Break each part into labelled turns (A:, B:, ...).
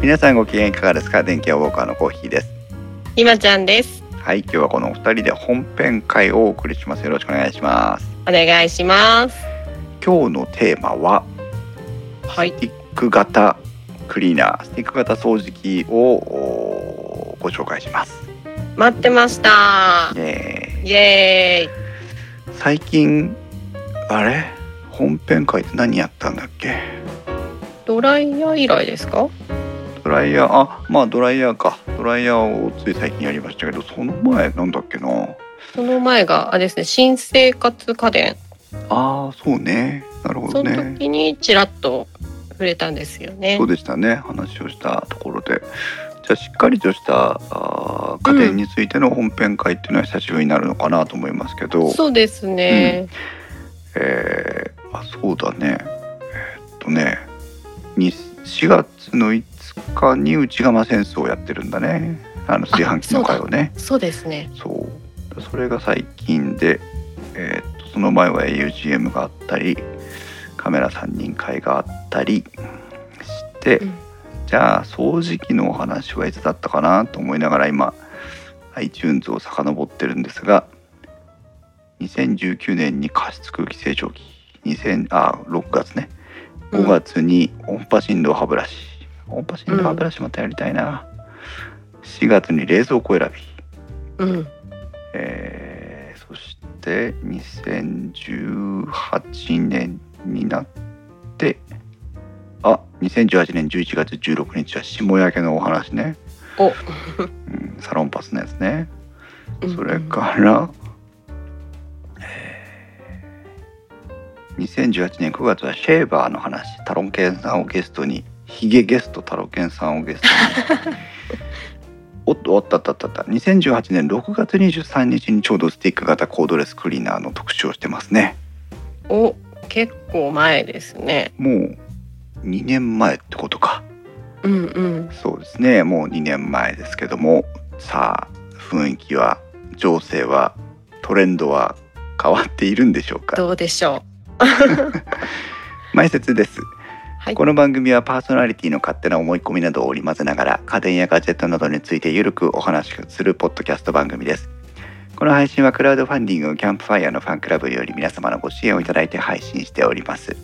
A: 皆さんご機嫌いかがですか電気屋ウォーカーのコーヒーです
B: ひまちゃんです。
A: はい今日はこのお二人で本編会をお送りしますよろしくお願いします
B: お願いします。
A: 今日のテーマは
B: はい
A: ス。ティック型クリーナースティック型掃除機をおーご紹介します
B: 待ってました。
A: イエ
B: イエーイ。
A: ーイ最近あれ本編会って何やったんだっけ
B: ドライヤー以来ですか
A: ドライヤーあまあドライヤーかドライヤーをつい最近やりましたけどその前なんだっけな
B: その前が、あれですね、新生活家電。
A: ああそうねなるほ
B: そ
A: ど
B: の
A: ね
B: 時にちらっと触れたんですよね
A: そう。でしたね話をしたところでじゃあしっかりとしたあー家電についての本編会っていうのは久しぶりになるのかなと思いますけど、
B: そうですね。
A: えーあそうだねえーっとねに4月の5日に内釜戦争をやってるんだねあの炊飯器の会をね
B: そうですね。
A: そうそれが最近で、えーっとその前は AUGM があったりカメラ3人会があったりして、
B: うん
A: じゃあ掃除機のお話はいつだったかなと思いながら今 iTunes を遡ってるんですが2019年に加湿空気清浄機2000あ6月ね
B: うん
A: 5月に音波振動歯ブラシ、音波振動歯ブラシまたやりたいな、4月に冷蔵庫選び
B: うん。
A: えーそして2018年になってあ2018年11月16日は霜焼けのお話ね、
B: お。
A: うん、サロンパスのやつねそれ
B: うん。
A: から、えー2018年9月はシェーバーの話タロンケンさんをゲストにヒゲゲストタロケンさんをゲストにおっとおったったったった2018年6月23日にちょうどスティック型コードレスクリーナーの特集をしてますね
B: お、結構前ですね。
A: もう2年前ってことか
B: うんうん。
A: そうですねもう2年前ですけどもさあ雰囲気は情勢はトレンドは変わっているんでしょうか
B: どうでしょ
A: 前説です、
B: はい
A: この番組はパーソナリティの勝手な思い込みなどを織り交ぜながら家電やガジェットなどについてゆるくお話しするポッドキャスト番組ですこの配信はクラウドファンディングキャンプファイヤーのファンクラブより皆様のご支援をいただいて配信しております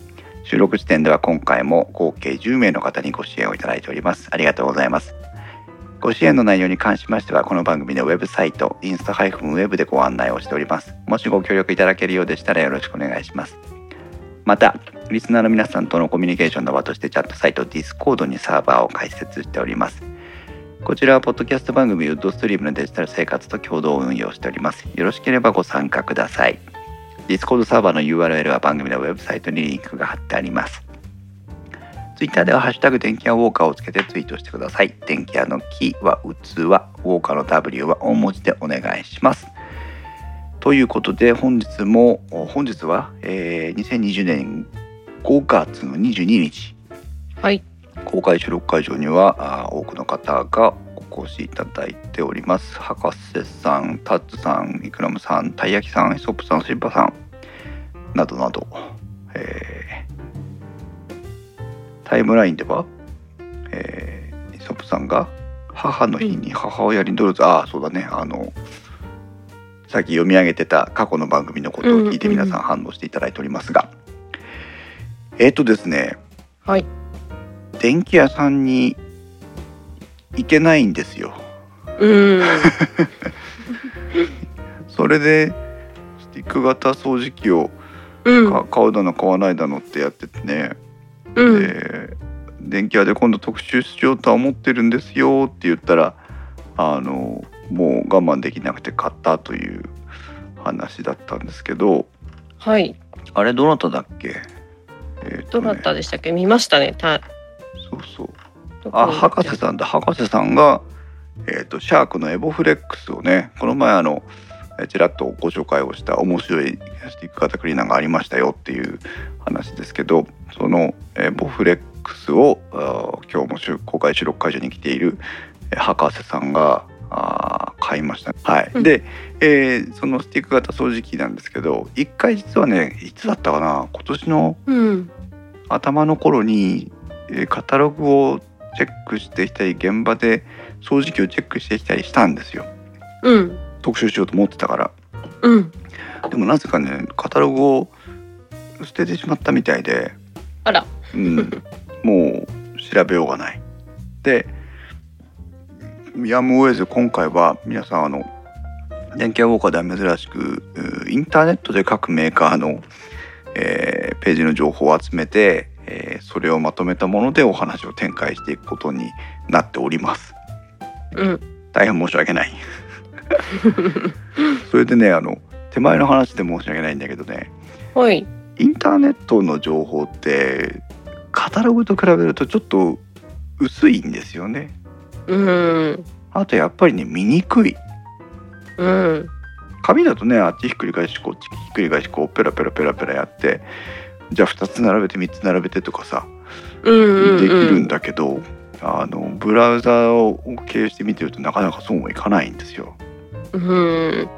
A: 収録時点では今回も合計10名の方にご支援をいただいておりますありがとうございますご支援の内容に関しましてはこの番組のウェブサイトインスタ -web でご案内をしておりますもしご協力いただけるようでしたらよろしくお願いしますまたリスナーの皆さんとのコミュニケーションの場としてチャットサイト Discord にサーバーを開設しております。こちらはポッドキャスト番組ウッドストリームのデジタル生活と共同運用しております。よろしければご参加ください。Discord サーバーの URL は番組のウェブサイトにリンクが貼ってあります。Twitter では「ハッシュタグ電気屋ウォーカー」をつけてツイートしてください。電気屋の木は器、ウォーカーの W は大文字でお願いします。ということで本日も本日は、えー2020年5月の22日
B: う。はい。
A: 公開収録会場にはあー多くの方がお越しいただいております博士さんタッツさんイクラムさんたい焼きさんイソップさんシンパさんなどなど、えータイムラインでは、えーイソップさんが母の日に母親にドルツ、ああそうだねあのさっき読み上げてた過去の番組のことを聞いて
B: うんうん
A: 皆
B: うん
A: さん反応していただいておりますが、えっ、とですね
B: はい。
A: 電気屋さんに行けないんですよ
B: うん。
A: それでスティック型掃除機を
B: うん。
A: か買うだの買わないだのってやっててね、
B: うん。
A: で電気屋で今度特集しようとは思ってるんですよって言ったらあのもう我慢できなくて買ったという話だったんですけど
B: はい。
A: あれどなただっけ、えーと
B: ど
A: ね
B: なたでしたっけ見ましたね。た
A: そうそうあ博士
B: ん。
A: さんだ博士さんが、えー、とシャークのエボフレックスをねこの前あのえちらっとご紹介をした面白いスティック型クリーナーがありましたよっていう話ですけどそのエボフレックスをあー今日も収公開収録会場に来ているえ博士さんがあー買いました、はい
B: うん
A: で、えーそのスティック型掃除機なんですけど一回実はねいつだったかな今年の
B: うん。
A: 頭の頃に、えーカタログをチェックしてきたり現場で掃除機をチェックしてきたりしたんですよ
B: うん
A: 特集しようと思ってたから
B: うん
A: でもなぜかねカタログを捨ててしまったみたいで、
B: あら
A: うん、もう調べようがない。でやむを得ず今回は皆さんあの電気屋ウォーカーでは珍しくうインターネットで各メーカーの、えーページの情報を集めて、えーそれをまとめたものでお話を展開していくことになっております。
B: うん
A: 大変申し訳ないそれでねあの手前の話で申し訳ないんだけどね
B: ほい
A: インターネットの情報ってカタログと比べるとちょっと薄いんですよね
B: うん
A: あとやっぱりね見にくい
B: うん
A: 紙だとねあっちひっくり返しこっちひっくり返しこうペラペラペラペラやってじゃあ2つ並べて3つ並べてとかさ
B: うんうん
A: できるん
B: だ
A: だけど、あのブラウザを経由して見てるとなかなかそうもいかないんですよ。
B: うん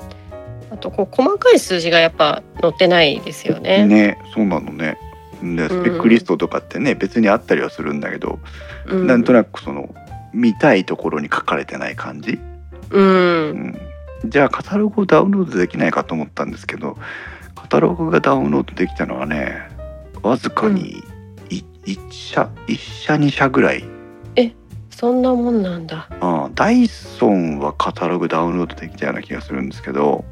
B: あとこう細かい数字がやっぱ載ってないですよね
A: ねそうなのねでスペックリストとかってね、別にあったりはするんだけど、
B: うん、
A: なんと
B: な
A: なくその見たいところに書かれてない感じ、
B: くう
A: うんん、じゃあカタログをダウンロードできないかと思ったんですけどカタログがダウンロードできたのはねわずかにい1社1社2社ぐらい
B: そんなもんなんだ
A: あダイソンはカタログダウンロードできたような気がするんですけど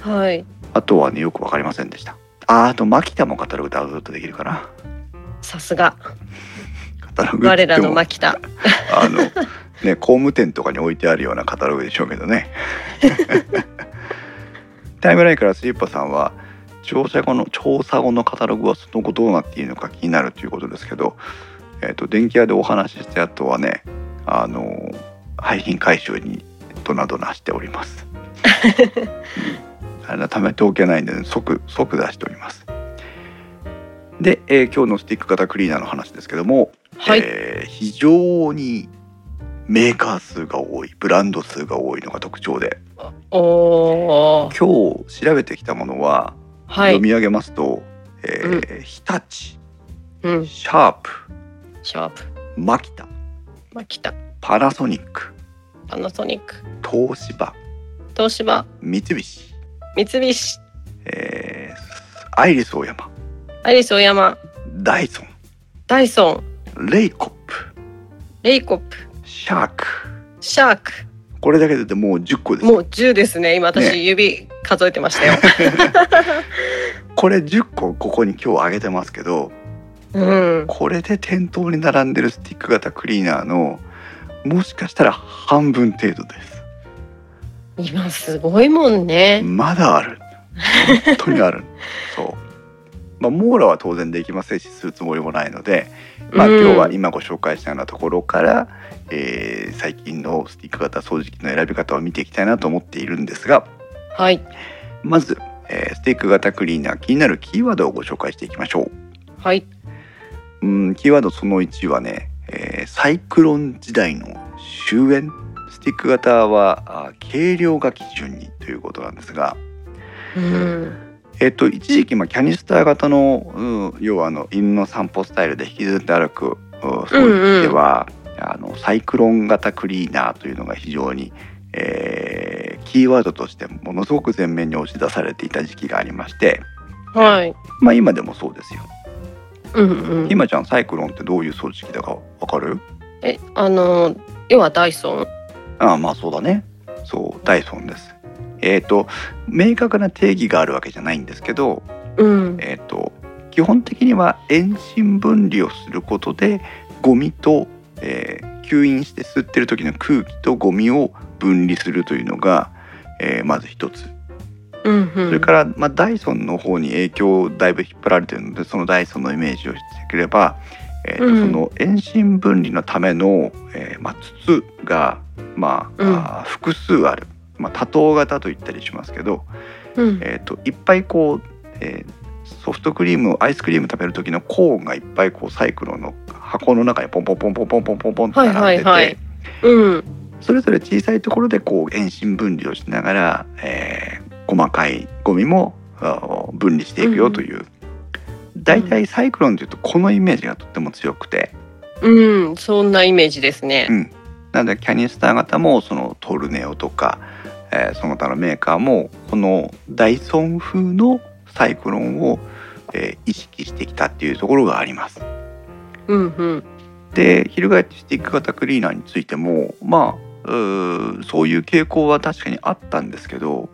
B: はい
A: あとはねよく分かりませんでしたああとマキタもカタログダウンロードできるかな
B: さすが
A: カタログって言
B: 我
A: って
B: ら
A: も
B: の牧田
A: あのね工務店とかに置いてあるようなカタログでしょうけどね。 タイムラインからスリッパさんは調査後の調査後のカタログはその後どうなっているのか気になるということですけど、えっと電気屋でお話しした後はねあの廃品回収にドナドナしております。うん改めておけないんで、即即出しております。で、えー今日のスティック型クリーナーの話ですけども、
B: はい、
A: えー非常にメーカー数が多いブランド数が多いのが特徴で
B: おおー
A: 今日調べてきたものは、
B: はい
A: 読み上げますと、えー日立
B: うん
A: シャープ
B: シャープ
A: マキタ
B: 牧田
A: パナソニック
B: パナソニック
A: 東芝
B: 東芝
A: 三菱、
B: 三菱
A: えーアイリスオーヤマ
B: アイリスオーヤマ
A: ダイソ
B: ダイソン
A: ンレイコップ
B: レイコップ
A: シャーク
B: シャーク
A: これだけでもう10個です
B: もう10ですね今私
A: ね
B: 指数えてましたよ、
A: これ10個ここに今日あげてますけど
B: うん
A: これで店頭に並んでるスティック型クリーナーのもしかしたら半分程度です
B: 今すごいもんね
A: まだある本当にあ るそうまあ網羅は当然できませんしするつもりもないのでまあ
B: うん
A: 今日は今ご紹介したようなところから、えー最近のスティック型掃除機の選び方を見ていきたいなと思っているんですが
B: はい
A: まず、えースティック型クリーナー気になるキーワードをご紹介していきましょう
B: はい
A: うん、キーワードその1はね、えーサイクロン時代の終焉スティック型はあ軽量が基準にということなんですが、
B: うん
A: えっと一時期、まあ、キャニスター型の、うん、要はあの犬の散歩スタイルで引きずって歩くうんそういう意味では、あのサイクロン型クリーナーというのが非常に、えーキーワードとしてものすごく前面に押し出されていた時期がありまして、
B: はい
A: まあ、今でもそうですよ。
B: うんうん
A: 今ちゃんサイクロンってどういう掃除機だかわかる
B: えあの要はダイソン
A: ああまあそうだねそうダイソンですえっ、と明確な定義があるわけじゃないんですけど
B: うん
A: えっ、と基本的には遠心分離をすることでゴミと、えー吸引して吸ってる時の空気とゴミを分離するというのが、えーまず一つ
B: うんうん
A: それから、まあ、ダイソンの方に影響をだいぶ引っ張られてるのでそのダイソンのイメージをしてくれば、えーと
B: うん
A: その遠心分離のための、えーまあ、筒が、まあ
B: うん
A: あー複数ある、まあ、多頭型と言ったりしますけど、
B: うん
A: えー、といっぱいこう、えーソフトクリームアイスクリーム食べる時のコーンがいっぱいこうサイクロンの箱の中にポンポンポンポンポンポンポンポンって並んでて。
B: はいはいはいうん
A: それぞれ小さいところでこう遠心分離をしながら、えー細かいゴミもあー分離していくよという、大体サイクロンというとこのイメージがとっても強くて、
B: うん、そんなイメージですね。
A: なのでキャニスター型もそのトルネオとか、えーその他のメーカーもこのダイソン風のサイクロンを、えー意識してきたっていうところがあります。
B: うん、うん、
A: で翻ってスティック型クリーナーについてもまあうーそういう傾向は確かにあったんですけど、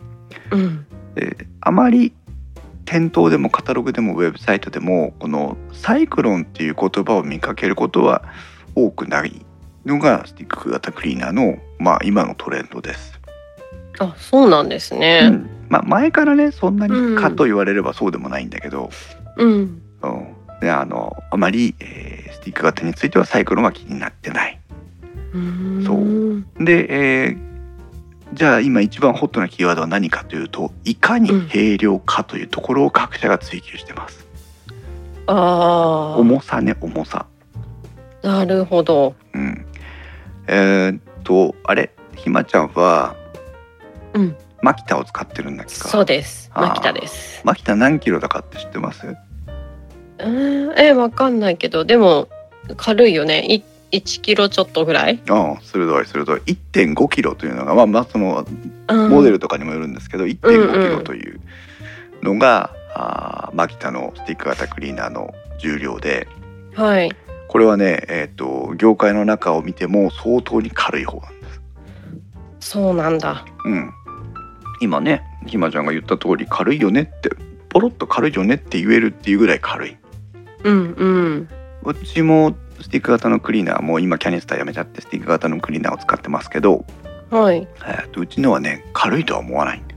B: うん、
A: えーあまり店頭でもカタログでもウェブサイトでもこのサイクロンっていう言葉を見かけることは多くないのがスティック型クリーナーの、まあ、今のトレンドです。
B: あ、そうなんです
A: う
B: ね。
A: んまあ、前からねそんなに
B: うん
A: かと言われればそうでもないんだけど、
B: うん、
A: うんであのあまり、えースティック型についてはサイクロンは気になってない。
B: うん、
A: そう
B: うん、
A: で、えーじゃあ今一番ホットなキーワードは何かというといかに軽量かというところを各社が追求してます。
B: ああ、
A: 重さね重さ。
B: なるほど。
A: うん、えーっとあれひまちゃんは、
B: うん、
A: マキタを使ってるんだっけか
B: そうです。
A: あー
B: マキタです。
A: マキタ何キロだかって知ってます
B: うーんえ、わかんないけど、でも軽いよね。い1キロちょっとぐらい、
A: うん、鋭い鋭い1.5キロというのが、まあ、まあその
B: うん
A: モデルとかにもよるんですけど、1.5キ
B: うんう
A: ロ
B: ん
A: というのが、あーマキタのスティック型クリーナーの重量で
B: はい
A: これはね、えー、と業界の中を見ても相当に軽い方なんです。
B: そうなんだ
A: うん、今ねひまちゃんが言った通り軽いよねってポロッと軽いよねって言えるっていうぐらい軽い。
B: うんうん
A: うちもスティック型のクリーナーもう今キャニスターやめちゃってスティック型のクリーナーを使ってますけど、
B: はい
A: えー、とうちのはね軽いとは思わないんで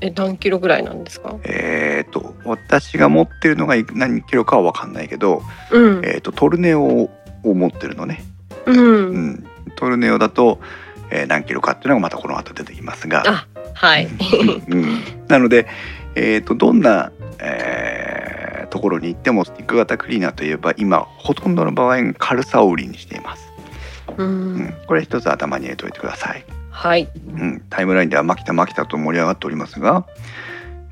B: え何キロぐらいなんですか
A: えー、と私が持ってるのがい何キロかは分かんないけど、
B: うん
A: えー、とトルネオを持ってるのね、
B: うん、
A: うん、トルネオだと、えー何キロかっていうのがまたこの後出てきますが、
B: あはい
A: うんなので、えー、とどんな、えーところに行ってもスティック型クリーナーといえば今ほとんどの場合軽さを売りにしています、
B: う
A: うんん、これ一つ頭に入れておいてください、
B: はい
A: うん、タイムラインでは「マキタマキタ」と盛り上がっておりますが、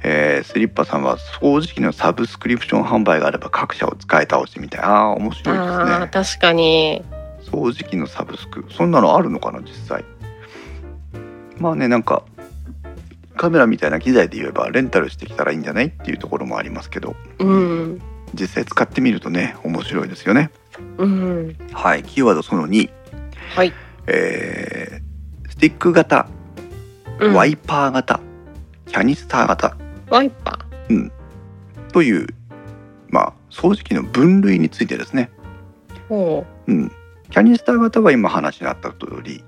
A: えースリッパさんは掃除機のサブスクリプション販売があれば各社を使え倒しみたいああ面白い
B: あ
A: で
B: ー確かに
A: すね掃除機のサブスクそんなのあるのかな実際まあねなんかカメラみたいな機材で言えばレンタルしてきたらいいんじゃないっていうところもありますけど
B: うん
A: 実際使ってみるとね面白いですよね
B: うん
A: はいキーワードその2、
B: はい、
A: えースティック型
B: うん、
A: ワイパー型、キャニスター型
B: ワイパー
A: という、まあ、掃除機の分類についてですね、
B: ほ
A: うん、キャニスター型は今話にあった通り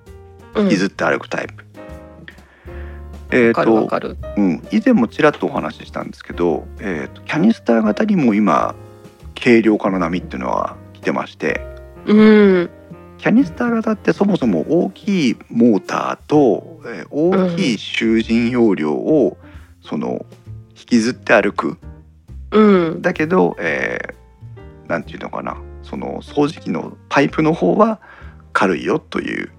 B: う、うん、
A: 譲って歩くタイプ、えっ、
B: わかるわ
A: と、
B: かる
A: うん、以前もちらっとお話ししたんですけど、えーとキャニスター型にも今軽量化の波っていうのは来てまして
B: うん
A: キャニスター型ってそもそも大きいモーターと、えー大きい囚人容量を、その引きずって歩く
B: うん
A: だけど、えーなんていうのかなその掃除機のパイプの方は軽いよという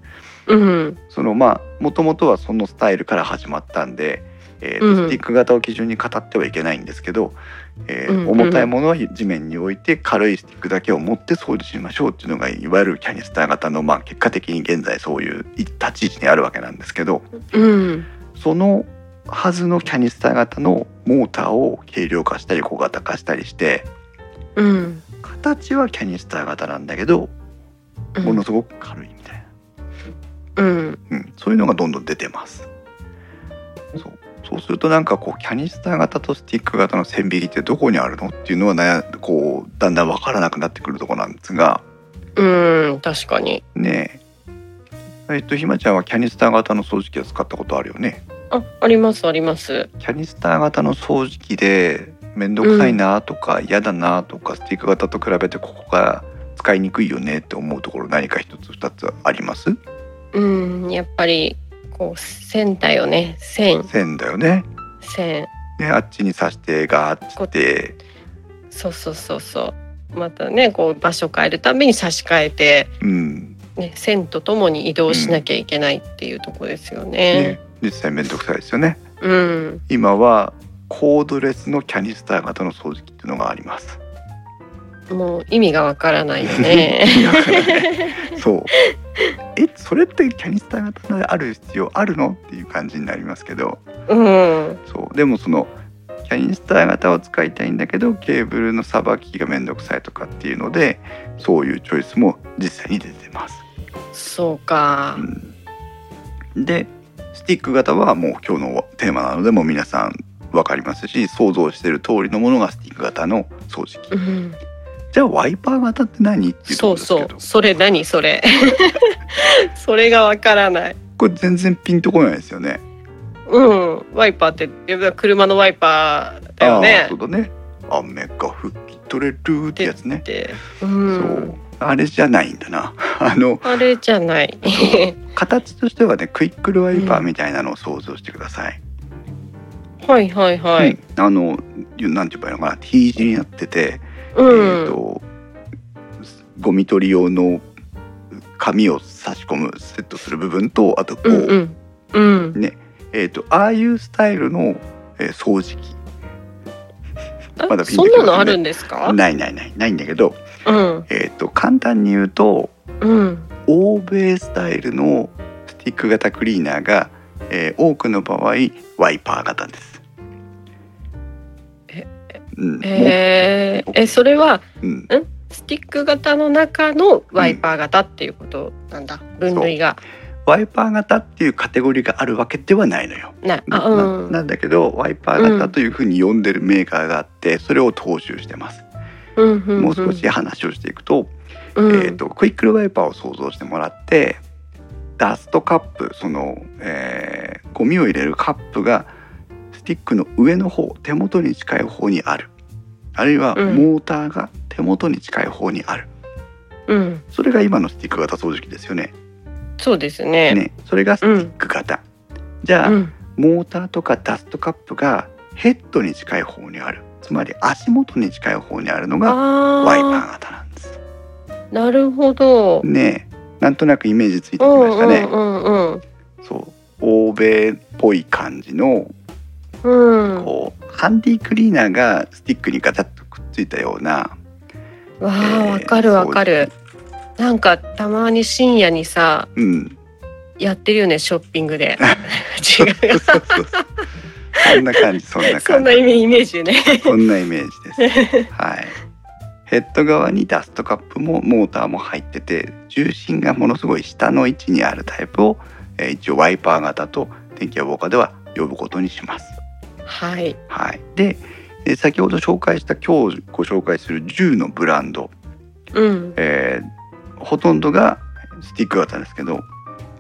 B: うん
A: そのまあもともとはそのスタイルから始まったんで、えーと
B: うん
A: スティック型を基準に語ってはいけないんですけど、えー
B: うんうん
A: 重たいものは地面に置いて軽いスティックだけを持って掃除しましょうっていうのがいわゆるキャニスター型の、まあ、結果的に現在そういう立ち位置にあるわけなんですけど
B: うん
A: そのはずのキャニスター型のモーターを軽量化したり小型化したりして。
B: うん
A: 形はキャニスター型なんだけど
B: うん
A: ものすごく軽いみたいな、
B: うん
A: うん、そういうのがどんどん出てますそうそうするとなんかこうキャニスター型とスティック型の線引きってどこにあるのっていうのは悩こうだんだん分からなくなってくるとこなんですが
B: うん確かに
A: ねええっとひまちゃんはキャニスター型の掃除機を使ったことあるよね
B: あありますあります
A: キャニスター型の掃除機で面倒くさいなとか嫌だなとか、スティック型と比べてここが使いにくいよねって思うところ何か一つ二つあります
B: うんやっぱりこう線だよね線
A: 線だよね。
B: 線
A: ね、あっちに刺してガーッつって、
B: そうそうそうそうまたねこう場所変えるために差し替えて、
A: うん、
B: ね、線とともに移動しなきゃいけないっていうとこですよね
A: ね。、実際面倒くさいですよね。
B: うん、
A: 今はコードレスのキャニスター型の掃除機っていうのがあります。
B: もう意味がわからないよ
A: 意味
B: ね。
A: がわからない そうえそれってキャニスター型である必要あるのっていう感じになりますけど
B: うん。
A: そうでもそのキャニスター型を使いたいんだけどケーブルのさばきがめんどくさいとかっていうのでそういうチョイスも実際に出てます。
B: そうか。
A: うんでスティック型はもう今日のテーマなのでもう皆さん分かりますし想像してる通りのものがスティック型の掃除機
B: うん。
A: じゃあワイパー型って何っていうとこ
B: そ
A: ろ
B: う
A: ですけ
B: そ
A: ど
B: う。それ何それ。 それがわからない。
A: これ全然ピンとこないですよね。
B: うん。ワイパーっていや車のワイパーだよ
A: あー
B: ね
A: そ。うだね雨が吹き取れるってやつね、
B: って。う
A: そう
B: うん。
A: あれじゃないんだな あの
B: あれじゃない。
A: 形としてはねクイックルワイパーみたいなのを想像してください、
B: はいはいはい。
A: うんあのなんて言えばいいのかな T 字になってて、
B: う
A: えー、
B: ん。
A: とゴミ取り用の紙を差し込むセットする部分とあとこう、
B: うんうん。うん。
A: えー、とああいうスタイルの、えー掃除機
B: あ
A: まだピン
B: そ
A: と
B: ん
A: きませんね
B: なのあるんですか？
A: ないないないないんだけど、
B: うん。
A: えー、と簡単に言うと
B: うん。
A: 欧米スタイルのスティック型クリーナーが、えー多くの場合ワイパー型です。
B: え
A: うんも
B: えー、えそれは
A: ううん
B: スティック型の中のワイパー型っていうことなんだ、分類が
A: ワイパー型っていうカテゴリーがあるわけではないのよ。
B: ない
A: な
B: あ
A: な
B: うん
A: なんだけどワイパー型というふうに呼んでるメーカーがあってそれを踏襲してます、
B: うんうん
A: もう少し話をしていくと,、
B: うん
A: えー、とクイックルワイパーを想像してもらってダストカップその、えーゴミを入れるカップがスティックの上の方手元に近い方にあるあるいは
B: うん
A: モーターが手元に近い方にある、
B: うん
A: それが今のスティック型掃除機ですよね
B: そうですね
A: ねそれがスティック型、じゃあ、
B: うん
A: モーターとかダストカップがヘッドに近い方にあるつまり足元に近い方にあるのがワイパー
B: あ
A: 型なんです
B: ーなるほど、
A: ねえなんとなくイメージついてき
B: う
A: ま
B: ん
A: したね、
B: うんうん
A: そう欧米っぽい感じの
B: うんうん
A: こうハンディクリーナーがスティックにガチャッとくっついたような
B: わ
A: え
B: あ
A: ー
B: わかるわかるなんかたまに深夜にさ
A: そう うん
B: やってるよねショッピング で
A: そ
B: 違
A: う
B: う
A: そうそうそんな感じそんな
B: そ
A: 感
B: んな
A: じ
B: イメイメージね
A: そんなイメージです。はい。ヘッド側にダストカップもモーターも入ってて重心がものすごい下の位置にあるタイプを、えー一応ワイパー型と電気予防化では呼ぶことにします。
B: はい
A: はい、で、えー先ほど紹介した今日ご紹介する10のブランド、
B: うん
A: えーほとんどがスティック型ですけど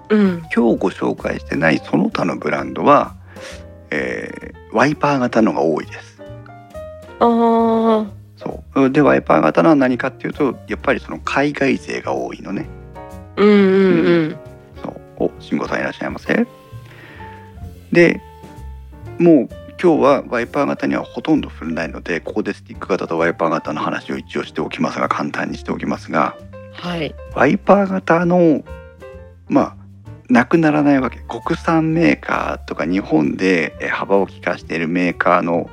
B: うん
A: 今日ご紹介してないその他のブランドは、えーワイパー型のが多いです。
B: あー
A: そうでワイパー型のは何かっていうとやっぱりその海外勢が多いのね
B: うんうんうん
A: そうお慎吾さんいらっしゃいませでもう今日はワイパー型にはほとんど触れないのでここでスティック型とワイパー型の話を一応しておきますが簡単にしておきますが
B: はい
A: ワイパー型のまあなくならないわけ国産メーカーとか日本でえ幅を利かしているメーカーの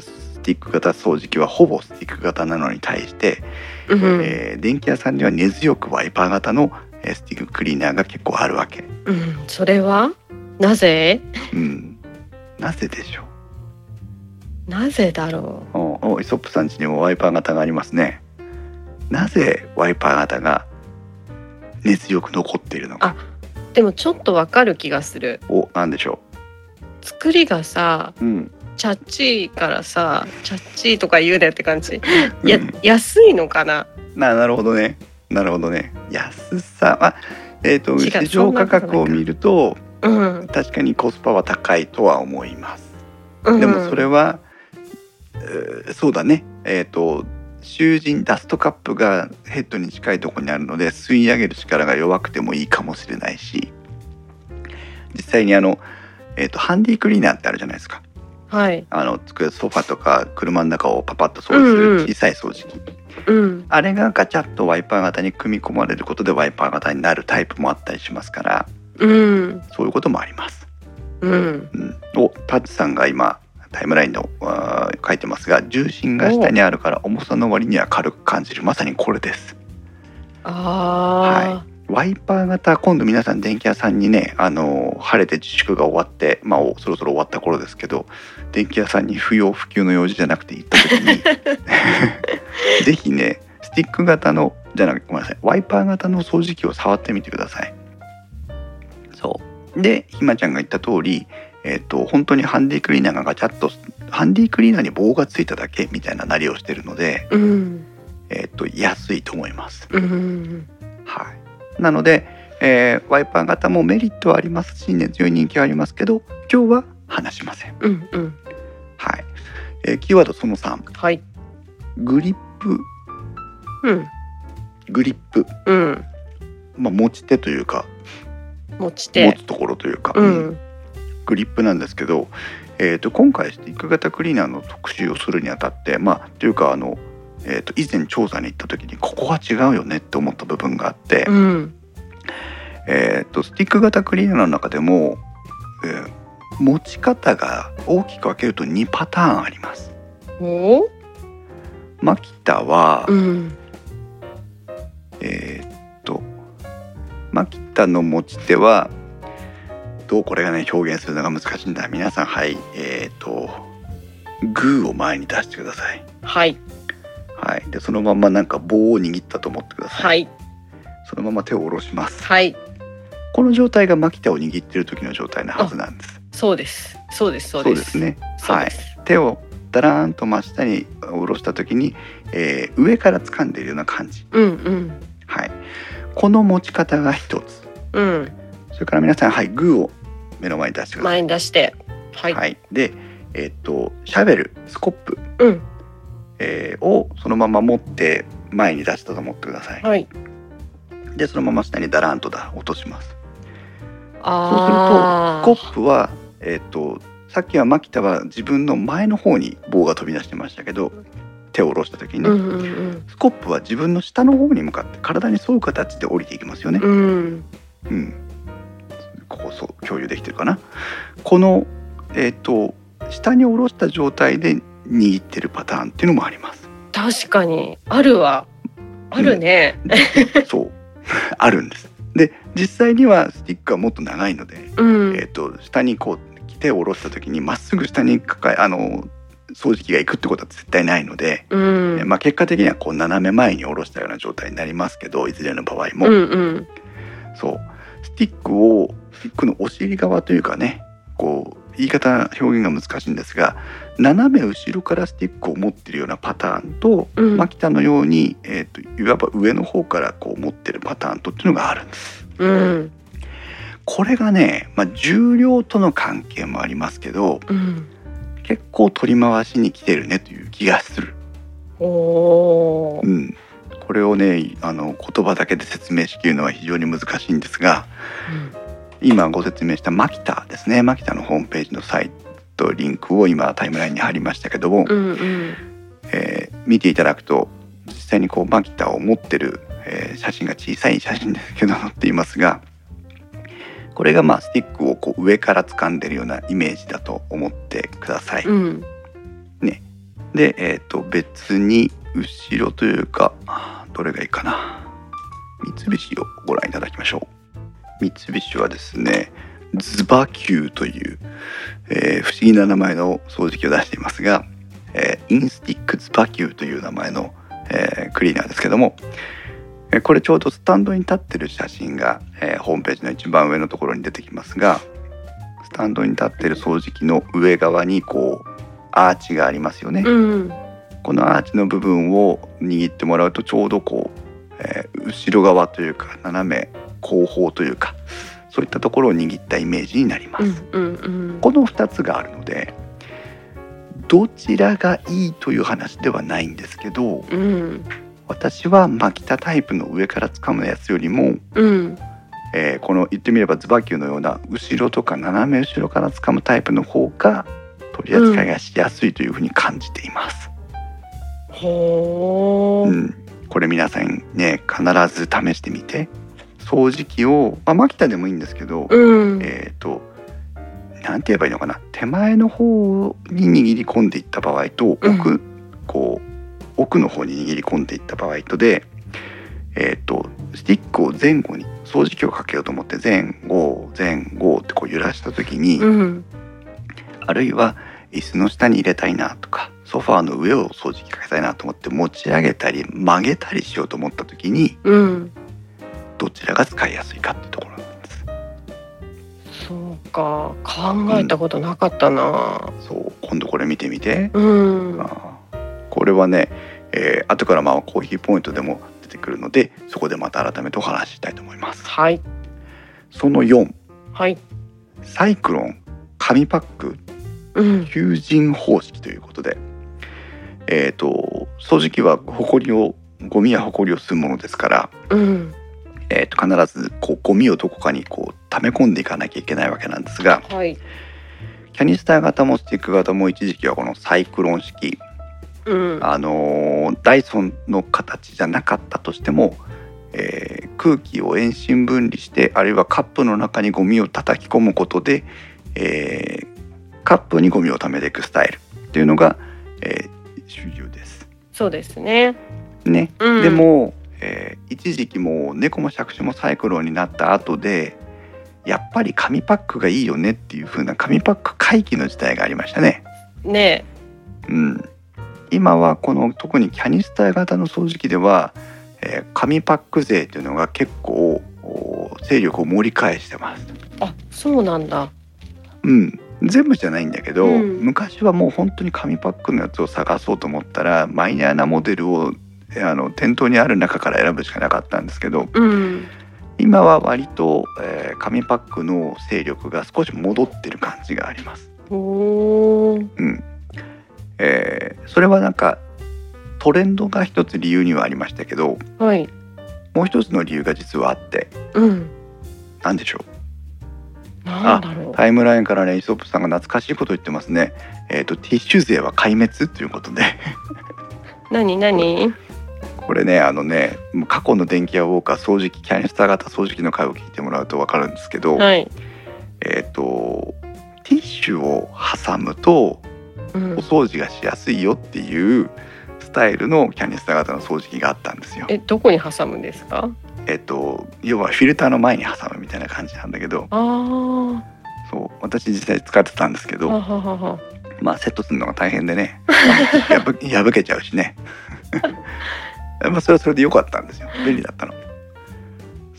A: スティック型掃除機はほぼスティック型なのに対して
B: うん
A: えー電気屋さんには根強くワイパー型のえースティッククリーナーが結構あるわけ。
B: うん、それはなぜ
A: うん、なぜでしょ
B: なぜだろ
A: うおおイソップさん家にもワイパー型がありますね。なぜワイパー型が根強く残っているのか
B: あうでもちょっとわかる気がする
A: おなんでしょ
B: 作りがさ
A: う、うん、
B: チャッチーからさチャッチーとか言うねって感じ
A: うん
B: や、安いのかな
A: ななるほどねなるほどね安さあえっ、と
B: 違う
A: 市場価格を見ると
B: うん、
A: 確かにコスパは高いとは思います。
B: うん、
A: でもそれは、えーそうだねえっ、と囚人ダストカップがヘッドに近いところにあるので吸い上げる力が弱くてもいいかもしれないし実際にあの、えー、とハンディクリーナーってあるじゃないですか
B: はい
A: あの机ソファとか車の中をパパッと掃除す
B: うん
A: る
B: うん
A: 小さい掃除機、
B: うん
A: あれがガチャッとワイパー型に組み込まれることでワイパー型になるタイプもあったりしますから
B: うん
A: そういうこともあります。
B: うん
A: うん、おタッチさんが今タイムラインのあー書いてますが重心が下にあるから重さの割には軽く感じるまさにこれです
B: あ
A: ワイパー型今度皆さん電気屋さんにねあのー晴れて自粛が終わってまあおそろそろ終わった頃ですけど電気屋さんに不要不急の用事じゃなくて行った時にぜひねスティック型のじゃなくてごめんなさいワイパー型の掃除機を触ってみてくださいそうでひまちゃんが言った通りえっ、と本当にハンディクリーナーがガチャッとハンディクリーナーに棒がついただけみたいななりをしてるので、
B: ーうん
A: えっと安いと思います
B: うん
A: はい、なので、えーワイパー型もメリットはありますし根強い人気はありますけど今日は話しません、
B: うんうん
A: はいえーキーワードその3
B: はい
A: グリップ
B: うん
A: グリップ、
B: うん
A: まあ、持ち手というか
B: 持ち
A: 持
B: 手
A: つところというか、
B: う
A: うん
B: ん
A: グリップなんですけど、えー、と今回スティック型クリーナーの特集をするにあたってまあというかあの、えー、と以前調査に行った時にここは違うよねって思った部分があって、
B: うん
A: えー、とスティック型クリーナーの中でも、えー持ち方が大きく分けると2パターンあります。
B: お
A: マキタは、
B: うん
A: えーっとマキタの持ち手はどうこれがね表現するのが難しいんだ皆さんはいえーっとグーを前に出してください。
B: はい
A: はい、でそのままなんか棒を握ったと思ってください、
B: はい
A: そのまま手を下ろします
B: はい
A: この状態がマキタを握ってる時の状態なはずなんです
B: そうですそうですそう
A: そう
B: で
A: ですすね
B: そうです
A: 手をだらーんと真下に下ろした時に、えー上から掴んでいるような感じ、
B: うん
A: はい、この持ち方が一つ
B: うんうん
A: それから皆さんはいグーを目の前に出してください、
B: 前に出してはい
A: はい、でえーっとシャベルスコップ、
B: うん
A: えーをそのまま持って前に出したと思ってください、
B: はい
A: でそのまま下にだらーんとだ落とします
B: あ
A: コップはえーっとさっきはマキタは自分の前の方に棒が飛び出してましたけど手を下ろした時に、
B: ーうんうん
A: スコップは自分の下の方に向かって体に沿う形で降りていきますよね。
B: うんうん
A: うん。ここそう共有できてるかな。このえっ、と下に下ろした状態で握ってるパターンっていうのもあり ます。
B: 確かにあるわあるね
A: そう あるんです。で実際にはスティックはもっと長いので、
B: うん、
A: えっ、と下にこう手を下ろした時にまっすぐ下に抱えあの掃除機が行くってことは絶対ないので、
B: うん
A: まあ結果的にはこう斜め前に下ろしたような状態になりますけどいずれの場合も。
B: うんうん
A: そうスティックをスティックのお尻側というかねこう言い方表現が難しいんですが斜め後ろからスティックを持ってるようなパターンと、
B: うん
A: マキタのように、えー、といわば上の方からこう持ってるパターンとっていうのがあるんです。
B: うん
A: これがね、まあ、重量との関係もありますけど
B: うん
A: 結構取り回しに来てるねという気がする。
B: おー
A: うん、これをねあの言葉だけで説明しきるのは非常に難しいんですが今ご説明したマキタですねマキタのホームページのサイトリンクを今タイムラインに貼りましたけども、
B: うんうん
A: えー見ていただくと実際にこうマキタを持ってる、えー写真が小さい写真ですけど載っていますがこれがまあスティックをこう上から掴んでるようなイメージだと思ってください。
B: うん
A: で、えー、と別に後ろというかどれがいいかな三菱をご覧いただきましょう三菱はですねズバキューという、えー不思議な名前の掃除機を出していますが、えーインスティックズバキューという名前の、えークリーナーですけどもえーこれちょうどスタンドに立ってる写真が、えーホームページの一番上のところに出てきますがスタンドに立ってる掃除機の上側にこうアーチがありますよね。
B: うん
A: このアーチの部分を握ってもらうとちょうどこう、えー後ろ側というか斜め後方というかそういったところを握ったイメージになります、
B: うんうんうん
A: この2つがあるのでどちらがいいという話ではないんですけど
B: うん
A: 私は巻きたタイプの上から掴むやつよりも、
B: うん
A: えーこの言ってみればズバキューのような後ろとか斜め後ろから掴むタイプの方が取り扱いがしやすいというふうに感じています。
B: ほ
A: う
B: ー
A: ん、これ皆さんね必ず試してみて掃除機を、まあ、マキタでもいいんですけど、
B: うん
A: えっ、となんて言えばいいのかな手前の方に握り込んでいった場合と奥、
B: うん
A: こう奥の方に握り込んでいった場合とで、えー、とスティックを前後に掃除機をかけようと思って前後前後ってこう揺らした時に、
B: うん
A: あるいは椅子の下に入れたいなとかソファーの上を掃除機かけたいなと思って持ち上げたり曲げたりしようと思った時に
B: うん
A: どちらが使いやすいかってところなんです。
B: そうか考えたことなかったな
A: そう今度これ見てみて
B: うん、
A: あーこれはね、えー後からまあコーヒーポイントでも出てくるのでそこでまた改めてお話ししたいと思います
B: はい
A: その4
B: はい
A: サイクロン紙パック
B: うん
A: 求人方式ということでえっ、と掃除機はホコリをゴミやホコリを吸うものですから、
B: うん
A: えー、と必ずこうゴミをどこかにこう溜め込んでいかなきゃいけないわけなんですが
B: はい
A: キャニスター型もスティック型も一時期はこのサイクロン式
B: うん
A: あのーダイソンの形じゃなかったとしても、えー空気を遠心分離してあるいはカップの中にゴミを叩き込むことで、えーカップにゴミを溜めていくスタイルっていうのが、えー主流です。
B: そうですね
A: ね、
B: うん
A: でも、えー一時期もう猫も借子もサイクロンになった後でやっぱり紙パックがいいよねっていう風な紙パック回帰の時代がありましたね。
B: ね
A: うん、今はこの特にキャニスター型の掃除機では、えー紙パック税というのが結構お勢力を盛り返してます、
B: あそうなんだ
A: うん、全部じゃないんだけど、
B: うん
A: 昔はもう本当に紙パックのやつを探そうと思ったらマイナーなモデルをえーあの店頭にある中から選ぶしかなかったんですけど
B: うん
A: 今は割と、えー紙パックの勢力が少し戻ってる感じがあります。
B: おー
A: うんえーそれはなんかトレンドが一つ理由にはありましたけど
B: はい
A: もう一つの理由が実はあって
B: うん
A: 何でしょ
B: なんだろ
A: う
B: う
A: タイムラインからレイソップさんが懐かしいことを言ってますね、えー、とティッシュ税は壊滅ということで
B: 何何
A: これねあのねもう過去の電気屋ウォーカー掃除機キャニスター型掃除機の回を聞いてもらうと分かるんですけど、
B: はい
A: えっ、とティッシュを挟むと
B: うん
A: お掃除がしやすいよっていうスタイルのキャニスター型の掃除機があったんですよ。
B: えどこに挟むんですか
A: えっと、要はフィルターの前に挟むみたいな感じなんだけど
B: あー
A: そう私実際使ってたんですけ
B: あは
A: ど、
B: ははは
A: まあ、セットするのが大変で ねやぶ破けちゃうしね まあそれはそれで良かったんですよ便利だったの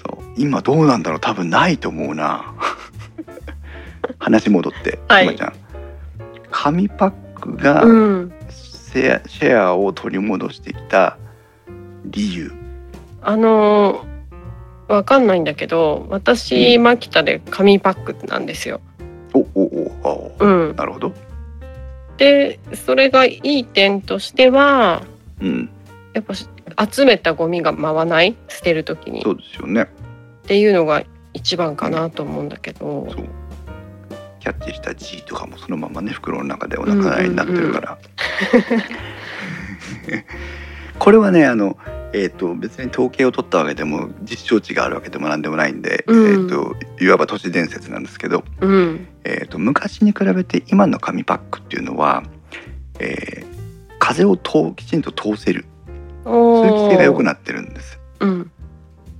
A: そう今どうなんだろう多分ないと思う な話戻って、
B: はい
A: 今ちゃん紙パックが
B: うん
A: シェアシェアを取り戻してきた理由
B: あのーわかんないんだけど私、
A: う
B: マキタで紙パックなんですよ。
A: おおおお、
B: うん、
A: なるほど
B: でそれがいい点としては
A: うん
B: やっぱし集めたゴミが回らない捨てる時にっ
A: そうですよね
B: ていうのが一番かなと思うんだけど
A: そうキャッチした G とかもそのままね袋の中でお亡くなりになってる から、これはねあの、えー、と別に統計を取ったわけでも実証値があるわけでもなんでもないんで、
B: うん
A: えー、といわば都市伝説なんですけど、
B: うん
A: えー、と昔に比べて今の紙パックっていうのは、えー風をときちんと通せる
B: お
A: 通気性が良く
B: な
A: なってるんです。
B: うん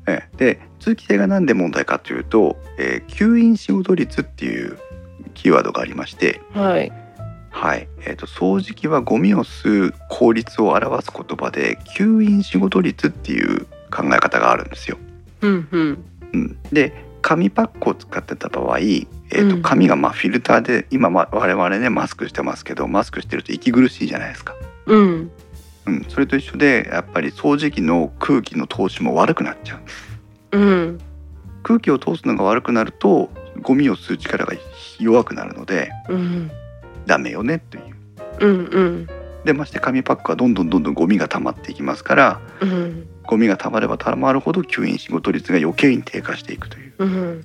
A: ええで通気性が何で問題かというと、えー吸引仕事率っていうキーワードがありまして、
B: はい
A: はいえー、と掃除機はゴミを吸う効率を表す言葉で吸引仕事率っていう考え方があるんですよ。
B: うんうん
A: うん、で紙パックを使ってた場合、えー
B: う
A: と
B: ん
A: 紙がまあフィルターで今ま我々ねマスクしてますけどマスクしてると息苦しいじゃないですか。
B: うん
A: うん、それと一緒でやっぱり掃除機の空気の通しも悪くなっちゃう
B: うん
A: 空気を通すのが悪くなるとゴミを吸う力が弱くなるので
B: うん
A: ダメよねという
B: うんうん
A: でまして紙パックはどんどんどんどんゴミが溜まっていきますから
B: うん
A: ゴミが溜まれば溜まるほど吸引仕事率が余計に低下していくという
B: うん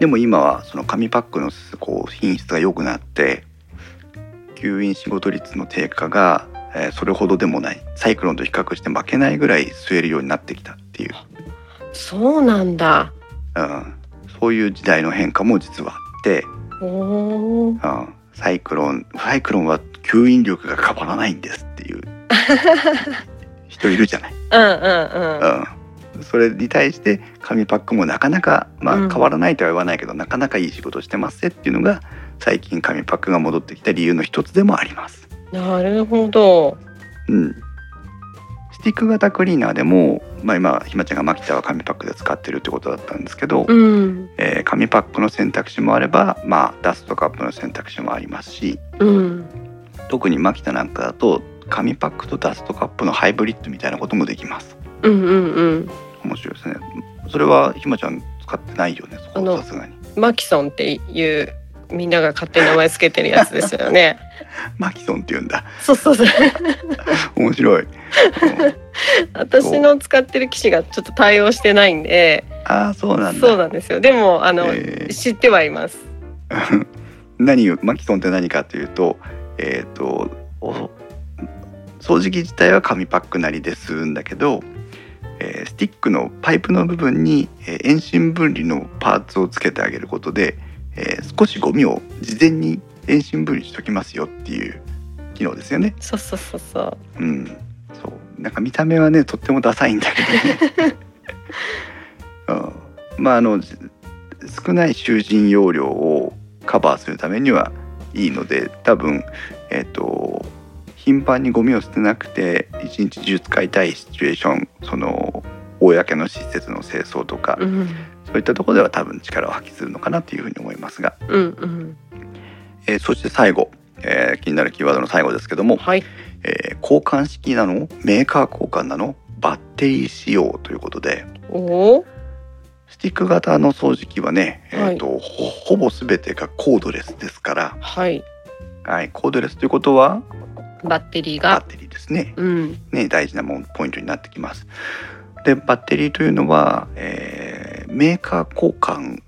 A: でも今はその紙パックのこう品質が良くなって吸引仕事率の低下が、えーそれほどでもないサイクロンと比較して負けないぐらい吸えるようになってきたっていう、
B: そうなんだ
A: うん、そういう時代の変化も実はあって
B: へお
A: う
B: ー
A: ん、サイクロンサイクロンは吸引力が変わらないんですっていう人いるじゃない、
B: うんうんうん
A: うん、それに対して紙パックもなかなか、まあ、
B: う
A: 変
B: ん
A: わらないとは言わないけど、なかなかいい仕事してますぜっていうのが最近紙パックが戻ってきた理由の一つでもあります。
B: なるほど
A: うんスティック型クリーナーでも、まあ、今ひまちゃんがマキタは紙パックで使ってるってことだったんですけど、
B: うん
A: えー紙パックの選択肢もあれば、まあ、ダストカップの選択肢もありますし、
B: うん
A: 特にマキタなんかだと紙パックとダストカップのハイブリッドみたいなこともできます
B: うんうんうん
A: 面白いですねそれはひまちゃん使ってないよねそ
B: あ
A: こ
B: の
A: はさすがに
B: マキソンっていうみんなが勝手に名前つけてるやつですよね
A: マキソンって言うんだ
B: そうそうそう
A: 面白 い、うん
B: 私の使ってる機種がちょっと対応してないんで
A: ああそうなんだ
B: そうなんですよでもあの、
A: えー
B: 知ってはいます
A: 何をマキソンって何かというとえっ、とお掃除機自体は紙パックなりで吸うんだけど、えースティックのパイプの部分に、えー遠心分離のパーツをつけてあげることで、えー少しゴミを事前に遠心分離しときますよっていう機能ですよね。
B: そうそうそうそう
A: うん、そうなんか見た目はねとってもダサいんだけ どね、うん、まああのじ少ない囚人容量をカバーするためにはいいので多分えっ、と頻繁にゴミを捨てなくて一日中使いたいシチュエーションその公の施設の清掃とか、
B: うん
A: そういったところでは多分力を発揮するのかなというふうに思いますが、
B: うんうん
A: えーそして最後、えー気になるキーワードの最後ですけども、
B: はい
A: えー交換式なのメーカー交換なのバッテリー仕様ということで
B: おお
A: スティック型の掃除機はね、
B: はい
A: えー、とほほぼ全てがコードレスですから、
B: はい
A: はい、コードレスということは
B: バッテリー
A: バ
B: が
A: ッテリーですね
B: うん
A: ね大事なもんポイントになってきます。でバッテリーというのは、えーメーカー交換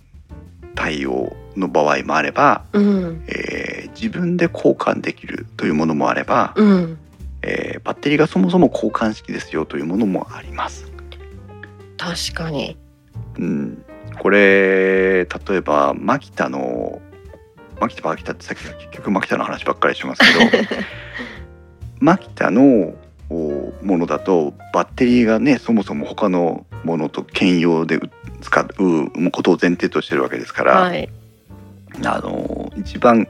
A: 対応の場合もあれば、
B: うん
A: えー自分で交換できるというものもあれば、
B: うん
A: えーバッテリーがそもそも交換式ですよというものもあります。
B: 確かに
A: うん、これ例えばマキタのマキタマキタってさっきから結局マキタの話ばっかりしてますけ どマキタのおものだとバッテリーがねそもそも他のものと兼用でう使うことを前提としてるわけですから、
B: はい
A: あの一番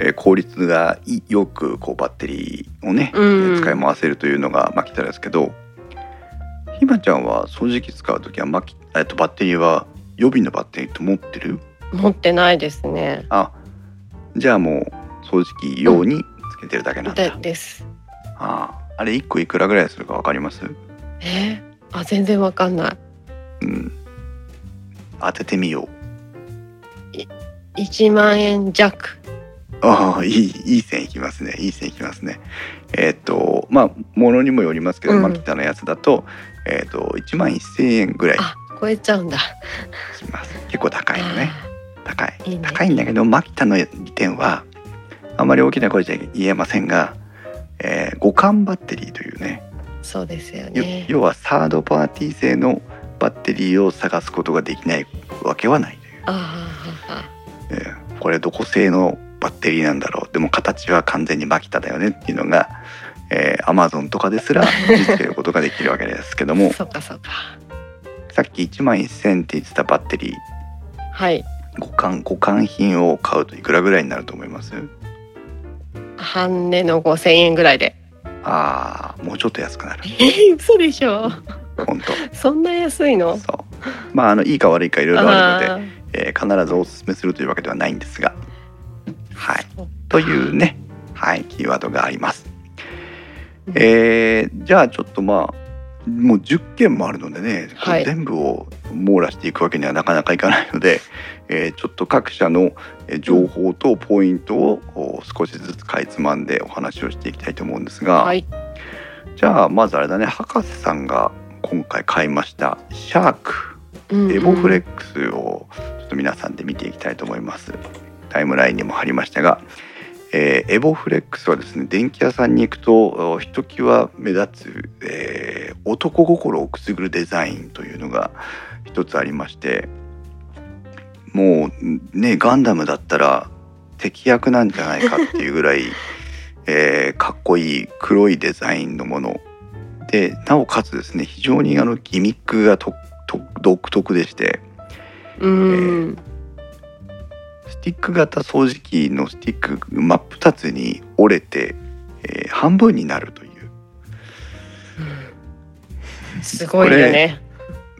A: えー効率がいいよくこうバッテリーをね、
B: うん
A: 使い回せるというのがマキタですけどひまちゃんは掃除機使う時はマキえっとバッテリーは予備のバッテリーと持ってる
B: 持ってないですね
A: あじゃあもう掃除機用につけてるだけなんだ、
B: でです
A: あああれ1個いくらぐらいするか分かります、
B: えーあ全然わかんな
A: うん、当ててみよう
B: い1万円弱
A: ああいいいい線いきますねいい線いきますねえーっとまあものにもよりますけど、
B: うん
A: マキタのやつだと,、えーっと1万1,000円ぐらい
B: あ超えちゃうんだ
A: します結構高いのね高い
B: いいね
A: 高いんだけどマキタの利点はあまり大きな声じゃ言えませんが、えー互換バッテリーというね
B: あーそうですよ
A: よ
B: ね
A: 要はサードパーティー製のバッテリーを探すことができないわけはないという
B: あーあ
A: えーこれどこ製のバッテリーなんだろうでも形は完全にマキタだよねっていうのが、えー、Amazon とかですら実現ることができるわけですけど
B: ーあー
A: も
B: そっかそっか
A: さっき1万1000って言ってたバッテリー
B: はい
A: 互換互換品を買うといくらぐらいになると思います
B: 半値の5000円ぐらいで
A: あーもうちょっと安くなる
B: えー、嘘でしょ
A: 本当
B: そんな安いの
A: そうまああのいいか悪いかいろいろあるの
B: あー
A: で、えー必ずおすすめするというわけではないんですがはいというねはいキーワードがあります
B: うん
A: えーじゃあちょっとまあもう10件もあるのでね、
B: はい
A: 全部を網羅していくわけにはなかなかいかないので、えーちょっと各社のえー情報とポイントをお少しずつかいつまんでお話をしていきたいと思うんですが、
B: はい
A: じゃあまずあれだね博士さんが今回買いましたシャークエボフレックスをちょっと皆さんで見ていきたいと思います。タイムラインにも貼りましたが、えーエボフレックスはですね電気屋さんに行くとおひときわ目立つ、えー男心をくすぐるデザインというのが一つありましてもうねガンダムだったら敵役なんじゃないかっていうぐらい、 えーかっこいい黒いデザインのものでなおかつですね非常にあのギミックがとと独特でして
B: うん。
A: スティック型掃除機のスティック真っ二つに折れて、えー半分になるという。
B: すごいよね。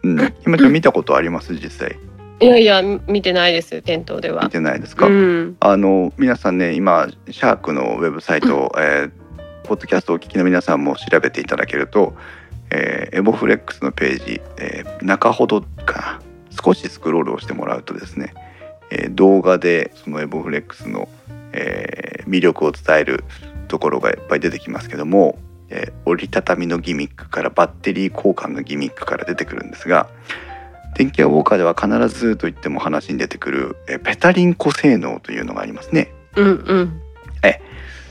A: うん、今ちゃん見たことあります実際
B: いやいやみ見てないです店頭で
A: 見
B: は。
A: てないですか、
B: うん。
A: あの皆さんね今シャークのウェブサイト、えーポッドキャストをお聞きの皆さんも調べていただけると、えーエボフレックスのページ、えー中ほどかな少しスクロールをしてもらうとですね、えー動画でそのエボフレックスの、えー魅力を伝えるところがいっぱい出てきますけども、えー折りたたみのギミックからバッテリー交換のギミックから出てくるんですが電気屋ウォーカーでは必ずと言っても話に出てくる、えーペタリンコ性能というのがありますね。
B: うんうん。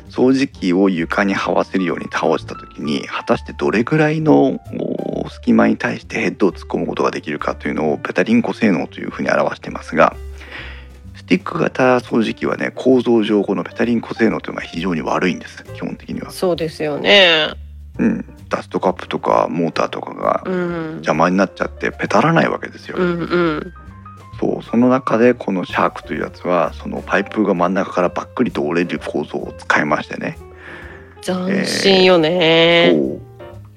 A: 掃除機を床に這わせるように倒した時に果たしてどれぐらいのお隙間に対してヘッドを突っ込むことができるかというのをペタリンコ性能というふうに表していますがスティック型掃除機はね構造上このペタリンコ性能というのが非常に悪いんです基本的には、
B: そうですよね。
A: うん、ダストカップとかモーターとかが
B: うん。
A: 邪魔になっちゃってペタらないわけですよ、
B: うんうん。
A: そうその中でこのシャークというやつはそのパイプが真ん中からばっくりと折れる構造を使いましてね
B: 斬新よね。
A: そう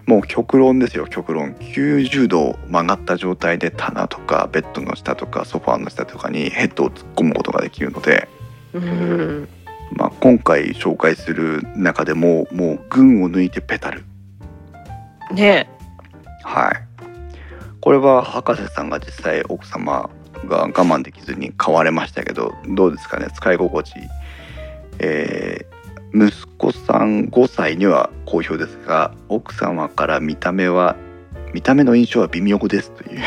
A: もう極論ですよ極論90度曲がった状態で棚とかベッドの下とかソファーの下とかにヘッドを突っ込むことができるので、
B: うん。
A: まあ、今回紹介する中でももう群を抜いてペタル
B: ね。
A: はいこれは博士さんが実際奥様が我慢できずに買われましたけどどうですかね使い心地えー息子さん5歳には好評ですが奥様から見た目は見た目の印象は微妙ですという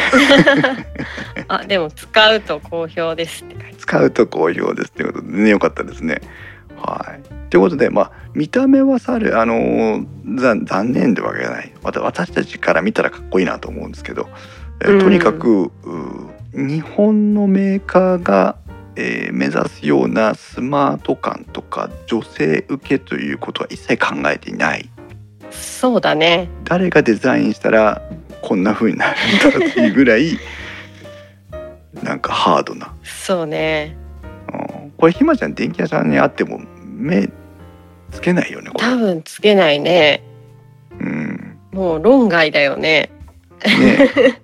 B: あでも使うと好評ですって書いて
A: 使うと好評ですということでねよかったですね。はいということでまあ見た目はさるあのーざ残念でわけじゃないまた私たちから見たらかっこいいなと思うんですけど、えー
B: うん
A: とにかくうー日本のメーカーが、えー目指すようなスマート感とか女性受けということは一切考えていない
B: ある。そうだね。
A: 誰がデザインしたらこんな風になるんだっていうぐらいなんかハードな、
B: そうね。
A: うんこれひまちゃん電気屋さんにあっても目つけないよねこ
B: 多分つけないね。
A: れ、うん、
B: もう論外だよね。
A: ね え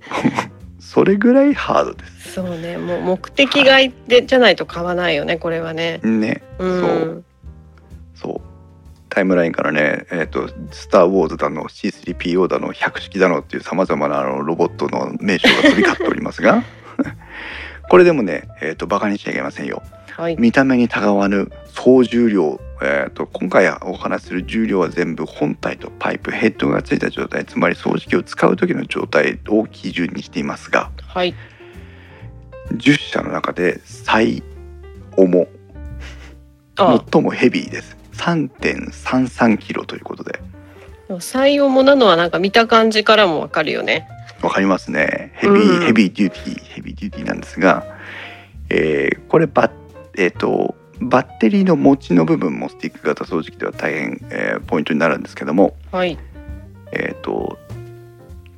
A: それぐらいハードです
B: そうね。もう目的がいで、じゃないと買わないよね。これはね。
A: ね
B: うん。
A: そうそうタイムラインからね「えー、とスター・ウォーズ」だの C3PO だの百式だのっていうさまざまなあのロボットの名称が飛び交っておりますがこれでもね、えー、とバカにしちゃいけませんよ
B: はい。
A: 見た目にたがわぬ総重量、えー、と今回お話しする重量は全部本体とパイプヘッドがついた状態つまり掃除機を使う時の状態を基準にしていますが
B: はい。
A: 10社の中で最重
B: あ、
A: 最もヘビーです3.33キロということで
B: でも採用もなのはなんか見た感じからもわかるよね。
A: わかりますねヘビ
B: う
A: ー
B: ん
A: ヘビーデューティーヘビーデューティーなんですが、えーこれバッえっ、とバッテリーの持ちの部分もスティック型掃除機では大変、えーポイントになるんですけども
B: はい。
A: えー、と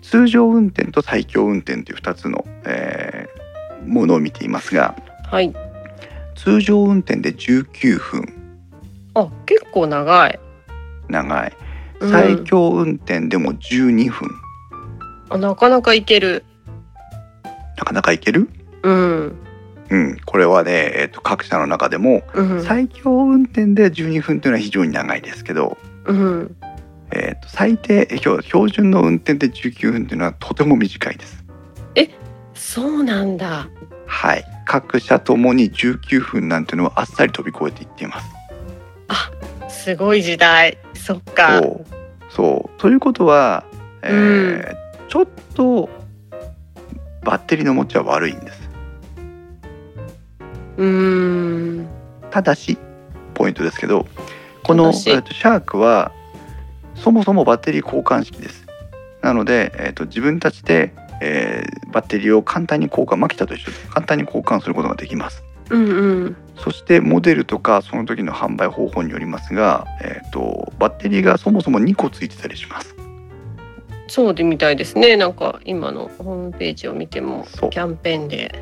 A: 通常運転と最強運転という2つの、えーものを見ていますが
B: はい。
A: 通常運転で19分
B: あ、結構長い。
A: 長い
B: うん
A: 最強運転でも12分、
B: あ、なかなかいける。
A: なかなかいける、
B: うん。
A: うん、これはね、えー、と各社の中でも
B: うん。
A: 最強運転で12分というのは非常に長いですけど、
B: うん。
A: えー、と最低標標準の運転で19分というのはとても短いです。
B: そうなんだ。
A: はい、各社ともに19分なんていうのはあっさり飛び越えていっています。
B: すごい時代。そっか。
A: そうそうということは、えーちょっとバッテリーの持ちは悪いんです
B: うーん。
A: ただしポイントですけどこの、え
B: ただし
A: ーとシャークはそもそもバッテリー交換式ですなので、えー、と自分たちで、えーバッテリーを簡単に交換マキタと一緒で簡単に交換することができます
B: うんうん
A: そしてモデルとかその時の販売方法によりますが、えー、とバッテリーがそもそも2個ついてたりします
B: そうでみたいですねなんか今のホームページを見ても
A: そう
B: キャンペーンで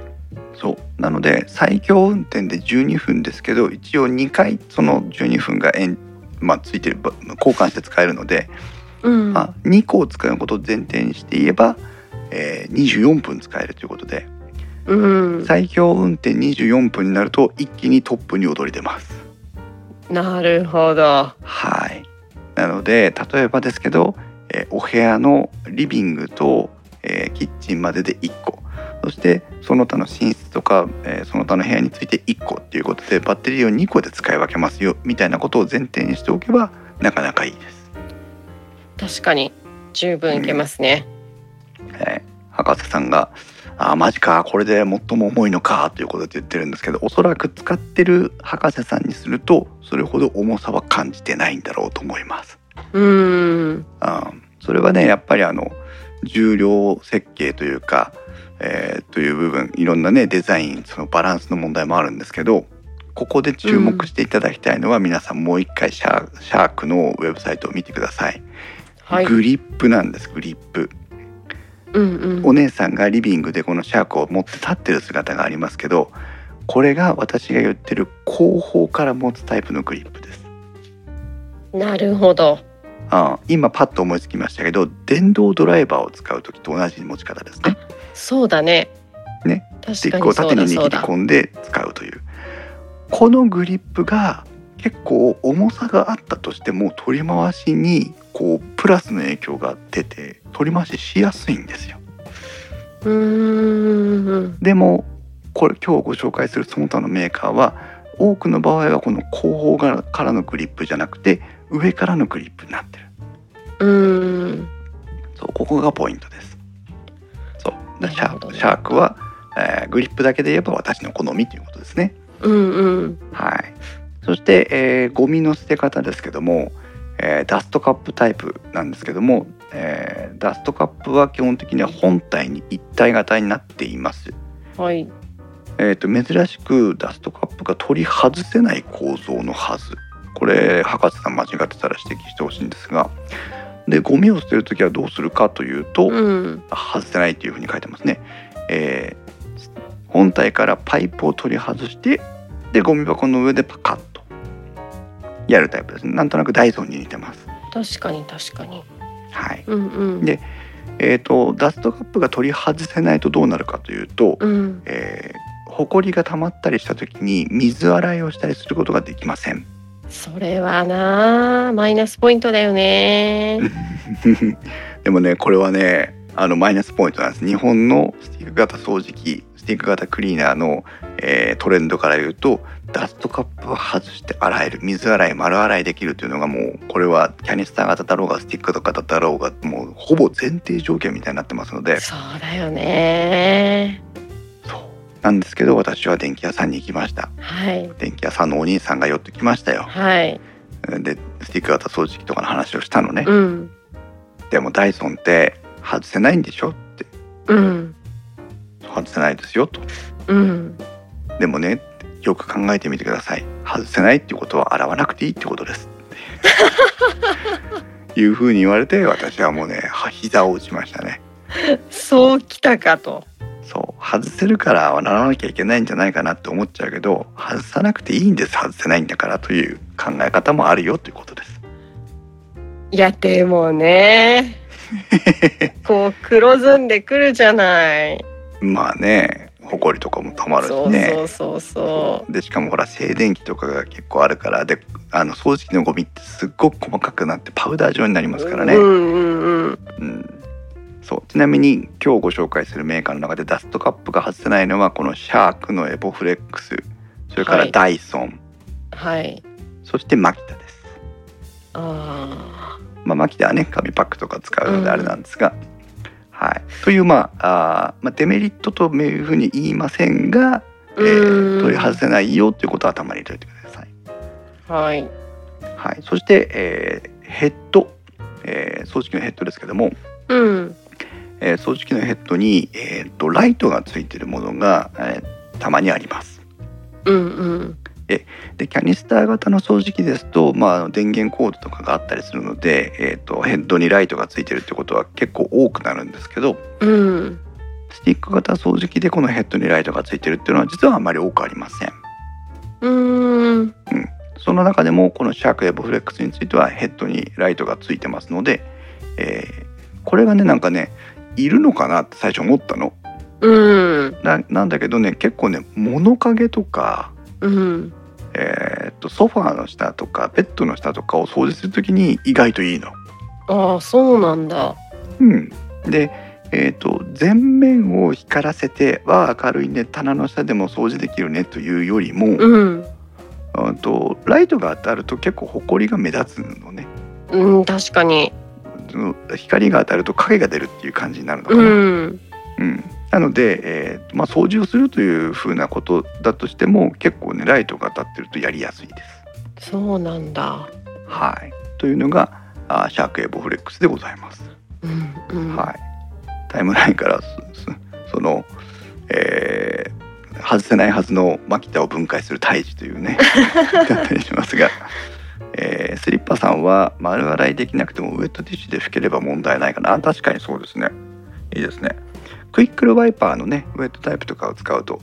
A: そうなので最強運転で12分ですけど一応2回その12分がえんまあ、ついてるば交換して使えるので、
B: うん
A: まあ、2個を使うことを前提にして言えば、えー24分使えるということで
B: うん
A: 最強運転24分になると一気にトップに躍り出ます。
B: なるほど
A: はい。なので例えばですけど、えーお部屋のリビングと、えーキッチンまでで1個そしてその他の寝室とか、えーその他の部屋について1個っていうことでバッテリーを2個で使い分けますよみたいなことを前提にしておけばなかなかいいです。
B: 確かに十分いけますね、
A: えー博士さんが「あーマジかこれで最も重いのか」ということで言ってるんですけどおそらく使ってる博士さんにするとそれほど重さは感じてないんだろうと思います。
B: うん
A: うんそれはねやっぱりあの重量設計というか、えーという部分いろんなねデザインそのバランスの問題もあるんですけどここで注目していただきたいのは、皆さんもう一回シャーシャークのウェブサイトを見てください、
B: はい
A: グリップなんですグリップ
B: うんうん
A: お姉さんがリビングでこのシャークを持って立ってる姿がありますけどこれが私が言ってる後方から持つタイプのグリップです
B: なるほど
A: あ今パッと思いつきましたけど電動ドライバーを使う時と同じ持ち方ですね。
B: そうだね
A: ねス
B: 確
A: ティ
B: か
A: ックを
B: にそ
A: 縦
B: う
A: に
B: だそ
A: 握
B: う
A: り
B: だ
A: 込んで使うというこのグリップが結構重さがあったとしても取り回しにこうプラスの影響が出て取り回ししやすいんですよ。
B: うーん
A: でもこれ今日ご紹介するその他のメーカーは多くの場合はこの後方からからのグリップじゃなくて上からのグリップになってる。
B: うん
A: そうここがポイントです。そうだシ
B: なる
A: ャ
B: ほど
A: ー
B: ね
A: シャークは、えーグリップだけで言えば私の好みということですね。
B: うんうん
A: はい。そして、えーゴミの捨て方ですけども、えーダストカップタイプなんですけども、えーダストカップは基本的には本体に一体型になっています。
B: はい
A: えー、と珍しくダストカップが取り外せない構造のはずこれ博士さん間違ってたら指摘してほしいんですがでゴミを捨てる時はどうするかというと、
B: うん
A: 外せないというふうに書いてますね、えー本体からパイプを取り外してでゴミ箱の上でパカッとやるタイプですねなんとなくダイソンに似てます
B: 確かに確かに
A: はい
B: うんうん
A: でえー、とダストカップが取り外せないとどうなるかというと、
B: うん
A: えー、ほこりが溜まったりした時に水洗いをしたりすることができません
B: それはなあマイナスポイントだよね
A: でもねこれはねあのマイナスポイントなんです日本のスティック型掃除機スティック型クリーナーの、えートレンドから言うとダストカップは外して洗える水洗い丸洗いできるというのがもうこれはキャニスター型だろうがスティック型だろうがもうほぼ前提条件みたいになってますので
B: そうだよね
A: そうなんですけど私は電気屋さんに行きました
B: はい
A: 電気屋さんのお兄さんが寄ってきましたよ
B: はい
A: でスティック型掃除機とかの話をしたのね、
B: うん
A: でもダイソンって外せないんでしょって
B: うん
A: 外せないですよと
B: うん
A: でもねよく考えてみてください外せないっていうことは洗わなくていいってこと ですいうふうに言われて私はもうねは膝を打ちましたね
B: そうきたかと
A: そう外せるから洗わなきゃいけないんじゃないかなって思っちゃうけど外さなくていいんです外せないんだからという考え方もあるよということです
B: いやで もねこう黒ずんでくるじゃない、
A: まあね埃とかもたまるしね
B: そうそうそうそ
A: でしかもほら静電気とかが結構あるからであの掃除機のゴミってすっごく細かくなってパウダー状になり
B: う
A: ますからね、
B: う
A: うん
B: んうんうん
A: そうちなみに今日ご紹介するメーカーの中でダストカップが外せないのはこのシャークのエボフレックスそれから
B: はい
A: ダイソン、
B: はい
A: そしてマキタです、
B: あ
A: まあ、マキタはね紙パックとか使うの
B: うん
A: であれなんですが、はいというまああーまあデメリットというふうに言いませんが、
B: ー
A: えー
B: うん
A: 取り外せないよということは頭に入れておいてください
B: はい
A: はい、そして、えーヘッド、えー掃除機のヘッドですけども、
B: うん
A: えー掃除機のヘッドに、えー、とライトがついてるものが、えーたまにあります。
B: うんうん
A: でキャニスター型の掃除機ですと、まあ、電源コードとかがあったりするので、えー、とヘッドにライトがついてるってことは結構多くなるんですけど
B: うん
A: スティック型掃除機でこのヘッドにライトがついてるっていうのは実はあまり多くありません
B: うーん
A: その中でもこのシャークエボフレックスについてはヘッドにライトがついてますので、えーこれがねなんかねいるのかなって最初思ったの
B: うん
A: ななんだけどね結構ね物陰とか
B: うん
A: えーっとソファーの下とかベッドの下とかを掃除するときに意外といいの。
B: ああそうなんだ
A: うん、で、えーっと前面を光らせては明るいね棚の下でも掃除できるねというよりも、
B: うん
A: うん、とライトが当たると結構埃が目立つのね
B: うん確かに
A: その光が当たると影が出るっていう感じになるのか
B: う
A: な。
B: ん
A: うんなので、えーまあ、掃除をするというふうなことだとしても結構ねライトが当たってるとやりやすいです。
B: そうなんだ
A: はい、というのがあーシャークエボフレックスでございます。
B: うんうん
A: はい、タイムラインからそそその、えー外せないはずのマキタを分解する胎児という ねだったりしますが、えースリッパさんは丸洗いできなくてもウェットティッシュで拭ければ問題ないかなあ確かにそうですねいいですねクイックルワイパーのねウェットタイプとかを使うと、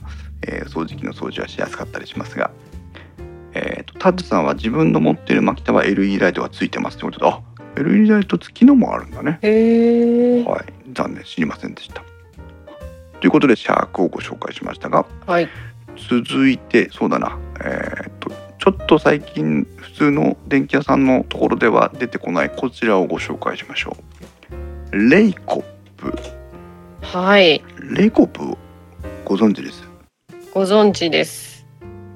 A: えー掃除機の掃除はしやすかったりしますが、えーとタッドさんは自分の持っているマキタは LED ライトがついてますということであ LED ライト付きのもあるんだね
B: へえ
A: はい、残念知りませんでした。ということでシャークをご紹介しましたが
B: はい
A: 続いてそうだな、えーっとちょっと最近普通の電気屋さんのところでは出てこないこちらをご紹介しましょう。レイコ
B: はい
A: レイコップご存知です
B: ご存知です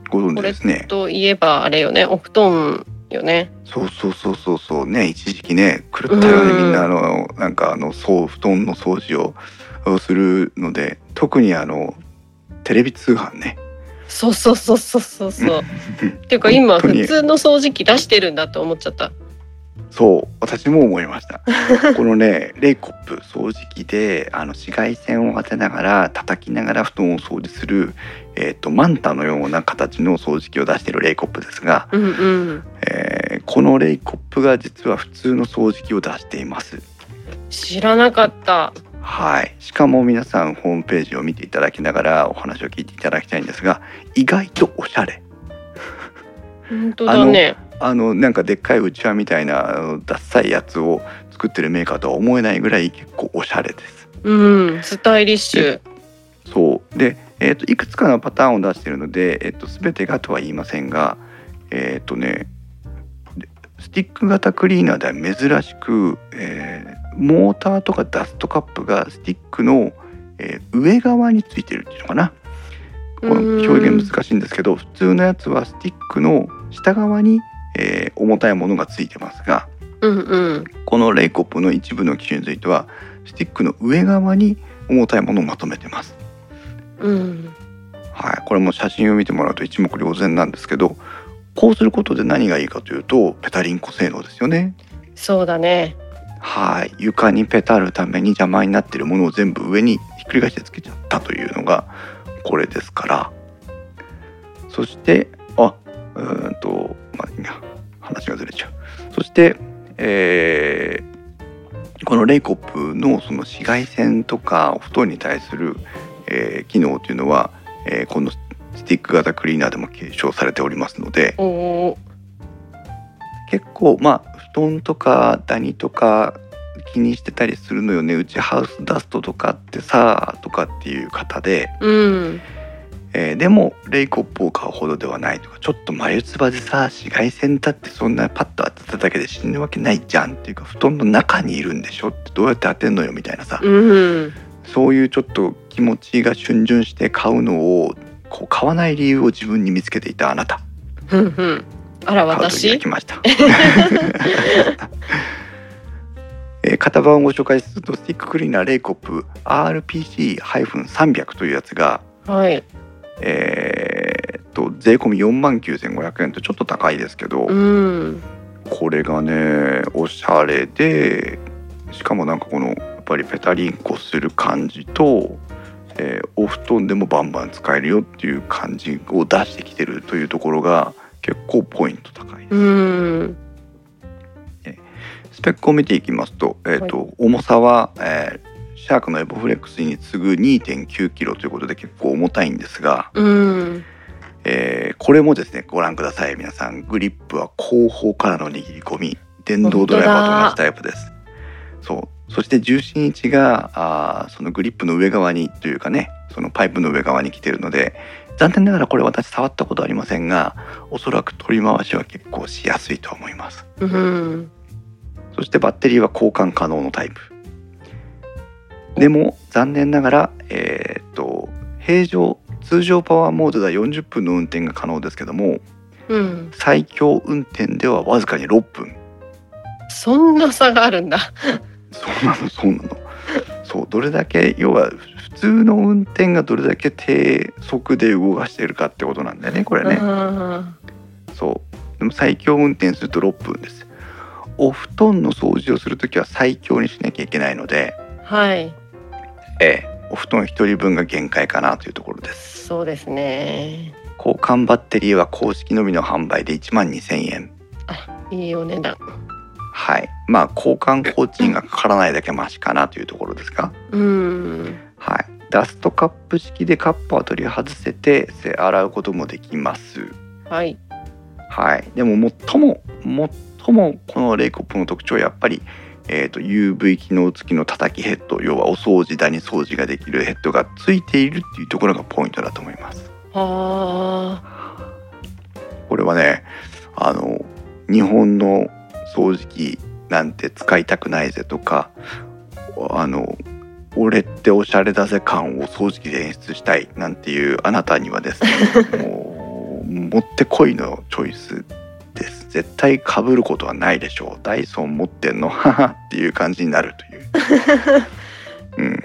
A: ご存知ですね。
B: といえばあれよねお布団よね
A: そうそうそうそうそうね一時期ね狂ったように
B: うん
A: みんなあのなんかあのそう布団の掃除ををするので特にあのテレビ通販ね。
B: そうそうそうそうそ うそうっていうか
A: 本
B: 今
A: 当に
B: 普通の掃除機出してるんだと思っちゃった
A: そう私も思いましたこのねレイコップ掃除機であの紫外線を当てながら叩きながら布団を掃除する、えー、とマンタのような形の掃除機を出しているレイコップですが、
B: うんうん
A: えーこのレイコップが実は普通の掃除機を出しています
B: 知らなかった
A: はいしかも皆さんホームページを見ていただきながらお話を聞いていただきたいんですが意外とおしゃれ
B: 本当だね
A: あのなんかでっかいうちわみたいなあのダッサいやつを作ってるメーカーとは思えないぐらい結構おしゃれです
B: うんスタイリッシュ
A: そうで、えー、といくつかのパターンを出しているので、えー、と全てがとは言いませんがえっ、とねでスティック型クリーナーでは珍しく、えーモーターとかダストカップがスティックの、えー上側についてるっていうのかなこの
B: うん
A: 表現難しいんですけど普通のやつはスティックの下側に、えー重たいものがついてますが
B: うんうん
A: このレイコップの一部の機種についてはスティックの上側に重たいものをまとめてます。
B: うん
A: はい、これも写真を見てもらうと一目瞭然なんですけどこうすることで何がいいかというとペタリンコ性能ですよね。
B: そうだね
A: はい床にペタるために邪魔になっているものを全部上にひっくり返してつけちゃったというのがこれですからそしてあうーんとまあいいや話がずれちゃうそして、えーこのレイコップのその紫外線とかお布団に対する、えー機能というのは、えーこのスティック型クリーナーでも継承されておりますので、
B: おお
A: 結構まあ布団とかダニとか気にしてたりするのよねうちハウスダストとかってさとかっていう方で、
B: うん
A: えーでもレイコップを買うほどではないとかちょっと眉唾でさ紫外線だってそんなパッと当てただけで死ぬわけないじゃんっていうか布団の中にいるんでしょってどうやって当てんのよみたいなさ、
B: うん
A: そういうちょっと気持ちが逡巡して買うのをこう買わない理由を自分に見つけていたあなた
B: ふんふんあら
A: 買う時が
B: 私
A: 来ました。 えー型番をご紹介するとスティッククリーナーレイコップ RPC-300 というやつが、
B: はい
A: えーっと税込み4万9500円とちょっと高いですけど、
B: うん
A: これがねおしゃれでしかもなんかこのやっぱりペタリンコする感じと、えーお布団でもバンバン使えるよっていう感じを出してきてるというところが結構ポイント高いです
B: うん。
A: スペックを見ていきますと,、えーと重さは、えーシャークのエボフレックスに次ぐ2 9キロということで結構重たいんですが、
B: うん。
A: えーこれもですねご覧ください皆さんグリップは後方からの握り込み電動ドライバーと同じタイプですそうそして重心位置があーそのグリップの上側にというかねそのパイプの上側に来てるので残念ながらこれ私触ったことありませんがおそらく取り回しは結構しやすいと思います
B: うん。
A: そしてバッテリーは交換可能のタイプでも残念ながらえーっと平常通常パワーモードでは40分の運転が可能ですけども
B: うん。
A: 最強運転ではわずかに6分
B: そんな差があるんだ。
A: そうなのそうなのそうどれだけ要は普通の運転がどれだけ低速で動かしてるかってことなんだよねこれね
B: あ
A: そうでも最強運転すると6分ですお布団の掃除をするときは最強にしなきゃいけないので、
B: ーはい。
A: ええ、お布団1人分が限界かなというところです
B: そうですね。
A: 交換バッテリーは公式のみの販売で1万2000円
B: いいお値段。
A: はいまあ交換工賃がかからないだけマシかなというところですが
B: うん。
A: はい、ダストカップ式でカップは取り外せてせ洗うこともできます、
B: はい。
A: はい、でも最も最もこのレイコップの特徴はやっぱり、えー、と UV 機能付きの叩きヘッド要はお掃除だに掃除ができるヘッドが付いているっていうところがポイントだと思います
B: あ
A: これはねあの日本の掃除機なんて使いたくないぜとかあの俺っておしゃれだぜ感を掃除機で演出したいなんていうあなたにはです ねもうもってこいのチョイスです絶対被ることはないでしょうダイソン持ってんの ははっていう感じになるという、うん、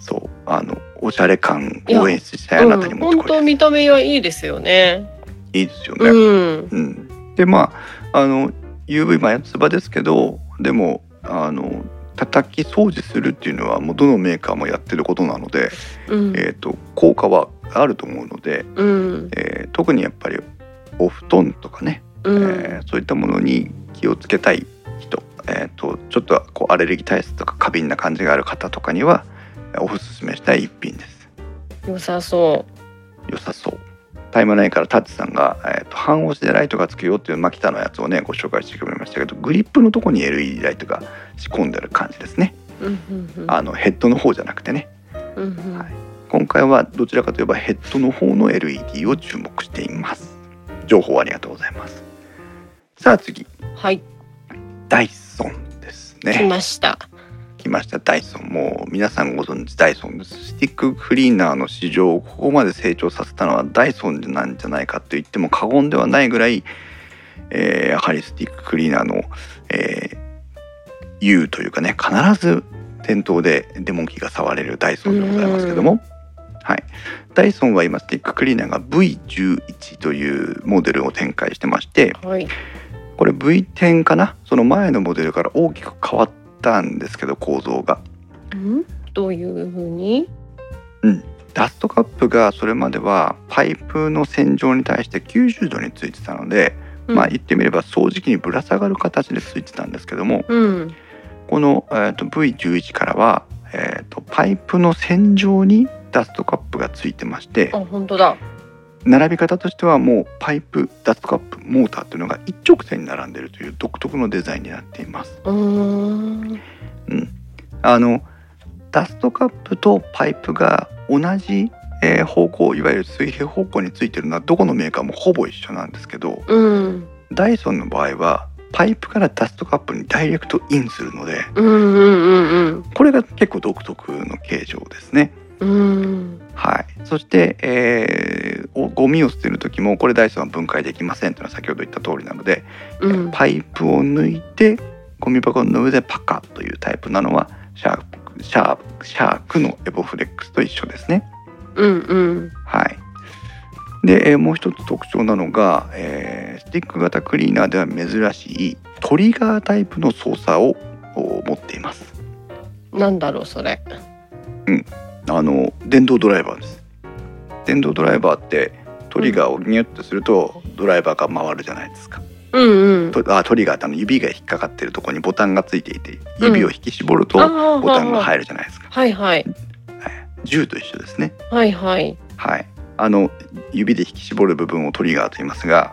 A: そうあのおしゃれ感を演出した
B: あ。
A: いあ
B: う
A: なたに
B: ん。
A: もって
B: 本
A: こい
B: 当見た目はいいですよね。
A: いいですよね、
B: うん。
A: うん、でまああの UV まあ四つ葉ですけどでもあの叩き掃除するっていうのはもうどのメーカーもやってることなので、
B: うん。
A: えー、と効果はあると思うので、
B: うん。
A: えー特にやっぱりお布団とかね、
B: う
A: え
B: ん。
A: ーそういったものに気をつけたい人、えー、とちょっとこうアレルギー体質とか過敏な感じがある方とかにはおすすめしたい一品です。
B: 良さそ
A: 良さそうタイムラインからタッチさんが、えーと半押しでライトがつくよっていうマキタのやつをねご紹介してくれましたけどグリップのとこに LED ライトが仕込んである感じですね、
B: う。うん。うん。うん
A: あのヘッドの方じゃなくてね
B: うんうん
A: はい今回はどちらかといえばヘッドの方の LED を注目しています情報ありがとうございますさあ次
B: はい。
A: ダイソンです
B: 来
A: ね
B: ました。
A: 来ましたダイソンもう皆さんご存知ダイソンですスティッククリーナーの市場をここまで成長させたのはダイソンなんじゃないかと言っても過言ではないぐらい、えーやはりスティッククリーナーの、えー、U というかね必ず店頭でデモンキーが触れるダイソンでございますけども、はい、ダイソンは今スティッククリーナーが V11 というモデルを展開してまして
B: はい。
A: これ V10 かなその前のモデルから大きく変わったんですけど構造が。
B: うん。どういうふうに。
A: ダストカップがそれまではパイプの洗浄に対して90度についてたので、
B: うん
A: まあ言ってみれば掃除機にぶら下がる形でついてたんですけども
B: うん。
A: この、えーと V11 からは、えーとパイプの洗浄にダストカップがついてまして
B: あ、本当だ。
A: 並び方としてはもうパイプダストカップモーターというのが一直線に並んでいるという独特のデザインになっています。
B: うーん。
A: あのダストカップとパイプが同じ、えー方向いわゆる水平方向についてるのはどこのメーカーもほぼ一緒なんですけど
B: うん。
A: ダイソンの場合はパイプからダストカップにダイレクトインするので
B: うんうんうん
A: これが結構独特の形状ですね。
B: うん。うん。
A: はい、そして、えーおゴミを捨てる時もこれダイソンは分解できませんというのは先ほど言った通りなので、
B: うん。
A: パイプを抜いてゴミ箱の上でパカッというタイプなのはシャークシャークシャークのエボフレックスと一緒ですね。
B: うんうん。
A: はい、で、えーもう一つ特徴なのが、えースティック型クリーナーでは珍しいトリガータイプの操作をお持っています。
B: なんだろう、それ。
A: あの電動ドライバーです電動ドライバーってトリガーをニュッとするとドライバーが回るじゃないですか、
B: うんうん。
A: とあトリガーってあの指が引っかかってるところにボタンがついていて指を引き絞ると
B: あ ー
A: ボタンが
B: はい
A: 入るじゃないですか、
B: はいは
A: は
B: い
A: い、銃と一緒ですね
B: はいはい。
A: はいあの指で引き絞る部分をトリガーと言いますが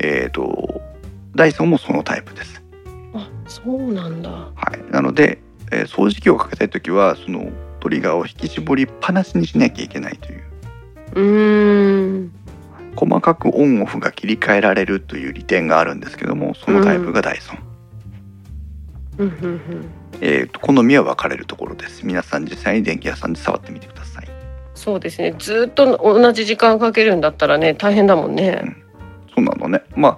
A: えっ、とダイソンもそのタイプです
B: あそうなんだ。
A: はい、なので、えー掃除機をかけたい時はそのトリガーを引き絞りっぱなしにしなきゃいけないという
B: うーん。
A: 細かくオンオフが切り替えられるという利点があるんですけどもそのタイプがダイソン、
B: うんうんうん。
A: えーと好みは分かれるところです皆さん実際に電気屋さんで触ってみてください
B: そうですね。ずーっと同じ時間かけるんだったらね、大変だもんね。
A: そうなのねまあ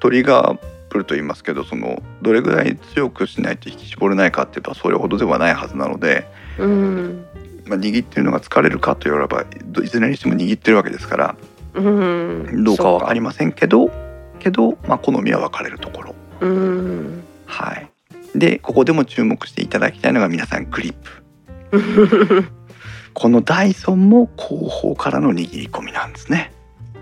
A: トリガープルと言いますけどそのどれぐらい強くしないと引き絞れないかって言えばそれほどではないはずなので、
B: うん。
A: まあ、握ってるのが疲れるかと言えばどいずれにしても握ってるわけですから
B: うん。
A: どうか
B: そ
A: わかりませんけどけど、まあ、好みは分かれるところ
B: うん。
A: はいでここでも注目していただきたいのが皆さんグリップこのダイソンも後方からの握り込みなんですね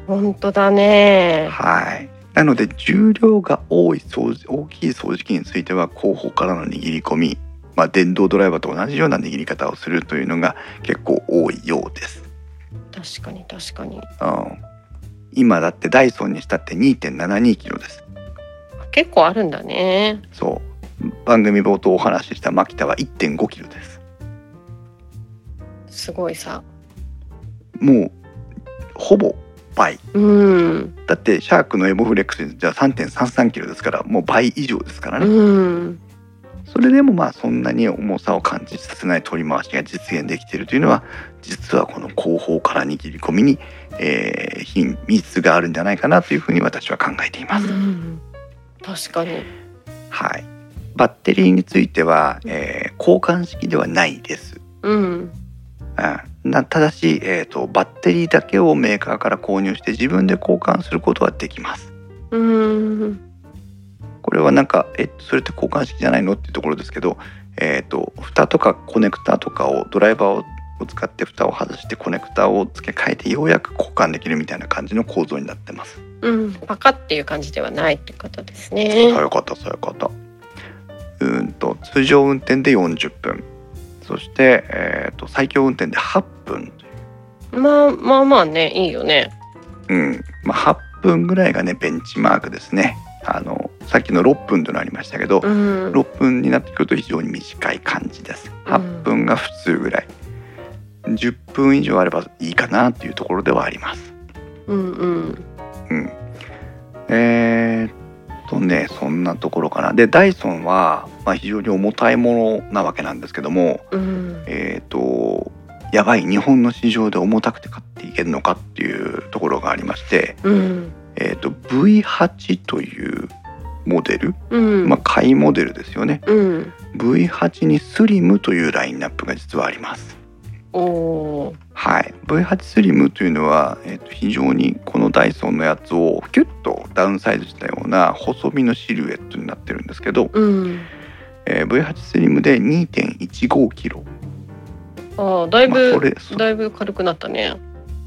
B: 本当だね。
A: はいなので重量が多い掃除大きい掃除機については後方からの握り込みまあ、電動ドライバーと同じような握り方をするというのが結構多いようです。
B: 確かに確かに。
A: うん、今だってダイソンにしたって2.72キロです。
B: 結構あるんだね。
A: そう番組冒頭お話ししたマキタは1.5キロです
B: すごいさ。
A: もうほぼ倍
B: うん。
A: だってシャークのエボフレックスじゃあ3.33キロですからもう倍以上ですから
B: う
A: ね、
B: ん。
A: それでもまあそんなに重さを感じさせない取り回しが実現できているというのは実はこの後方から握り込みに、えー、品密があるんじゃないかなというふうに私は考えています、
B: うん確かに。
A: はいバッテリーについては、えー交換式ではないです
B: うん。
A: うんなただし、えーと、バッテリーだけをメーカーから購入して自分で交換することはできます。
B: うん。
A: これはなんか、え、それって交換式じゃないのっていうところですけど、えっ、と、蓋とかコネクタとかを、ドライバーを使って蓋を外してコネクタを付け替えてようやく交換できるみたいな感じの構造になってます。
B: うん。パカっていう感じではないってことです
A: そう
B: ね。
A: いうこと、そういうこと。うーんと、通常運転で40分。そして、えっ、と、最強運転で8分という
B: まあまあまあね、いいよね。
A: うんまあ、8分ぐらいがねベンチマークですねあのさっきの6分というのありましたけど、
B: うん。
A: 6分になってくると非常に短い感じです8分が普通ぐらい、10分以上あればいいかなというところではあります
B: うんうん。
A: うんえー、っとねそんなところかなでダイソンは、まあ、非常に重たいものなわけなんですけども
B: うん。
A: えー、っとやばい日本の市場で重たくて買っていけるのかっていうところがありまして、
B: うん。
A: えー、と V8 というモデル、
B: うん。
A: まあ、買いモデルですよね
B: うん。
A: V8 にスリムというラインナップが実はあります
B: おお
A: はい V8 スリムというのは、えー、と非常にこのダイソンのやつをキュッとダウンサイズしたような細身のシルエットになってるんですけど、
B: ー。うん。
A: えー V8 スリムで2.15キロ
B: ああ、だい
A: まあそ
B: ぶ、
A: れそ
B: だいぶ軽くなったね。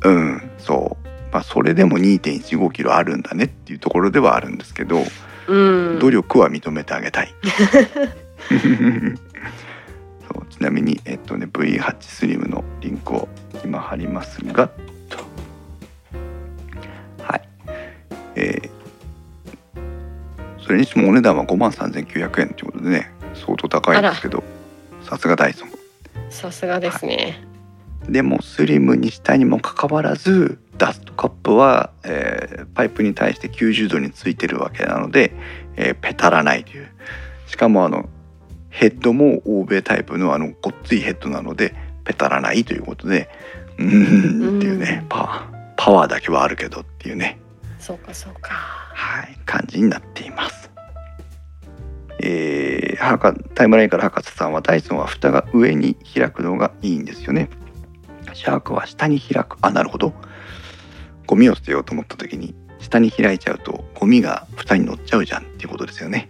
A: うんそうまあそれでも2.15キロあるんだねっていうところではあるんですけど、
B: うん。
A: 努力は認めてあげたい。そうちなみに、えっとね、V8 スリムのリンクを今貼りますがとはいえーそれにしてもお値段は5万3900円ということでね相当高いんですけどさすがダイソン
B: さすがですね。
A: でもスリムにしたにもかかわらずダストカップは、えーパイプに対して90度についてるわけなので、えーペタらないというしかもあのヘッドも欧米タイプのあのごっついヘッドなのでペタらないということでうーんっていうね
B: うん
A: パワーパワーだけはあるけどっていうね、
B: そうかそうか。
A: はい、感じになっています。えーはかタイムラインから博士さんはダイソンは蓋が上に開くのがいいんですよね。シャークは下に開くあなるほどゴミを捨てようと思った時に下に開いちゃうとゴミが蓋に乗っちゃうじゃんっていうことですよね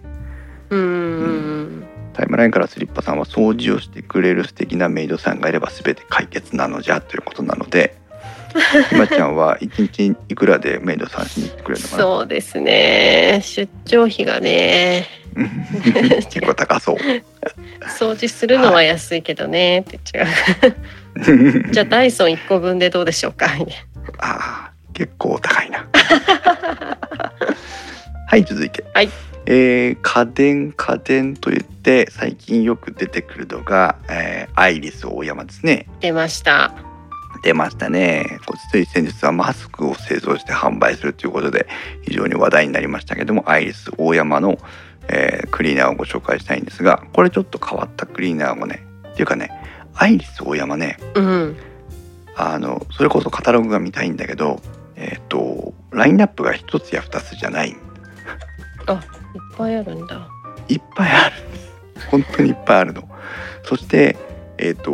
B: うん。
A: タイムラインからスリッパさんは掃除をしてくれる素敵なメイドさんがいれば全て解決なのじゃということなのでひまちゃんは1日いくらでメイドさんしに行ってくれるのかな
B: そうですね出張費がね
A: 結構高そう
B: 掃除するのは安いけどね、って違 うじゃあダイソン1個分でどうでしょうか
A: あー結構高いな はい続いて、
B: はい
A: えー家電家電と言って最近よく出てくるのが、えーアイリス大山ですね
B: 出ました
A: 出ましたねこつい先日はマスクを製造して販売するということで非常に話題になりましたけどもアイリス大山の、えークリーナーをご紹介したいんですがこれちょっと変わったクリーナーもねっていうかねアイリス大山ね
B: うん
A: あのそれこそカタログが見たいんだけど、えっとラインナップが1つや2つじゃない
B: いっぱいあるんだ
A: いっぱいあるんです本当にいっぱいあるのそして、えっと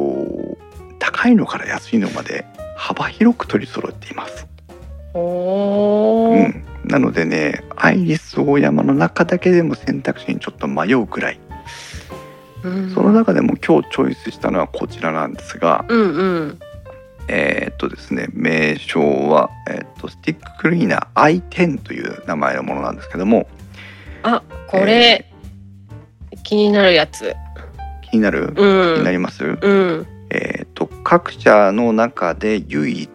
A: 高いのから安いのまで幅広く取り揃っています、
B: お
A: う
B: ー、
A: ん、なのでねアイリス大山の中だけでも選択肢にちょっと迷うくらい
B: うん
A: その中でも今日チョイスしたのはこちらなんですが
B: うんうん
A: えっとですね名称は、えっとスティッククリーナー i10 という名前のものなんですけども
B: あこれ、気になるやつ
A: 気になる、
B: う
A: 気になんります、
B: うん
A: えっ、と各社の中で唯一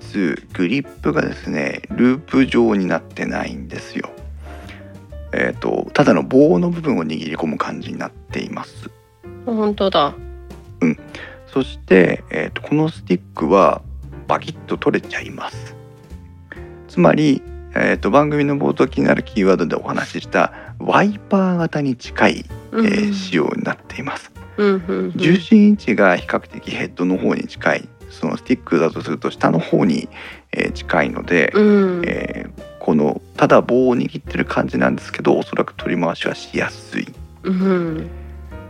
A: グリップがですねループ状になってないんですよえっ、とただの棒の部分を握り込む感じになっています
B: 本当だ
A: そして、えー、とこのスティックはバキッと取れちゃいますつまり、えー、と番組の冒頭気になるキーワードでお話ししたワイパー型に近い、
B: え
A: えー仕様になっています
B: うんうんうん
A: 重心位置が比較的ヘッドの方に近いそのスティックだとすると下の方にえー近いので、
B: うん
A: えーこのただ棒を握ってる感じなんですけどおそらく取り回しはしやすい、
B: うん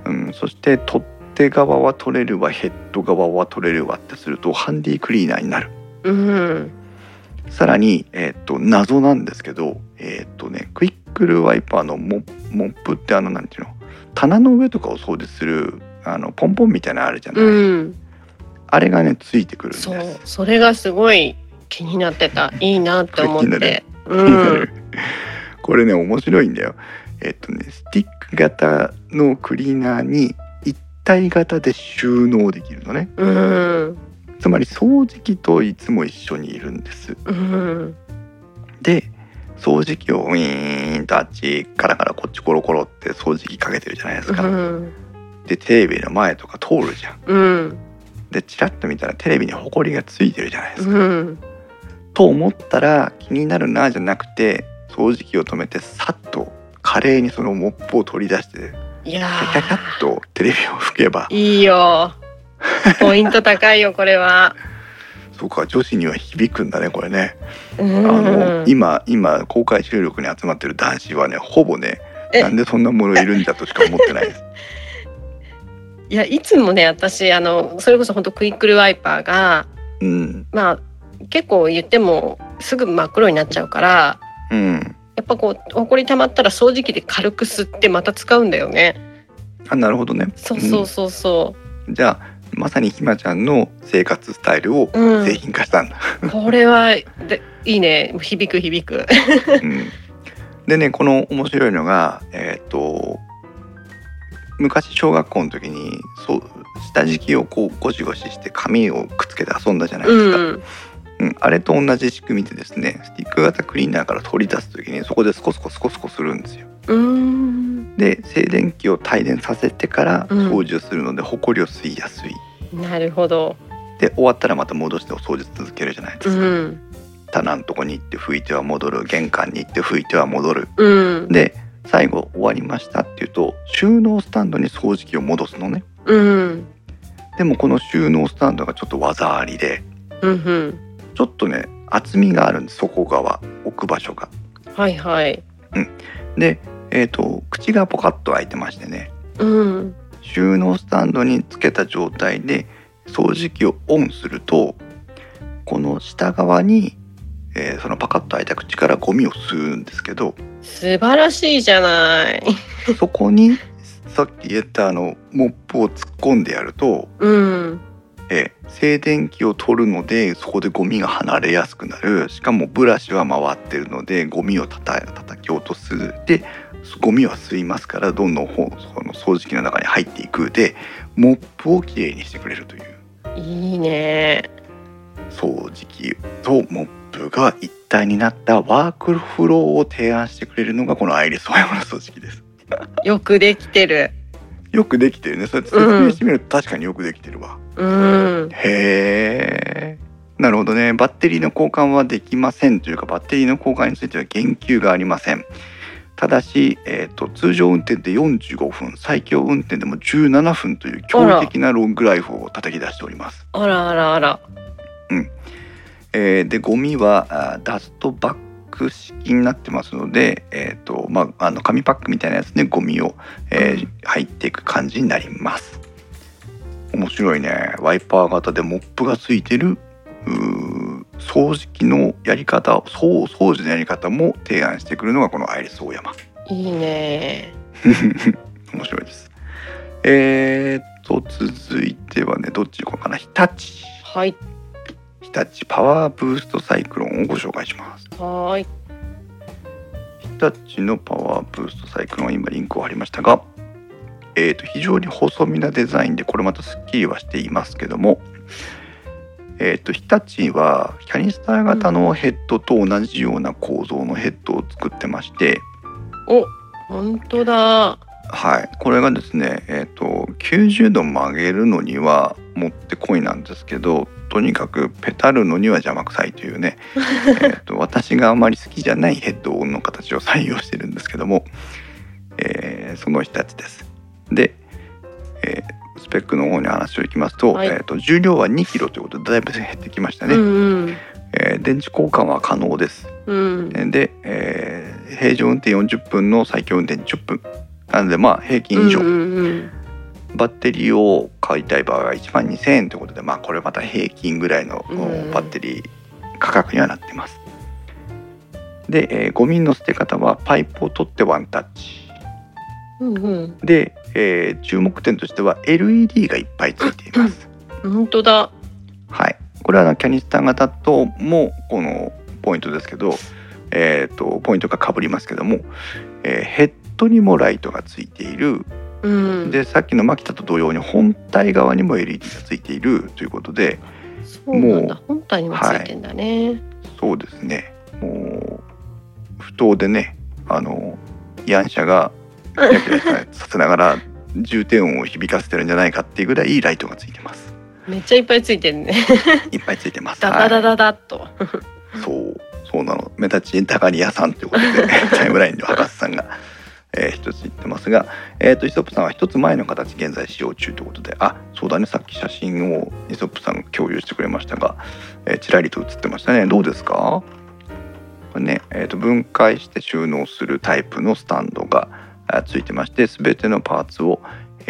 A: うん、そして取っ手側は取れるわヘッド側は取れるわってするとハンディクリーナーになる
B: うん
A: さらに、えー、と謎なんですけど、えーとね、クイックルワイパーのモモップってあのなんていうの棚の上とかを掃除するあのポンポンみたいなのあるじゃない、
B: うん
A: あれがねついてくるんです
B: そうそれがすごい気になってたいいなって思っ
A: 気にな
B: て
A: る
B: うん
A: これね面白いんだよ。えっとねスティック型のクリーナーに一体型で収納できるのね
B: うん
A: つまり掃除機といつも一緒にいるんです。
B: うん
A: で掃除機をウィーンとあっちカラカラこっちコロコロって掃除機かけてるじゃないです
B: う
A: か。
B: ん
A: でテレビの前とか通るじゃん。
B: うん
A: でチラッと見たらテレビにホコリがついてるじゃないですか。
B: うん
A: と思ったら気になるなじゃなくて掃除機を止めてさっと華麗にそのモップを取り出して
B: いや
A: キャキャキャッとテレビを拭けば
B: ーいいよポイント高いよこれは
A: そうか女子には響くんだねこれね、
B: う
A: あの
B: ん
A: 今今公開収録に集まってる男子はねほぼね
B: え
A: なんでそんなものいるんだとしか思ってないです
B: いやいつもね私あのそれこそ本当クイックルワイパーが
A: うん
B: まあ結構言ってもすぐ真っ黒になっちゃうから
A: うん
B: やっぱこう埃溜まったら掃除機で軽く吸ってまた使うんだよね
A: あなるほどね
B: そうそうそうそ
A: じゃあまさにひまちゃんの生活スタイルを
B: う、うん
A: 製品化したんだ、
B: これはでいいね響く響く
A: うんでねこの面白いのがえっ、と昔小学校の時にそう下敷きをこうゴシゴシして紙をくっつけて遊んだじゃないで
B: う
A: すか、
B: ん
A: うん、あれと同じ仕組みでですねスティック型クリーナーから取り出す時にそこでスコスコスコスコするんですよ
B: うん
A: で静電気を帯電させてから
B: うん
A: 掃除をするので、ホコリを吸いやすい
B: なるほど
A: で終わったらまた戻してお掃除続けるじゃないで
B: う
A: すか、
B: ん
A: 棚のとこに行って拭いては戻る玄関に行って拭いては戻る
B: うん
A: で最後終わりましたっていうと収納スタンドに掃除機を戻すのね
B: うん
A: でもこの収納スタンドがちょっと技ありで
B: うんうん
A: ちょっとね厚みがあるんです底側置く場所が
B: はいはい
A: で、えー、と口がポカッと開いてましてね
B: うん
A: 収納スタンドにつけた状態で掃除機をオンするとこの下側に、えーそのパカッと開いた口からゴミを吸うんですけど
B: 素晴らしいじゃない
A: そこにさっき言ったあのモップを突っ込んでやると、
B: うん。
A: えー静電気を取るのでそこでゴミが離れやすくなるしかもブラシは回ってるのでゴミをたた叩き落とすでゴミは吸いますからどんどんほうその掃除機の中に入っていくでモップをきれいにしてくれるという
B: いいね。
A: 掃除機とモップが一体になったワークフローを提案してくれるのがこのアイリスオーヤマの掃除機です。
B: よくできてる。
A: よくできてるねそれ説明してみると確かによくできてるわ。
B: うん。
A: へえ。なるほどね。バッテリーの交換はできませんというか、バッテリーの交換については言及がありません。ただし、えー、と通常運転で45分、最強運転でも17分という驚異的なロングライフを叩き出しております。
B: あらあらあら。
A: えーでゴミはあーダストバッグ式になってますので、えーとまあ、あの紙パックみたいなやつでゴミを、えー
B: うん
A: 入っていく感じになります面白いねワイパー型でモップがついてるうー掃除機のやり方そう掃除のやり方も提案してくるのがこのアイリスオーヤマ
B: いいね。
A: 面白いですえー、と続いてはねどっち行こうかな日立
B: はい。
A: 日立パワーブーストサイクロンをご紹介します
B: はーい。
A: 日立のパワーブーストサイクロンは今リンクを貼りましたが、えー、と非常に細身なデザインでこれまたすっきりはしていますけども、えー、と日立はキャニスター型のヘッドと同じような構造のヘッドを作ってまして、
B: お、本当だ。
A: はい、これがですね、えー、と90度曲げるのにはもってこいなんですけどとにかくペタるのには邪魔くさいという ねえーと私があまり好きじゃないヘッドの形を採用してるんですけども、えーその日立です。で、えースペックの方に話をいきますと,、
B: はい
A: えー、と重量は2キロということでだいぶ減ってきましたね、
B: うん
A: えー電池交換は可能です。
B: うん。うん。
A: で、えー平常運転40分の最強運転10分なのでまあ平均以上、
B: うんうんうん
A: バッテリーを買いたい場合は1万2000円ということでまあこれまた平均ぐらいの
B: うん
A: バッテリー価格にはなってますで、えーゴミの捨て方はパイプを取ってワンタッチ
B: うんうん。
A: で、えー注目点としては LED がいっぱいついています
B: 本当だ。
A: はい、これはあのキャニスター型ともこのポイントですけど、えー、とポイントがかぶりますけども、えーヘッドにもライトがついている
B: うん。
A: でさっきのマキタと同様に本体側にも LED がついているということで
B: そうなんだ
A: も。
B: 本体にもついてんだね。
A: そうですねもう不当でねあのヤンシャがキラキラさせながら重低音を響かせてるんじゃないかっていうぐらいいいライトがついてます。
B: めっちゃいっぱいついてるね。
A: いっぱいついてます。
B: ダダダダダっと。
A: そう、そうなの。目立ちたがり屋さんということ で、タイムラインで博士さんが、えー一つ言ってますが、えっ、と、イソップさんは一つ前の形、現在使用中ということで、あ、そうだね、さっき写真をイソップさんが共有してくれましたが、えーちらりと写ってましたね。どうですかこれね、えーと、分解して収納するタイプのスタンドがあついてまして、すべてのパーツを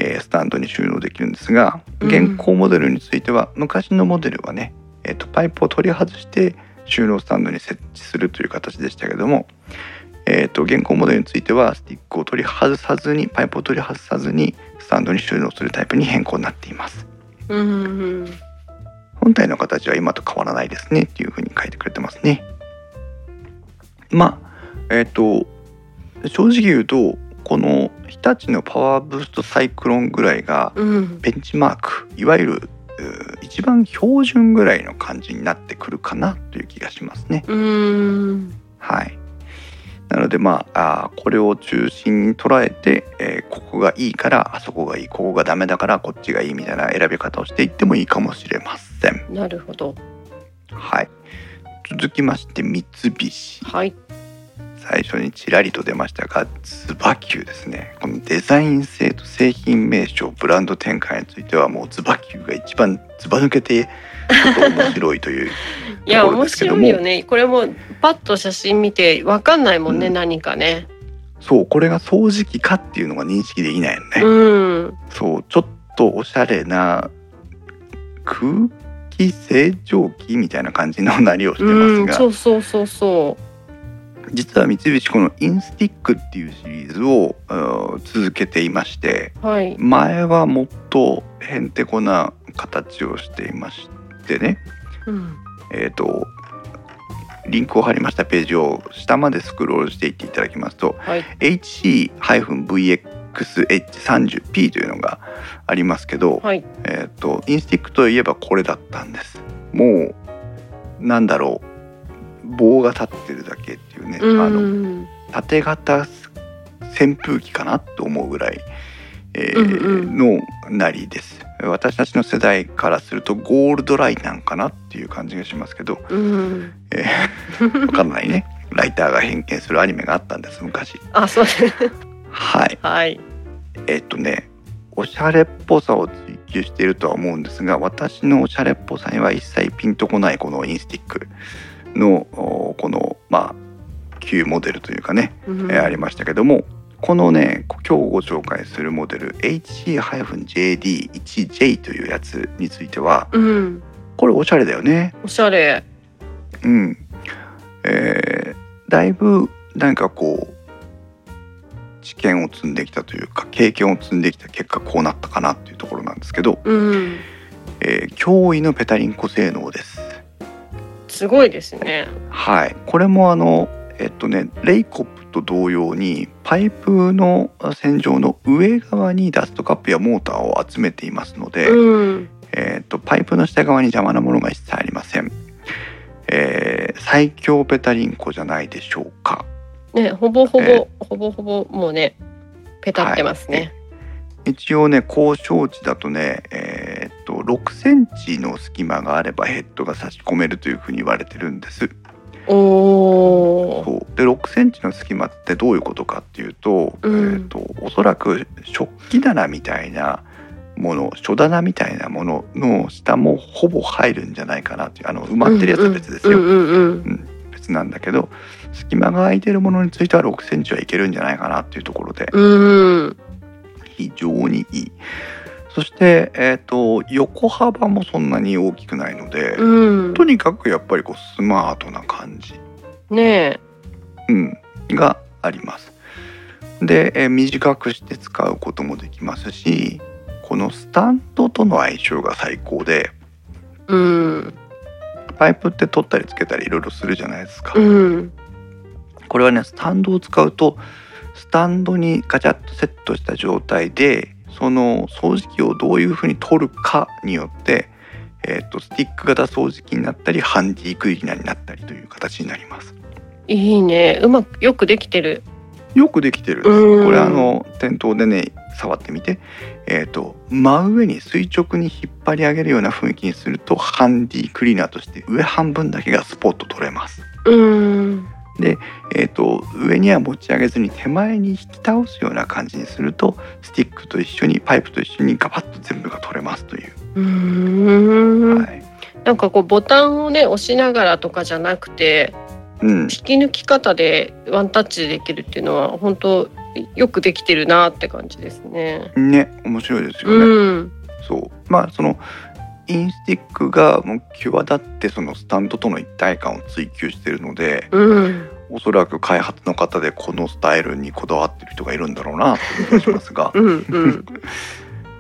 A: えースタンドに収納できるんですが
B: うん
A: 現行モデルについては、昔のモデルはね、えーとパイプを取り外して収納スタンドに設置するという形でしたけども、えー、と現行モデルについてはスティックを取り外さずにパイプを取り外さずにスタンドに収納するタイプに変更になっています
B: うんうん。
A: 本体の形は今と変わらないですねっていうふうに書いてくれてますねまあえっ、と正直言うとこの日立のパワーブーストサイクロンぐらいが
B: うん。
A: ベンチマークいわゆるうー一番標準ぐらいの感じになってくるかなという気がしますね。
B: うん。
A: はい、なのでまああーこれを中心に捉えて、えーここがいいからあそこがいいここがダメだからこっちがいいみたいな選び方をしていってもいいかもしれません。
B: なるほど。
A: はい、続きまして三菱
B: はい。
A: 最初にちらりと出ましたがツバキューですねこのデザイン性と製品名称ブランド展開についてはもうツバキューが一番ずば抜けてちょっと面白いという
B: いや
A: ところ
B: 面
A: ですけど
B: 白
A: も
B: いよね。これもパッと写真見てわかんないもんね、
A: うん
B: 何かね。
A: そうこれが掃除機かっていうのが認識できないよね、
B: うん。
A: そうちょっとおしゃれな空気清浄機みたいな感じのなりをしてます
B: うん。
A: が、
B: そうそうそうそ
A: 実は三菱このインスティックっていうシリーズをうん続けていまして
B: はい。
A: 前はもっとへんてこな形をしていましてね
B: うん。
A: えっ、とリンクを貼りましたページを下までスクロールしていっていただきますと
B: はい。
A: HC-VXH30P というのがありますけど、
B: はい。
A: えっとインスティックといえばこれだったんですもうなんだろう棒が立ってるだけっていうね、
B: うん
A: あの縦型扇風機かなと思うぐらい、えー
B: うん
A: のなりです私たちの世代からするとゴールドライなんかなっていう感じがしますけ ど
B: うん。
A: えわかんないねライターが偏見するアニメがあったんです昔
B: あ、そう です。
A: はい
B: はい。
A: えっとねおしゃれっぽさを追求しているとは思うんですが私のおしゃれっぽさには一切ピンとこないこのインスティックのおこのまあ旧モデルというかね、
B: うん
A: えーありましたけどもこのね今日ご紹介するモデル HC-JD1J というやつについては
B: うん。
A: これおしゃれだよね。
B: おしゃれ。
A: うんえーだいぶなんかこう知見を積んできたというか経験を積んできた結果こうなったかなっていうところなんですけど、
B: うん。
A: えー驚異のペタリンコ性能です。
B: すごいですね。
A: はい、これもあのえっとねレイコップと同様にパイプの線上の上側にダストカップやモーターを集めていますので、
B: うん。
A: えー、とパイプの下側に邪魔なものが一切ありません、えー最強ペタリンコじゃないでしょうか
B: ね、ほぼほぼ、
A: え
B: ほぼほぼ、もうね。ペタってますね。
A: 一応ね交渉値だとねえー、と6センチの隙間があればヘッドが差し込めるというふうに言われてるんです
B: おお。
A: そうで6センチの隙間ってどういうことかっていうと,、
B: うん
A: えー、とおそらく食器棚みたいなもの書棚みたいなものの下もほぼ入るんじゃないかなっていうあの埋まってるやつは別ですよ、
B: うんうんうん
A: 別なんだけど隙間が空いてるものについては6センチはいけるんじゃないかなっていうところで
B: うん。うん。
A: 非常にいいそして、えー、と横幅もそんなに大きくないので、
B: うん
A: と。にかくやっぱりこうスマートな感じ、
B: ね
A: うん、がありますで、えー短くして使うこともできますしこのスタンドとの相性が最高で
B: え。うん。
A: パイプって取ったりつけたりいろいろするじゃないですか、
B: うん。
A: これはねスタンドを使うとスタンドにガチャッとセットした状態でその掃除機をどういうふうに取るかによって、えー、とスティック型掃除機になったりハンディクリーナーになったりという形になります。
B: いいね。うまく、よくできてる。
A: よくできてるん
B: う
A: で
B: ん
A: すこれあの店頭でね触ってみて、えー、と真上に垂直に引っ張り上げるような雰囲気にするとハンディクリーナーとして上半分だけがスポッと取れます。
B: うん。
A: えー、と上には持ち上げずに手前に引き倒すような感じにするとスティックと一緒にパイプと一緒にガバッと全部が取れますという、
B: うーん
A: はい
B: なんかこうボタンをね押しながらとかじゃなくて
A: うん
B: 引、き抜き方でワンタッチでできるっていうのは本当よくできてるなって感じですね。
A: ね面白いですよね。
B: うん、
A: そうまあそのインスティックがもう際立ってそのスタンドとの一体感を追求しているので
B: うん、
A: おそらく開発の方でこのスタイルにこだわってる人がいるんだろうなという気がしますが
B: うん、うん、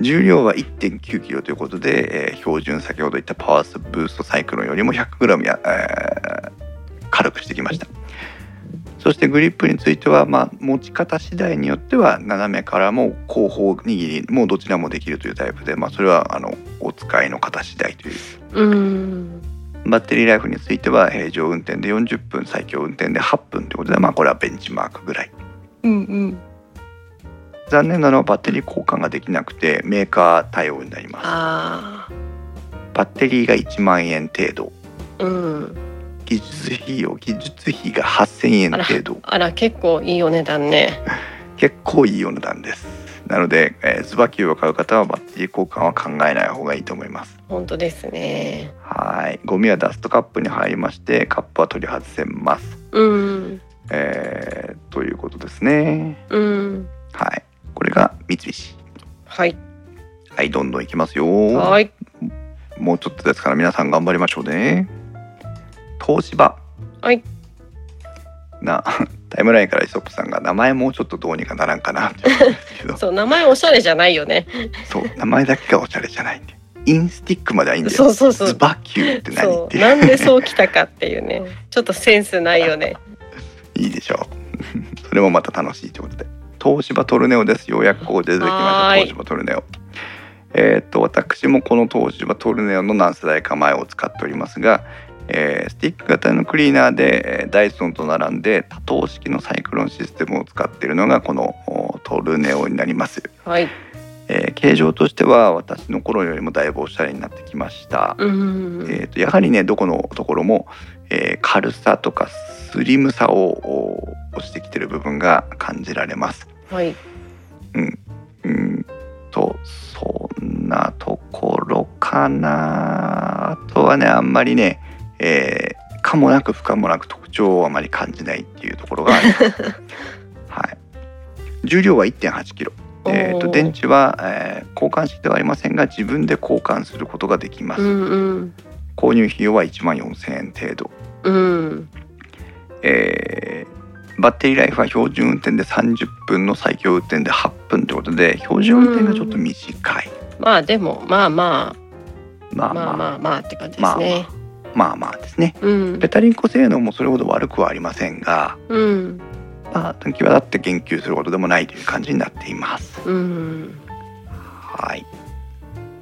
A: 重量は1 9キロということで、えー標準先ほど言ったパワースブーストサイクロンよりも1 0 0ムや、えー軽くしてきましたそしてグリップについては、まあ、持ち方次第によっては斜めからも後方握りもどちらもできるというタイプで、まあ、それはあのお使いの方次第という
B: うん、
A: バッテリーライフについては平常運転で40分最強運転で8分ということで、まあ、これはベンチマークぐらい
B: うん、
A: 残念なのはバッテリー交換ができなくてメーカー対応になります
B: あ
A: バッテリーが1万円程度
B: あ、うん、
A: 技術費用技術費が8000円程度
B: あら結構いいお値段ね。
A: 結構いいお値段ですなので、えー、ズバキューを買う方はバッテリー交換は考えない方がいいと思います
B: 本当ですね。
A: はいゴミはダストカップに入りましてカップは取り外せます
B: うん、
A: えー、ということですね
B: うん、
A: はいこれが三菱
B: はい、
A: はいどんどんいきますよ
B: はい、
A: もうちょっとですから皆さん頑張りましょうね。東芝。
B: はい。
A: な タイムラインからイソップさんが名前もうちょっとどうにかならんかなって言うんですけど
B: そう名前おしゃれじゃないよね
A: そう名前だけがおしゃれじゃないんでインスティックまではいいんだ
B: そ
A: よ
B: うそうそう
A: ズバキューって何っ
B: そう
A: ていう
B: なんでそう来たかっていうねちょっとセンスないよね
A: いいでしょう それもまた楽しいということで東芝トルネオですようやくここで出てきました
B: はーい
A: 東芝トルネオえーっと私もこの東芝トルネオの何世代か前を使っておりますが、えースティック型のクリーナーでえーダイソンと並んで多頭式のサイクロンシステムを使っているのがこのおトルネオになります、
B: はい
A: えー形状としては私の頃よりもだいぶおしゃれになってきました、
B: うん
A: えー、とやはりねどこのところも、えー軽さとかスリムさを押してきてる部分が感じられます。
B: はい
A: うんとそんなところかなあとはねあんまりね、えー可もなく不可もなく特徴をあまり感じないっていうところがあ りますはい、重量は1 8キロえー、と
B: おー
A: 電池は、えー交換式ではありませんが自分で交換することができます、
B: うん
A: 購入費用は1万4000円程度、
B: うんうん
A: えーバッテリーライフは標準運転で30分の最強運転で8分ということで標準運転がちょっと短い、
B: まあでもまあま
A: ま
B: あ
A: あ
B: ま
A: ま
B: あ
A: あ
B: ま
A: ま
B: あまあって感じですね、
A: あまあまあですね
B: うん
A: ペタリンコ性能もそれほど悪くはありませんが、
B: うん
A: まあ、際立って言及することでもないという感じになっています
B: うん
A: はい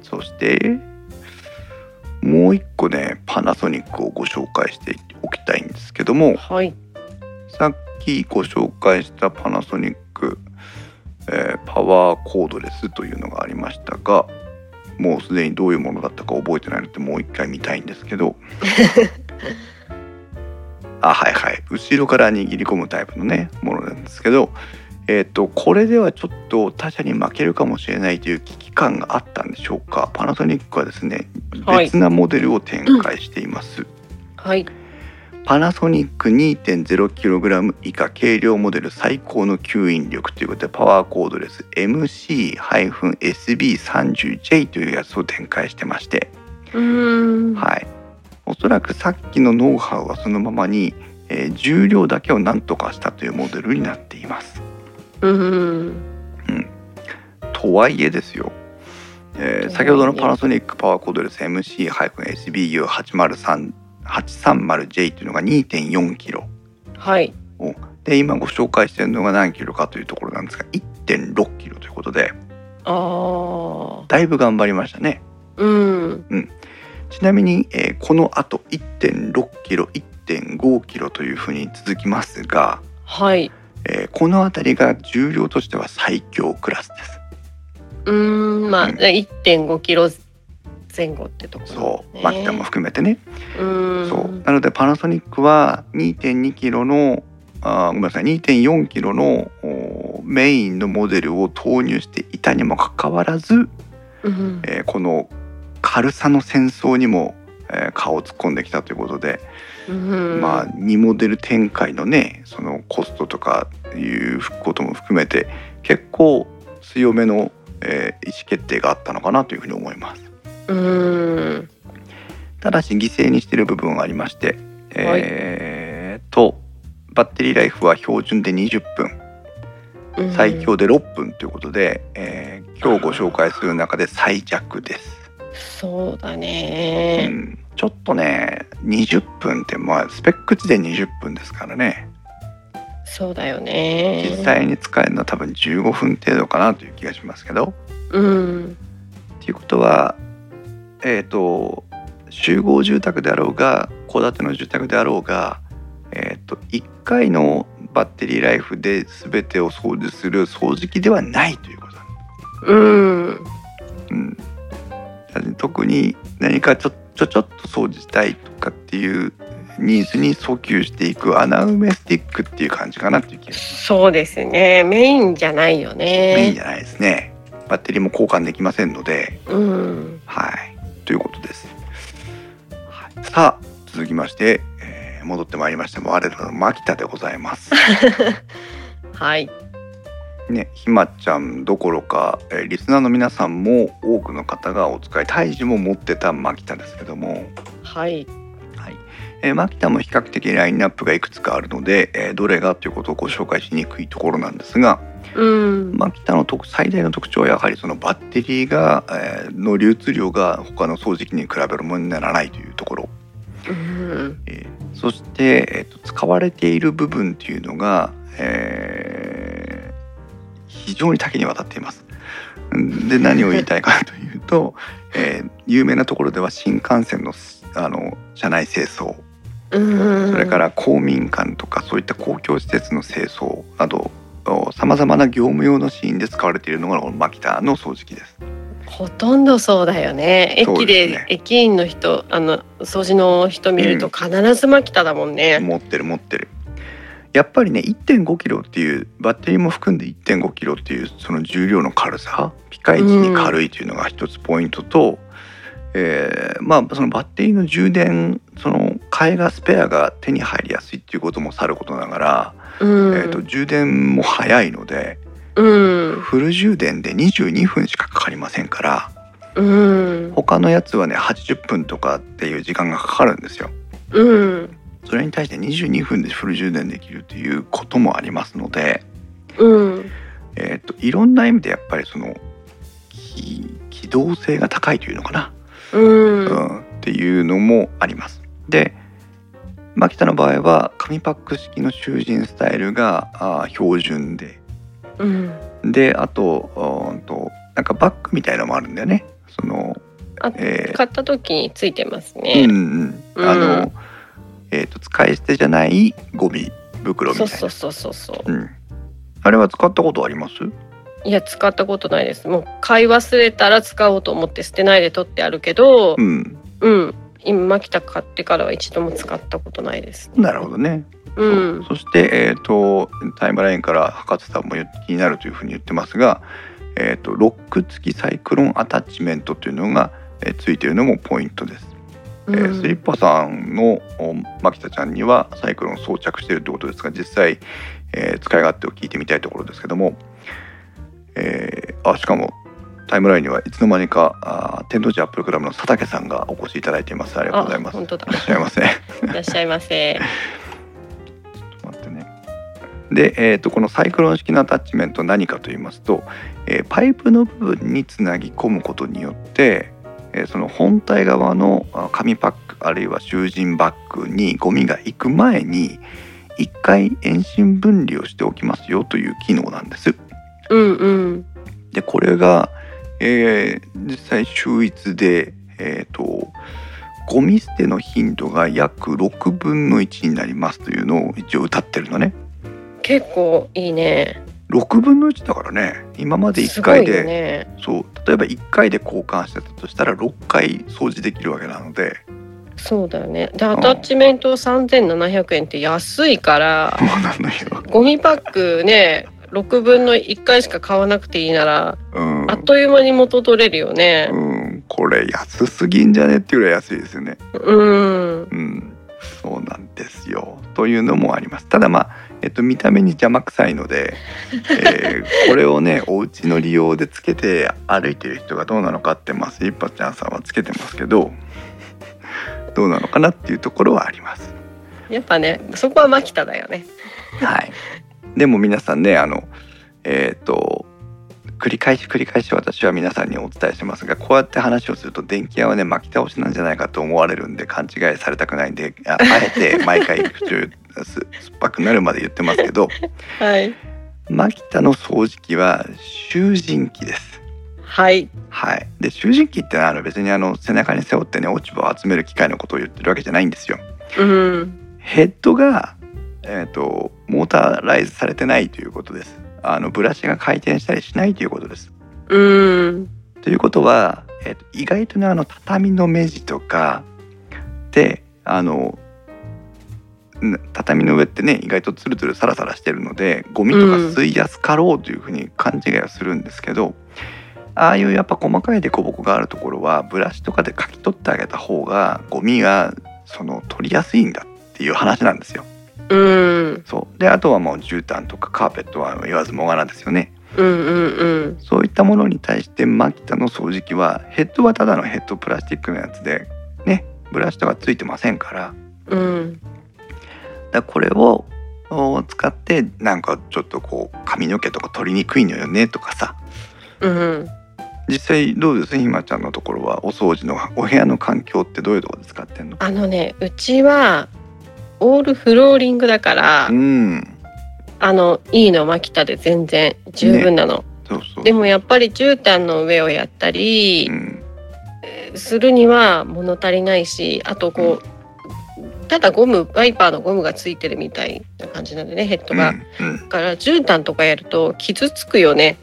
A: そしてもう一個ねパナソニックをご紹介しておきたいんですけども
B: はい
A: さっきご紹介したパナソニック、えーパワーコードレスというのがありましたがもうすでにどういうものだったか覚えてないのでもう一回見たいんですけ どあはいはい後ろから握り込むタイプのねものなんですけど、えー、とこれではちょっと他社に負けるかもしれないという危機感があったんでしょうかパナソニックはですね
B: はい
A: 別なモデルを展開しています。
B: はい
A: パナソニック 2.0kg 以下軽量モデル最高の吸引力ということでパワーコードレス MC-SB30J というやつを展開してまして、
B: うん
A: はい、おそらくさっきのノウハウはそのままに、えー重量だけをなんとかしたというモデルになっています。
B: うん
A: とはいえですよ、えー
B: とはいえ
A: 先ほどのパナソニックパワーコードレス MC-SBU803-830J というのが 2.4kg。
B: はい
A: で今ご紹介してるのが何キロかというところなんですが1.6キロということで
B: ああ
A: だいぶ頑張りましたね
B: うん
A: ちなみに、えーこのあと1.6キロ1.5キロというふうに続きますが、
B: はい
A: えーこの辺りが重量としては最強クラスです
B: うんまあ、
A: うん
B: 1.5キロ前後ってところ、
A: そうマキタも含めてね、
B: うん
A: そうなのでパナソニックは2.2キロのあーごめんなさい2.4キロのおーメインのモデルを投入していたにもかかわらず
B: うん
A: えーこの軽さの戦争にも、えー顔を突っ込んできたということで、
B: うん
A: まあ2モデル展開のねそのコストとかいうことも含めて結構強めの、えー意思決定があったのかなというふうに思います。
B: うん
A: ただし犠牲にしている部分はありまして、えーとバッテリーライフは標準で20分
B: うん
A: 最強で6分ということで、えー今日ご紹介する中で最弱です。
B: そうだ
A: う
B: ね、
A: んちょっとね20分ってまあスペック値で20分ですからね
B: そうだよね
A: 実際に使えるのは多分15分程度かなという気がしますけど。
B: うん
A: ということはえっ、と集合住宅であろうが戸建ての住宅であろうが、えー、と1回のバッテリーライフで全てを掃除する掃除機ではないということだ
B: うん
A: うん、特に何かちょちょちょっと掃除したいとかっていうニーズに訴求していく穴埋めスティックっていう感じかなっていう気がし
B: そうですねメインじゃないよね
A: ますいいんじゃないですねバッテリーも交換できませんので
B: うん
A: はいということです、はいさあ続きまして、えー戻ってまいりました我らのマキタでございます
B: はい
A: ねひまちゃんどころか、えーリスナーの皆さんも多くの方がお使い胎児も持ってたマキタですけども
B: はい
A: はいえー、マキタも比較的ラインナップがいくつかあるので、えーどれがということをご紹介しにくいところなんですが、
B: うん。
A: マキタの特最大の特徴はやはりそのバッテリーが、えーの流通量が他の掃除機に比べるものにならないというところ、
B: うん
A: えーそして、えーと使われている部分というのが、えー非常に多岐にわたっています。で何を言いたいかというと、 えー有名なところでは新幹線のあの車内清掃
B: うん。
A: それから公民館とかそういった公共施設の清掃などさまざまな業務用のシーンで使われているのがこのマキタの掃除機です。
B: ほとんどそうだよね。
A: そう
B: 駅
A: で
B: です
A: ね
B: 駅員の人、あの掃除の人見ると必ずマキタだもんね。
A: 持ってる持ってる。やっぱりね1.5キロっていうバッテリーも含んで1.5キロっていうその重量の軽さピカイチに軽いというのが一つポイントと、えーまあそのバッテリーの充電その替えがスペアが手に入りやすいっていうこともさることながら、
B: うん。
A: えー、と充電も早いので、
B: うん。
A: フル充電で22分しかかかりませんから
B: うん。
A: 他のやつはね80分とかっていう時間がかかるんですよ
B: うん。
A: それに対して22分でフル充電できるということもありますので、
B: うん。
A: えー、といろんな意味でやっぱりそのき機動性が高いというのかな、
B: うん。
A: うん、っていうのもありますでマキタの場合は紙パック式の囚人スタイルがあー標準で
B: うん。
A: であとうーんとなんかバッグみたいのもあるんだよねその
B: あ
A: えー
B: 買った時についてます
A: う
B: ね。
A: んう、
B: うんん
A: あの、えー、と使い捨てじゃないゴミ袋みた
B: そ
A: いうな
B: そうそうそうそう。
A: うん、あれは使ったことあります
B: いや使ったことないです。もう買い忘れたら使おうと思って捨てないで取ってあるけど、
A: うん
B: うん。今マキタ買ってからは一度も使ったことないです。
A: なるほどね、
B: ど。うん。
A: そそして、えー、とタイムラインから博士さんも言気になるというふうに言ってますが、えー、とロック付きサイクロンアタッチメントというのが、えーついているのもポイントです、
B: うん
A: えースリッパさんのお牧田ちゃんにはサイクロン装着してるってことですが実際、えー使い勝手を聞いてみたいところですけども、えーあしかもタイムラインにはいつの間にかあー天童寺アップルクラブの佐竹さんがお越しいただいていますありがとうございます
B: あ
A: い
B: 本当だ。
A: らっしゃいませちょ
B: いらっしゃいませ。
A: っと待ってねで、えー、とこのサイクロン式のアタッチメント何かと言いますと、えーパイプの部分につなぎ込むことによって、えーその本体側のあ紙パックあるいは囚人バッグにゴミが行く前に一回遠心分離をしておきますよという機能なんです。
B: うんうん。
A: でこれが、えー実際秀逸で、えー、とゴミ捨ての頻度が約6分の1になりますというのを一応歌ってるのね。
B: 結構いいね。
A: 6分の1だからね今まで1回
B: すごい
A: で、
B: よね。
A: そう例えば1回で交換してたとしたら6回掃除できるわけなので
B: そうだよね。で、アタッチメント三千七百円って安いから
A: そ、うなの よ、
B: ゴミパックね、六分の一回しか買わなくていいなら、
A: うん
B: あっという間に元取れるよね。
A: うん、これ安すぎんじゃねっていうぐらい安いですよね。
B: う
A: う
B: ん。
A: んそうなんですよというのもありますただまあ、えっと、見た目に邪魔くさいの で、えーこれをねお家の利用でつけて歩いてる人がどうなのかってまあスリッパちゃんさんはつけてますけどどうなのかなっていうところはあります。
B: やっぱね、そこはマキタだよね。
A: はい、でも皆さんねあのえっ、と繰り返し繰り返し私は皆さんにお伝えしてますがこうやって話をすると電気屋はね巻き倒しなんじゃないかと思われるんで勘違いされたくないんでああえて毎回口をす酸っぱくなるまで言ってますけ ど
B: はい。
A: マキタの掃除機は囚人機です。
B: はい。
A: はい、で囚人機ってのはあの別にあの背中に背負ってね落ち葉を集める機械のことを言ってるわけじゃないんですよ。
B: うん。
A: ヘッドが、えー、とモーターライズされてないということですあのブラシが回転したりしないということです
B: うん。
A: ということは、えーと意外とねあの畳の目地とかであのん畳の上ってね意外とツルツルサラサラしてるのでゴミとか吸いやすかろうというふうに勘違いをするんですけど、ああいうやっぱ細かい凸凹があるところはブラシとかでかき取ってあげた方がゴミがその取りやすいんだっていう話なんですよ。
B: うん。
A: そうであとはもう絨毯とかカーペットは言わずもがなですよね
B: うんうん
A: そういったものに対してマキタの掃除機はヘッドはただのヘッドプラスチックのやつでねブラシとかついてませんから
B: うん。
A: だからこれをお使ってなんかちょっとこう髪の毛とか取りにくいのよねとかさ
B: うん。
A: 実際どうですひまちゃんのところはお掃除のお部屋の環境ってどういうところで使ってんの
B: あのね、うちは、オールフローリングだから
A: う、ん
B: あの、いいの巻きたで全然十分なの。
A: そうそう
B: でもやっぱり絨毯の上をやったり
A: う、ん
B: するには物足りないし、あとこう、ただゴム、ワイパーのゴムがついてるみたいな感じなんでね、ヘッドが。
A: うん
B: だから絨毯とかやると傷つくよね。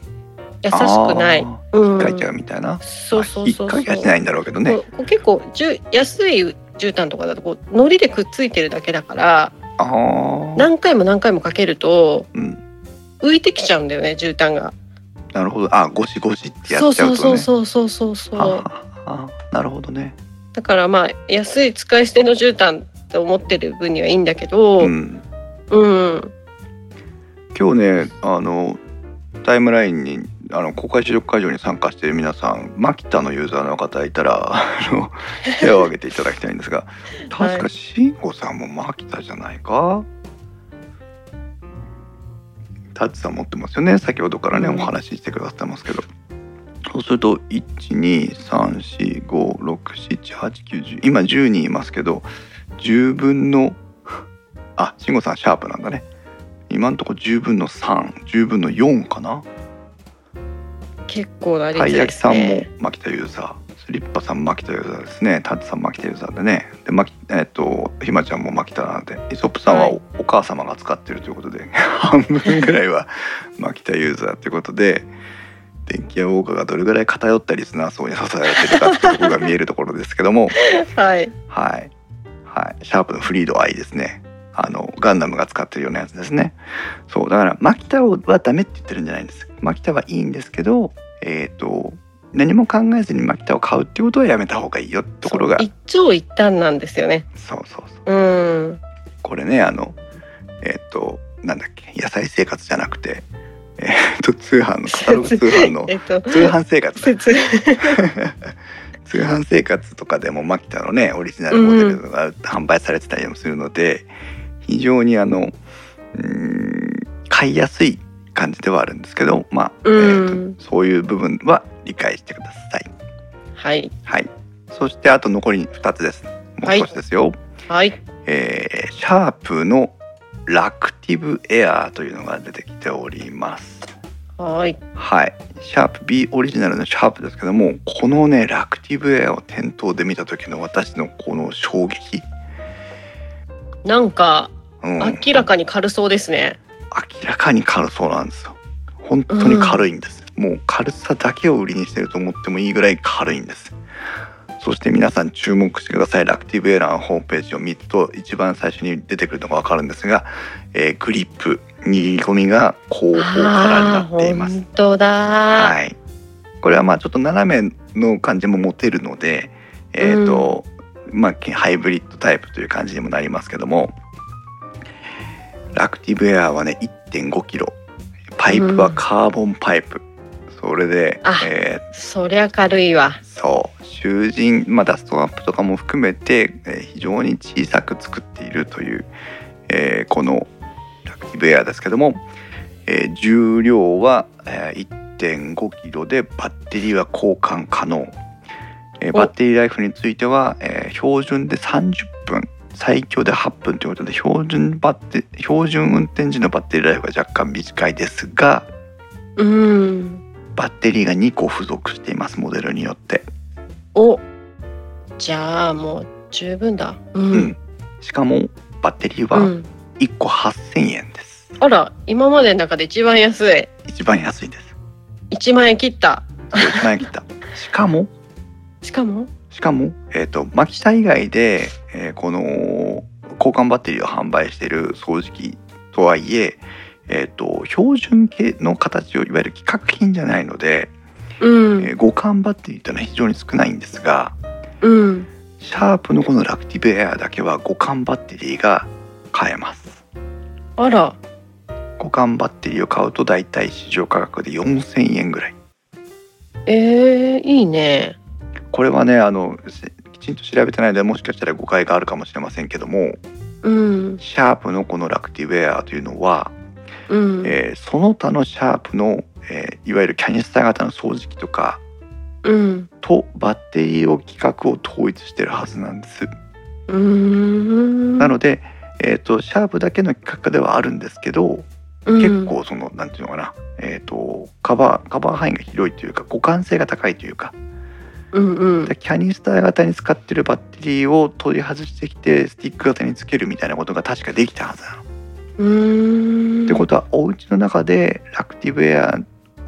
B: 優しくない。
A: あ
B: うん
A: ー書いちゃうみたいな、
B: そうそうそう
A: まあ
B: そう。
A: 引っかけはしないんだろうけどね
B: こうこう結構じゅ安い絨毯とかだとこう糊でくっついてるだけだから
A: ああ
B: 何回も何回もかけると
A: うん、
B: 浮いてきちゃうんだよね絨毯が。
A: なるほどあゴシゴシってや
B: そ
A: っ
B: う
A: ちゃ
B: そう
A: とね
B: うそうそうそうそうそう。
A: ああ なるほどね
B: だからまあ安い使い捨ての絨毯と思ってる分にはいいんだけど、う、
A: うんん今日ねあのタイムラインにあの公開収録会場に参加している皆さんマキタのユーザーの方いたら あの手を挙げていただきたいんですが
B: はい
A: 確か慎吾さんもマキタじゃないかタッチさん持ってますよね先ほどからね、
B: うん
A: お話ししてくださってますけどそうすると12345678910今10人いますけど10分のあ慎吾さんシャープなんだね今んとこ10分の310分の4かな
B: 結構な
A: たい
B: 率
A: 焼
B: で
A: き
B: す
A: さんも
B: ね。
A: 牧田ユーザースリッパさん牧田ユーザーですねタッツさん牧田ユーザーでねで、まきえっとひまちゃんも牧田なのでイソップさんはお,、
B: はい
A: 母様が使ってるということで 半分ぐらい は牧田ユーザーということで電気屋ウォーカーがどれぐらい偏ったリスナー層に支えられてるかっていうところが見えるところですけども
B: はい。
A: はいはいシャープのフリードアイですねあのガンダムが使ってるようなやつですねそうだから牧田はダメって言ってるんじゃないんです牧田はいいんですけどえっ、と何も考えずに牧田を買うっていうことはやめた方がいいよってところが
B: そう一長一短なんですよね。
A: そうそうそう
B: うん。
A: これねあのえっ、となんだっけ野菜生活じゃなくてえっ、と通販のカタログ通販の
B: えっと
A: 通販生活だ
B: 説
A: 通販生活とかでもマキタのねオリジナルモデルが販売されてたりもするので、非常にあのうーん買いやすい感じではあるんですけどまあ、
B: うん
A: えーとそういう部分は理解してください。
B: はい
A: はい、そしてあと残り2つです。もう少しですよ、
B: はい
A: えーシャープのラクティブエアーというのが出てきております。
B: はい。
A: はい、シャープ B オリジナルのシャープですけどもこのねラクティブエアを店頭で見た時の私のこの衝撃、
B: なんか
A: うん、
B: 明らかに軽そうですね。
A: 明らかに軽そうなんですよ本当に軽いんです、もう軽さだけを売りにしてると思ってもいいぐらい軽いんですそして皆さん注目してくださいラクティブエラーのホームページを見ると一番最初に出てくるのが分かるんですが、えーグリップ握り込みが後方から
B: あ
A: に
B: あ
A: なっています
B: 本当だ。
A: はい、これはまあちょっと斜めの感じも持てるので、えーとまあ、ハイブリッドタイプという感じにもなりますけどもラクティブエアーはね1 5キロパイプはカーボンパイプ、それで
B: あ、
A: え
B: そりゃ軽いわ
A: ー。そう囚人、まあ、ダストアップとかも含めて、えー非常に小さく作っているという、えーこのラクティブエアーですけども、えー重量は、えー1.5キロでバッテリーは交換可能、えー
B: お
A: バッテリーライフについては、えー標準で30分最強で8分ということで標準バッテ標準運転時のバッテリーライフは若干短いですが
B: うん。
A: バッテリーが2個付属していますモデルによって、
B: お、じゃあもう十分だ。うん。
A: うんしかもバッテリー
B: う
A: は
B: ん
A: 1個8000円です、
B: あら、今までの中で一番安い。
A: 一番安いです
B: 一万円切った。
A: 1万円 切ったしかも
B: しかも。
A: しかも、えー、とマキタ以外で、えーこの交換バッテリーを販売している掃除機とはいええー、と標準系の形をいわゆる規格品じゃないので、
B: うん。
A: えー互換バッテリーというのは非常に少ないんですが
B: うん。
A: シャープのこのラクティブエアだけは互換バッテリーが買えます
B: あら、
A: 互換バッテリーを買うとだいたい市場価格で4,000円ぐらい
B: えー、いいね。
A: これはねあのしきちんと調べてないのでもしかしたら誤解があるかもしれませんけども
B: うん
A: シャープのこのラクティウェアというのは、
B: うん
A: えーその他のシャープの、えーいわゆるキャニスター型の掃除機とか
B: うん
A: とバッテリーを規格を統一してるはずなんです。
B: うん
A: なので、えー、とシャープだけの規格ではあるんですけど、結構そのなんていうのかな、えー、とカバーカバー範囲が広いというか互換性が高いというか
B: うんうん
A: でキャニスター型に使ってるバッテリーを取り外してきてスティック型につけるみたいなことが確かできたはずなの。
B: うん
A: ってことはお家の中でラクティブエア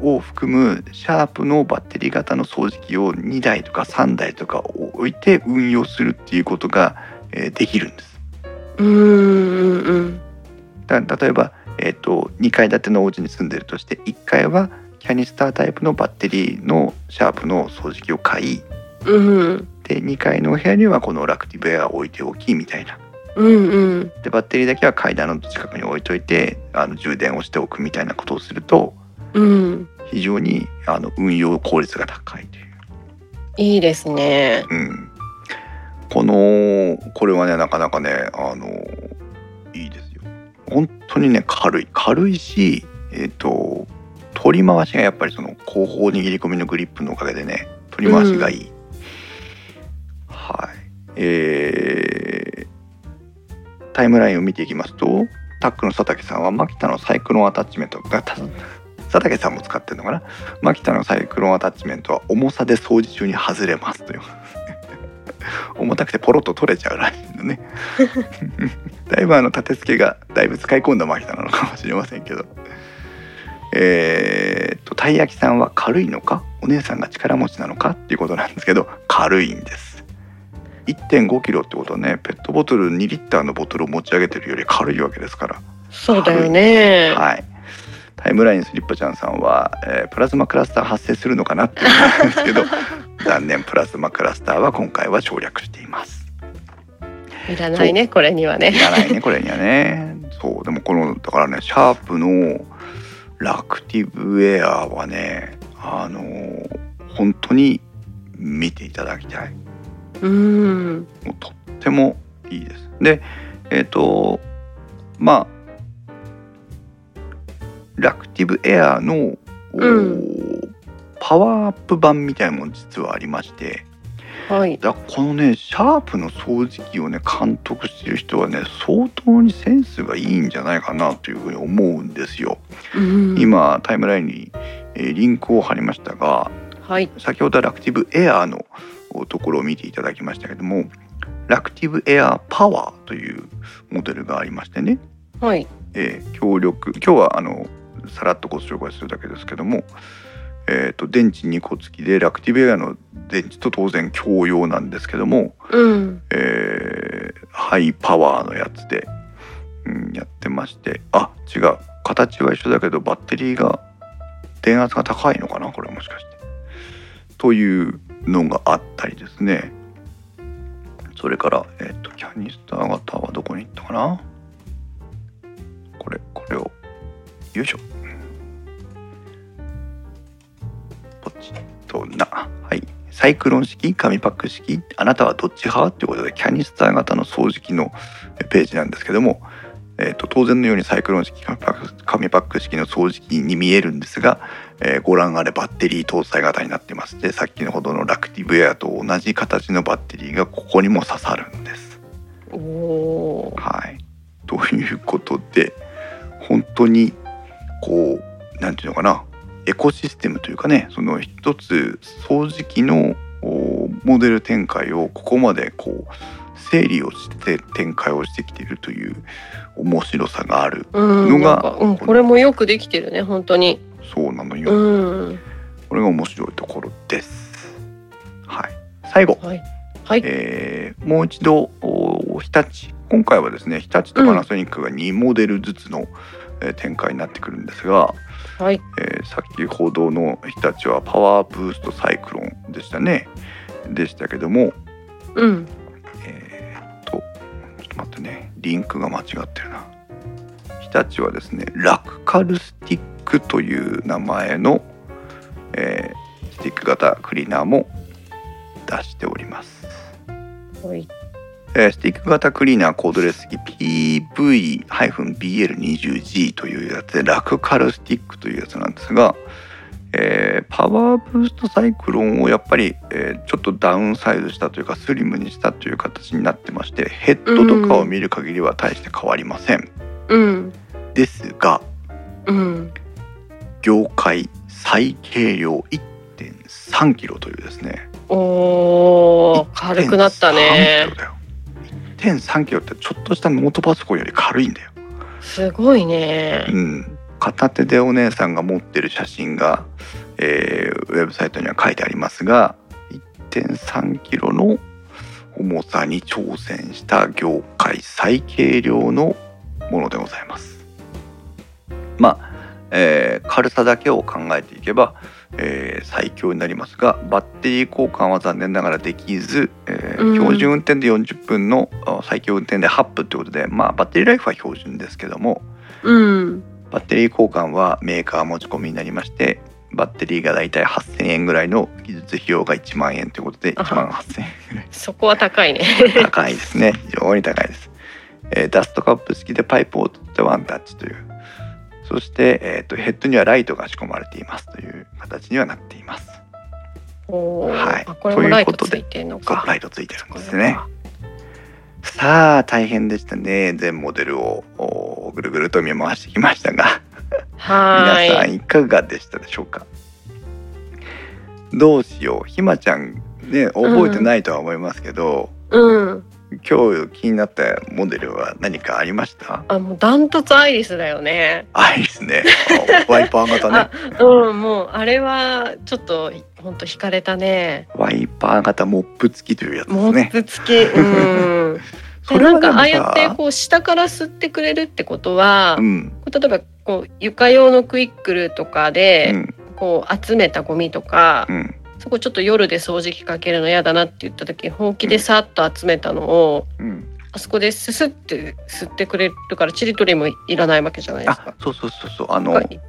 A: を含むシャープのバッテリー型の掃除機を2台とか3台とか置いて運用するっていうことが、えーできるんです。
B: うんうんうん
A: だから例えば、えー、と2階建てのお家に住んでるとして1階はキャニスタータイプのバッテリーのシャープの掃除機を買い
B: うん
A: で2階のお部屋にはこのラクティブエアを置いておきみたいな。
B: うんうん
A: でバッテリーだけは階段の近くに置いといてあの充電をしておくみたいなことをすると
B: うん
A: 非常にあの運用効率が高いという、
B: いいですね
A: うん、このこれはねなかなかねあのいいですよ本当にね軽い軽いしえっ、と取り回しがやっぱりその後方握り込みのグリップのおかげでね取り回しがいい、はいえータイムラインを見ていきますとタックの佐竹さんはマキタのサイクロンアタッチメントがた佐竹さんも使ってるのかなマキタのサイクロンアタッチメントは重さで掃除中に外れますという重たくてポロッと取れちゃうらしいんだね だいぶあの立て付けがだいぶ使い込んだマキタなのかもしれませんけどえーっとたい焼きさんは軽いのかお姉さんが力持ちなのかっていうことなんですけど軽いんです1.5キロってことはねペットボトル2リッターのボトルを持ち上げてるより軽いわけですから
B: そうだよね
A: はい。タイムラインスリッパちゃんさんは、えープラズマクラスター発生するのかなって言うんですけど残念プラズマクラスターは今回は省略しています。
B: いらないねこれにはいね
A: らないねこ れにはね。そうでもこのだからねシャープのラクティブウェアはねあのー本当に見ていただきたい。
B: うん
A: もうとってもいいです。でえっ、とまあラクティブエアの、おーパワーアップ版みたいなのも実はありまして
B: はい
A: だこのねシャープの掃除機をね監督してる人はね相当にセンスがいいんじゃないかなというふうに思うんですよ。
B: うん
A: 今タイムラインに、えーリンクを貼りましたが
B: はい
A: 先ほどはラクティブエアーのところを見ていただきましたけどもラクティブエアーパワーというモデルがありましてね、
B: はい
A: えー強力今日はあのさらっとご紹介するだけですけども、えー、と電池2個付きでラクティブエアーの電池と当然共用なんですけども、
B: うん
A: えーハイパワーのやつで、うん、やってましてあ違う形は一緒だけどバッテリーが電圧が高いのかなこれもしかして。というのがあったりですねそれから、えっとキャニスター型はどこに行ったかなこれこれをよいしょポチッとなはいサイクロン式紙パック式あなたはどっち派ということでキャニスター型の掃除機のえページなんですけども、えー、と当然のようにサイクロン式紙パック紙パック式の掃除機に見えるんですが、えーご覧あれバッテリー搭載型になってましてさっきのほどのラクティブエアと同じ形のバッテリーがここにも刺さるんです。
B: おおー
A: はい、ということで本当にこうなんていうのかなエコシステムというかねその一つ掃除機のおモデル展開をここまでこう整理をして展開をしてきているという面白さがある
B: うん
A: のが
B: なんかうんこれもよくできてるね本当に
A: そうなのよ、
B: うん
A: これが面白いところです。はい、最後
B: はいはい
A: えーもう一度お日立今回はですね日立とパナソニックが2モデルずつの、えー展開になってくるんですが、
B: はい
A: えー先ほどの日立はパワーブーストサイクロンでしたねでしたけども
B: うん
A: えーっとちょっと待ってねリンクが間違ってるな日立はですねラクカルスティックという名前の、えースティック型クリーナーも出しております
B: はい。
A: えースティック型クリーナーコードレス機 PV-BL20G というやつでラクカルスティックというやつなんですが、えーパワーブーストサイクロンをやっぱり、えーちょっとダウンサイズしたというかスリムにしたという形になってましてヘッドとかを見る限りは大して変わりません、
B: うん。
A: ですが
B: うん。
A: 業界最軽量 1.3kg というですね
B: おー、軽くなったね
A: 1.3キロ。だよ1.3キロってちょっとしたノートパソコンより軽いんだよ、
B: すごいね。
A: うん、片手でお姉さんが持ってる写真が、えーウェブサイトには書いてありますが1.3キロの重さに挑戦した業界最軽量のものでございますまあ、えー軽さだけを考えていけば、えー最強になりますがバッテリー交換は残念ながらできず、えー
B: うん
A: 標準運転で40分のあ最強運転で8分ということで、まあ、バッテリーライフは標準ですけども
B: うん。
A: バッテリー交換はメーカー持ち込みになりましてバッテリーがだいたい8000円ぐらいの技術費用が1万円ということで
B: あ
A: 1万8000円
B: そこは高いね。
A: 高いですね非常に高いです、えーダストカップ付きでパイプを取ってワンタッチというそして、えー、とヘッドにはライトが仕込まれていますという形にはなっています
B: おー、
A: はい
B: あこれもライトつ
A: という
B: いてんの
A: そう
B: か。
A: ライトついてるんですねさあ大変でしたね全モデルをおーぐるぐると見回してきましたが
B: はーい。
A: 皆さんいかがでしたでしょうかどうしようひまちゃんね覚えてないとは思いますけど、
B: うん。
A: 今日気になったモデルは何かありました
B: あ、もうダントツアイリスだよね。
A: あいいですねあワイパー型ね
B: あうん、もうあれはちょっと本当惹かれたね。
A: ワイパー型モップ付きというやつで
B: モ
A: す
B: ッ
A: ね
B: プ付 き。うん。で
A: は
B: なんかああ
A: でも
B: や
A: さ
B: ってこう下から吸ってくれるってことは、
A: うん
B: こう例えばこう床用のクイックルとか
A: う
B: で
A: ん
B: こう集めたゴミとか、
A: うん
B: そこちょっと夜で掃除機かけるの嫌だなって言った時ほうきでさっと集めたのを、
A: うん
B: あそこでススって吸ってくれるからちりとりもいらないわけじゃないです
A: あ
B: か。
A: そうそうそうそうあの
B: なんかい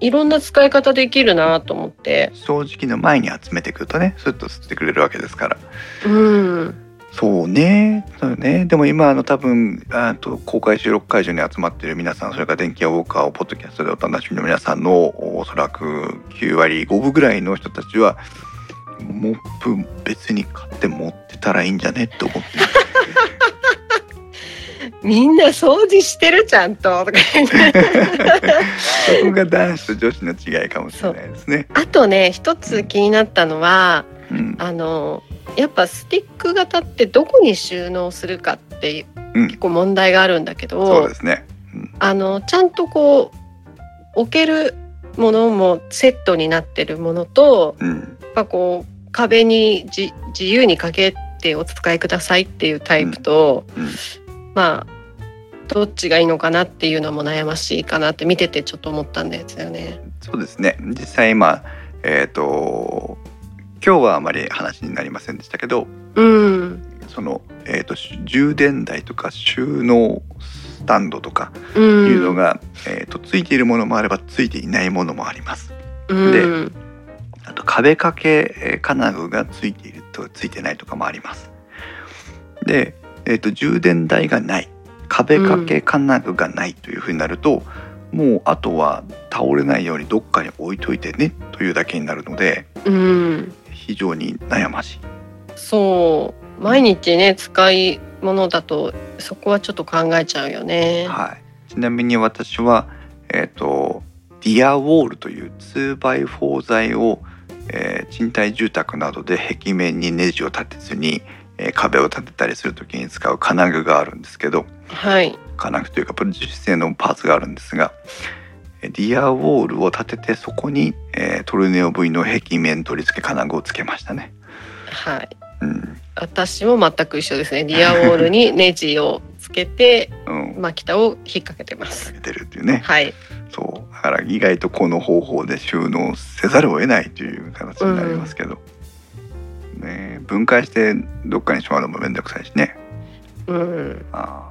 B: いろんな使い方できるなと思って。
A: 掃除機の前に集めてくるとねスッと吸ってくれるわけですから
B: うん。
A: そうねそうよねでも今あの多分あと公開収録会場に集まっている皆さんそれから電気屋ウォーカーをポッドキャストでお楽しみの皆さんのおそらく9割5分ぐらいの人たちはモップ別に買って持ってたらいいんじゃねって思って
B: みんな掃除してるちゃんととか 言って。
A: そこが男子と女子の違いかもしれないですね。
B: あとね一つ気になったのは
A: うん
B: あのやっぱスティック型ってどこに収納するかっていう
A: うん
B: 結構問題があるんだけど、
A: そうですね。うん
B: あのちゃんとこう置けるものもセットになってるものと
A: うん
B: やっぱこう壁にじ自由にかけてお使いくださいっていうタイプと、
A: うんうん
B: まあどっちがいいのかなっていうのも悩ましいかなって見ててちょっと思ったんですよね。
A: そうですね。実際今えっ、と今日はあまり話になりませんでしたけど、
B: うん、
A: そのえっ、とし充電台とか収納スタンドとか
B: う
A: い
B: ん、
A: うのが、えっ、とついているものもあればついていないものもあります。で
B: うん
A: あと壁掛けえー金具がついているとついてないとかもあります。で、えー、と充電台がない壁掛け金具がないというふうになると、もうあとは倒れないようにどっかに置いといてねというだけになるので
B: うん、
A: 非常に悩ましい。
B: そう毎日ね使い物だとそこはちょっと考えちゃうよね。
A: はい、ちなみに私は、えー、とディアウォールという 2x4 材を、えー賃貸住宅などで壁面にネジを立てずに、えー壁を立てたりする時に使う金具があるんですけど
B: はい、
A: 金具というか樹脂製のパーツがあるんですがえーディアウォールを立ててそこに、えートルネオ V の壁面取り付け金具をつけましたね。
B: はい、
A: うん
B: 私も全く一緒ですね。リアウォールにネジをつけて
A: うん
B: マキタを引っ掛けてま
A: つ
B: す。
A: けてるっていうね、
B: はい、
A: そうだから意外とこの方法で収納せざるを得ないという形になりますけど、ねえ、分解してどっかにしまうのも面倒くさいしね
B: うん、
A: ああ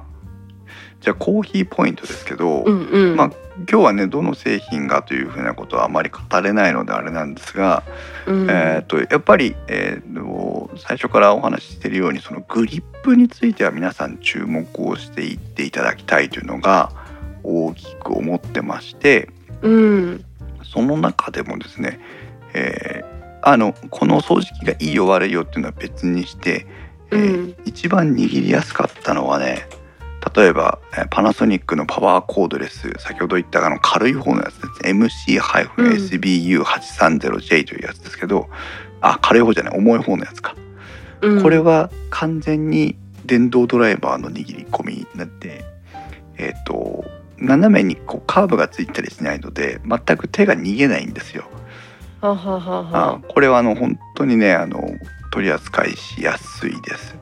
A: じゃあコーヒーポイントですけど、
B: うんうん。
A: まあ今日はねどの製品がというふうなことはあまり語れないのであれなんですが、
B: うん、
A: えー、とやっぱり、えーと最初からお話ししているようにそのグリップについては皆さん注目をしていっていただきたいというのが大きく思ってまして
B: うん。
A: その中でもですね、えーあのこの掃除機がいいよ悪いよっていうのは別にして、えー
B: うん
A: 一番握りやすかったのはね例えばえーパナソニックのパワーコードレス先ほど言ったあの軽い方のやつですね MC-SBU830J というやつですけど、あ軽い方じゃない重い方のやつか、
B: うん
A: これは完全に電動ドライバーの握り込みになってえっ、と斜めにこうカーブがついたりしないので全く手が逃げないんですよ。
B: ははは
A: あ
B: は。
A: これはあの本当にねあの取り扱いしやすいです。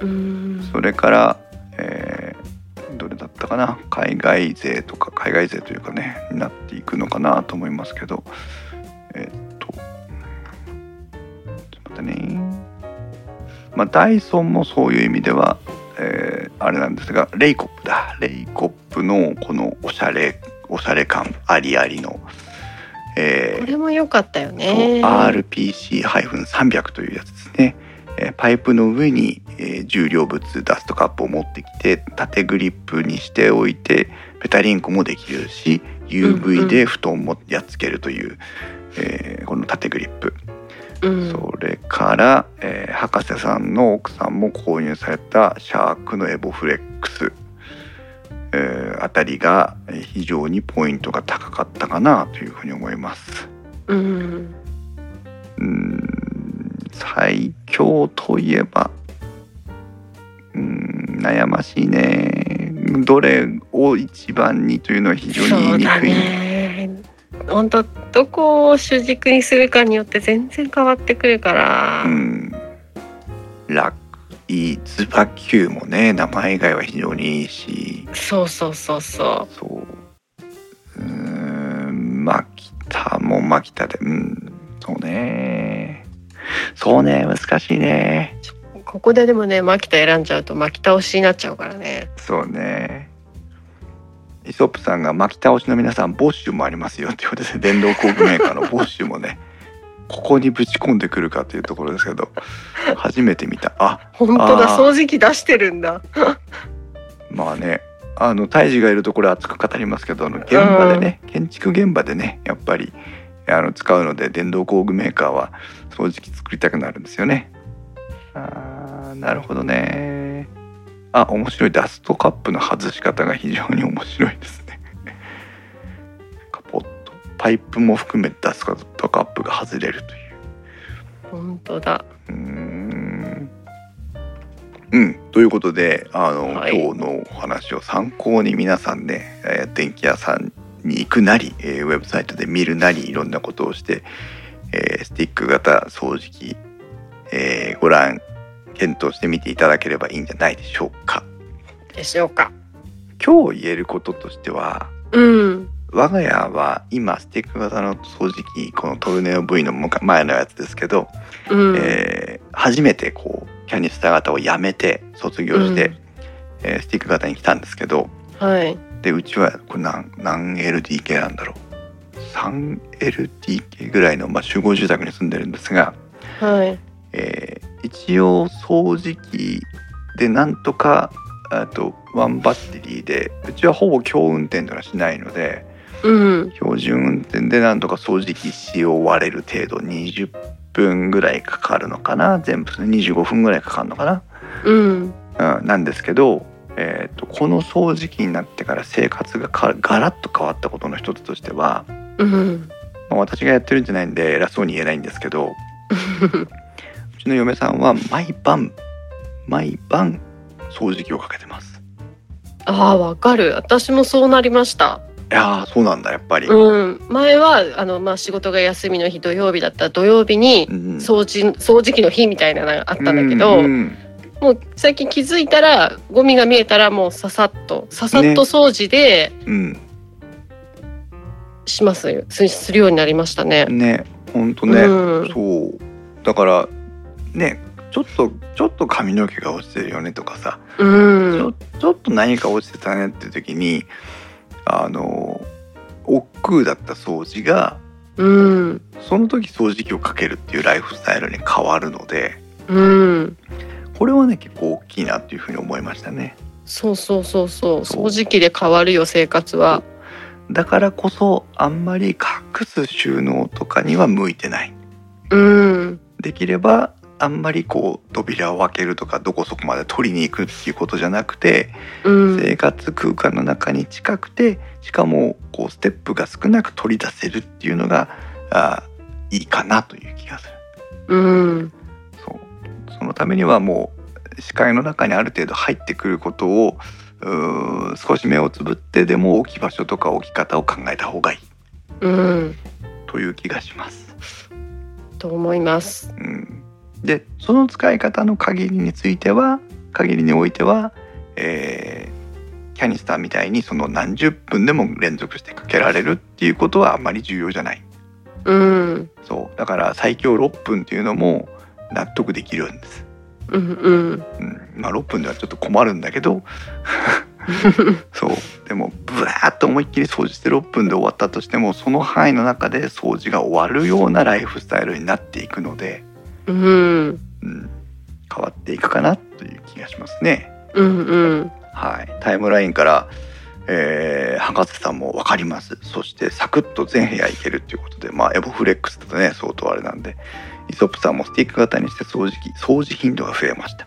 B: うん。
A: それから、えーどれだったかな海外勢とか海外勢というかねになっていくのかなと思いますけどえーっとちょっと待ってねまあダイソンもそういう意味では、えーあれなんですがレイコップだレイコップのこのおしゃれおしゃれ感ありありの、えー
B: これも良かったよ
A: そう
B: ね。。
A: RPC-300 というやつですね、えーパイプの上に、えー重量物ダストカップを持ってきて縦グリップにしておいてペタリンコもできるし
B: うんう
A: UV
B: ん
A: で布団もやっつけるという、えーこの縦グリップ、
B: うん。
A: それから、えー博士さんの奥さんも購入されたシャークのエボフレックス、えーあたりがえー非常にポイントが高かったかなというふうに思います。
B: うん。
A: うーん最強といえばうーん悩ましいねどれを一番にというのは非常に
B: そ
A: 言
B: う
A: いに
B: だ
A: くい、
B: ね。本当どこを主軸にするかによって全然変わってくるから。
A: うん楽いいズバキューもね名前以外は非常にいいし
B: そうそうそうそ
A: そううーんマキタもマキタでうんそうねそうね難しいね
B: う。ここででもね、牧田選んじゃうと牧田倒しになっちゃうからね。
A: そうね。イソップさんが巻き倒しの皆さん、ボッシュもありますよっていうことで、電動工具メーカーのボッシュもね、ここにぶち込んでくるかというところですけど、初めて見た。あ、
B: 本当だ、
A: あー
B: 掃除機出してるんだ。
A: まあね、あの、胎児がいるところ熱く語りますけど、あの、現場でね、建築現場でね、やっぱり、あの、使うので、電動工具メーカーは掃除機作りたくなるんですよね。あーなるほどね。あ、面白い。ダストカップの外し方が非常に面白いですね。カポッと。パイプも含めてダストカップが外れるという。
B: 本当だ。
A: うーんうん、ということであの、
B: はい
A: 今日のお話を参考に皆さんね、えー電気屋さんに行くなり、えーウェブサイトで見るなりいろんなことをして、えースティック型掃除機、えーご覧検討してみていただければいいんじゃないでしょうか。
B: でしょうか。
A: 今日言えることとしては
B: うん。
A: 我が家は今スティック型の掃除機このトルネオ V の昔前のやつですけど
B: うん。
A: えー初めてこうキャニスター型をやめて卒業して、
B: うん
A: えースティック型に来たんですけど
B: はい。
A: でうちはこれ何何 LDK なんだろう 3LDK ぐらいの、まあ、集合住宅に住んでるんですが、
B: はい。
A: えー一応掃除機でなんとかあとワンバッテリーでうちはほぼ強運転というのはしないので
B: うん。
A: 標準運転でなんとか掃除機し終われる程度20分ぐらいかかるのかな全部25分ぐらいかかるのか
B: うん。
A: な、うん、なんですけど、えー、とこの掃除機になってから生活がかガラッと変わったことの一つとしては、
B: うん。
A: まあ、私がやってるんじゃないんで偉そうに言えないんですけどうちの嫁さんは毎晩毎晩掃除機をかけてます。
B: ああ、わかる。私もそうなりました。
A: いやーそうなんだやっぱり。
B: うん。前は、あの、まあ、仕事が休みの日、土曜日だったら土曜日に、
A: うん
B: 掃除、掃除機の日みたいなのがあったんだけど、
A: うんうん
B: もう最近気づいたら、ゴミが見えたら、もうささっと、ささっと掃除で
A: うん
B: しますよ、すするようになりましたね。
A: ねほんとね、
B: うん
A: そうだからねちょっとちょっと髪の毛が落ちてるよねとかさ、
B: うん
A: ちょちょっと何か落ちてたねっていう時にあの億劫だった掃除が
B: うん
A: その時掃除機をかけるっていうライフスタイルに変わるので
B: うん
A: これはね結構大きいなっていうふうに思いましたね。
B: そうそうそうそう
A: そう
B: 掃除機で変わるよ生活は
A: だからこそあんまり隠す収納とかには向いてない。
B: うん
A: できればあんまりこう扉を開けるとかどこそこまで取りに行くっていうことじゃなくて、
B: うん
A: 生活空間の中に近くてしかもこうステップが少なく取り出せるっていうのがあいいかなという気がする
B: うん
A: そうそのためにはもう視界の中にある程度入ってくることをうー少し目をつぶってでも置き場所とか置き方を考えた方がいい
B: うん
A: という気がします。
B: と思います
A: うん、でその使い方の限りについては限りにおいては、えーキャニスターみたいにその何十分でも連続してかけられるっていうことはあんまり重要じゃない
B: うん
A: そうだから最強6分っていうのも納得できるんです、
B: うんうん
A: うん、まあ6分ではちょっと困るんだけどそうでもブワーッと思いっきり掃除して6分で終わったとしてもその範囲の中で掃除が終わるようなライフスタイルになっていくので、
B: うん
A: うん、変わっていくかなという気がしますね。
B: うんうん
A: はい、タイムラインから、えー博士さんも分かりますそしてサクッと全部屋いけるっていうことで、まあ、エボフレックスだとね相当あれなんでイソップさんもスティック型にして掃除機掃除頻度が増えました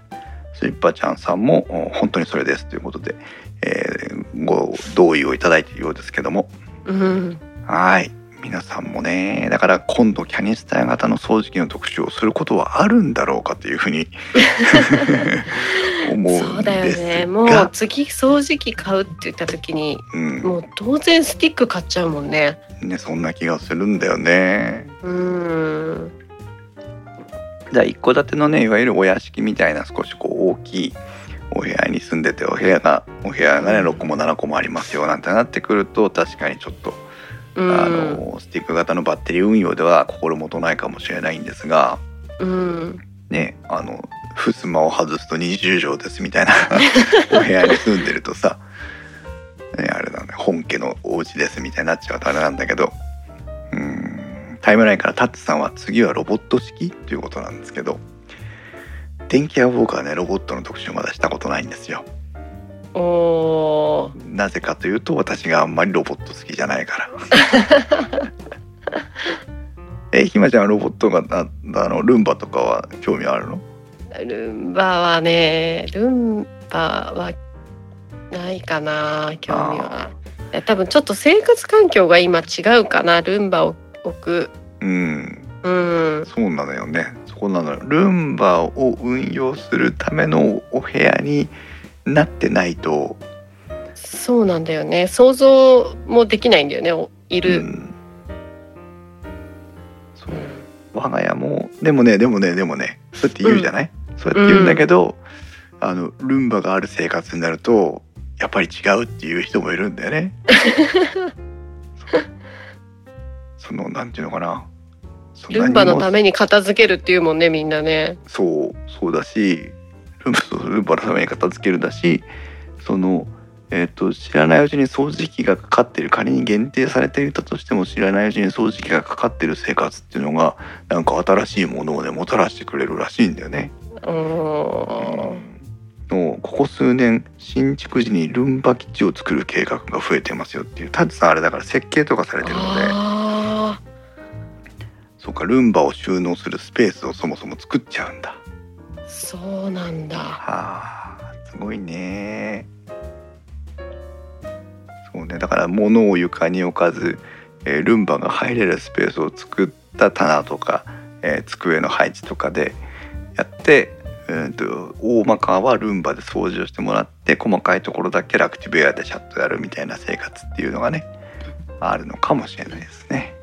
A: スリッパちゃんさんもお本当にそれですということで、えーご同意をいただいているようですけども
B: うん
A: はい皆さんもねだから今度キャニスター型の掃除機の特集をすることはあるんだろうかというふう に思
B: そううんだよ
A: です
B: ね
A: が
B: もう次掃除機買うって言った時に
A: うん、
B: もう当然スティック買っちゃうもんね
A: ね、そんな気がするんだよね。
B: うん
A: じゃあ一戸建てのねいわゆるお屋敷みたいな少しこう大きいお部屋に住んでてお部屋がお部屋がね6個も7個もありますよなんてなってくると確かにちょっと、
B: うん
A: あのスティック型のバッテリー運用では心もとないかもしれないんですが
B: うん
A: ねあの襖を外すと20畳ですみたいなお部屋に住んでるとさ、ね、あれなんだ本家のお家ですみたいになっちゃうとあれなんだけどうんタイムラインからタッツさんは次はロボット式ということなんですけど電気屋ウォーカーねロボットの特集まだしたことないんですよ
B: おー
A: なぜかというと私があんまりロボット好きじゃないからえひまちゃんはロボットがああのルンバとかは興味あるの
B: ルンバはねルンバはないかな興味は多分ちょっと生活環境が今違うかなルンバを置く
A: うん
B: うん
A: そうなのよね。そこなのよ。ルンバを運用するためのお部屋になってないと、
B: そうなんだよね想像もできないんだよねおいうる、
A: ん、そう我が家もでもねでもねでもねそうやって言うじゃない、そうやって言うんだけど、あのルンバがある生活になるとやっぱり違うっていう人もいるんだよ ね。そうそのなんていうのかな。そ
B: ルンバの
A: 何にも
B: ために片付けるっていうもんねみんなね
A: そうそうだしルンバそうルンバのために片付けるだしその、えっと知らないうちに掃除機がかかってる仮に限定されていたとしても知らないうちに掃除機がかかってる生活っていうのがなんか新しいものをねもたらしてくれるらしいんだよね。
B: うーん
A: のここ数年新築時にルンバ基地を作る計画が増えてますよっていうタジさんあれだから設計とかされてるので
B: あ
A: そうかルンバを収納するスペースをそもそも作っちゃうんだ。
B: ーそうなんだ
A: はあすごいねそうねだから物を床に置かず、えールンバが入れるスペースを作った棚とか、えー机の配置とかでやって、うーんと大まかはルンバで掃除をしてもらって細かいところだけラクティブエアでシャットやるみたいな生活っていうのがねあるのかもしれないですね。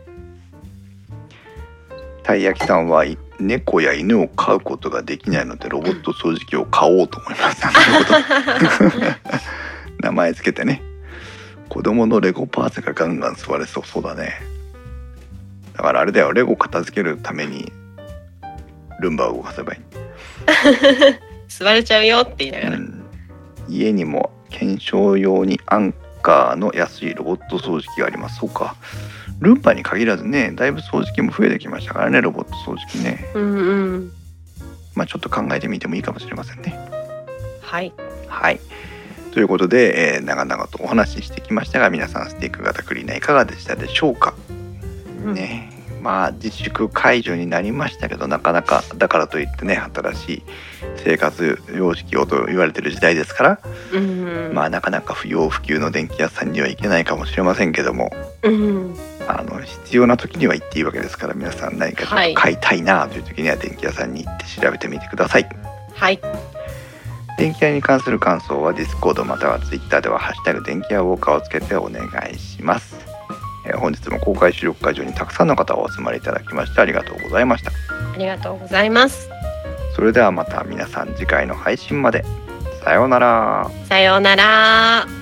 A: たい焼きさんはい猫や犬を飼うことができないのでロボット掃除機を買おうと思います。なんてこと名前つけてね子供のレゴパーツがガンガン座れそうそうだねだからあれだよレゴ片付けるためにルンバを動かせばいい
B: 座れちゃうよって言いながら、
A: うん家にも検証用にアンカーの安いロボット掃除機がありますそうかルンバに限らずねだいぶ掃除機も増えてきましたからねロボット掃除機ね
B: うんうん
A: まあちょっと考えてみてもいいかもしれませんね
B: はい
A: はいということで、えー長々とお話ししてきましたが皆さんスティック型クリーナーいかがでしたでしょうか
B: うん
A: ねまあ自粛解除になりましたけどなかなかだからといってね新しい生活様式をと言われてる時代ですから
B: うんうん
A: まあなかなか不要不急の電気屋さんには行けないかもしれませんけども
B: うん
A: あの必要な時には行っていいわけですから皆さん何かちょっ
B: は
A: と
B: い
A: 買いたいなという時には電気屋さんに行って調べてみてください、
B: はい
A: 電気屋に関する感想は Discord または Twitter では「ハッシュタグ電気屋ウォーカー」をつけてお願いしますえー本日も公開収録会場にたくさんの方お集まりいただきましてありがとうございました
B: ありがとうございます
A: それではまた皆さん次回の配信までさようなら
B: さようなら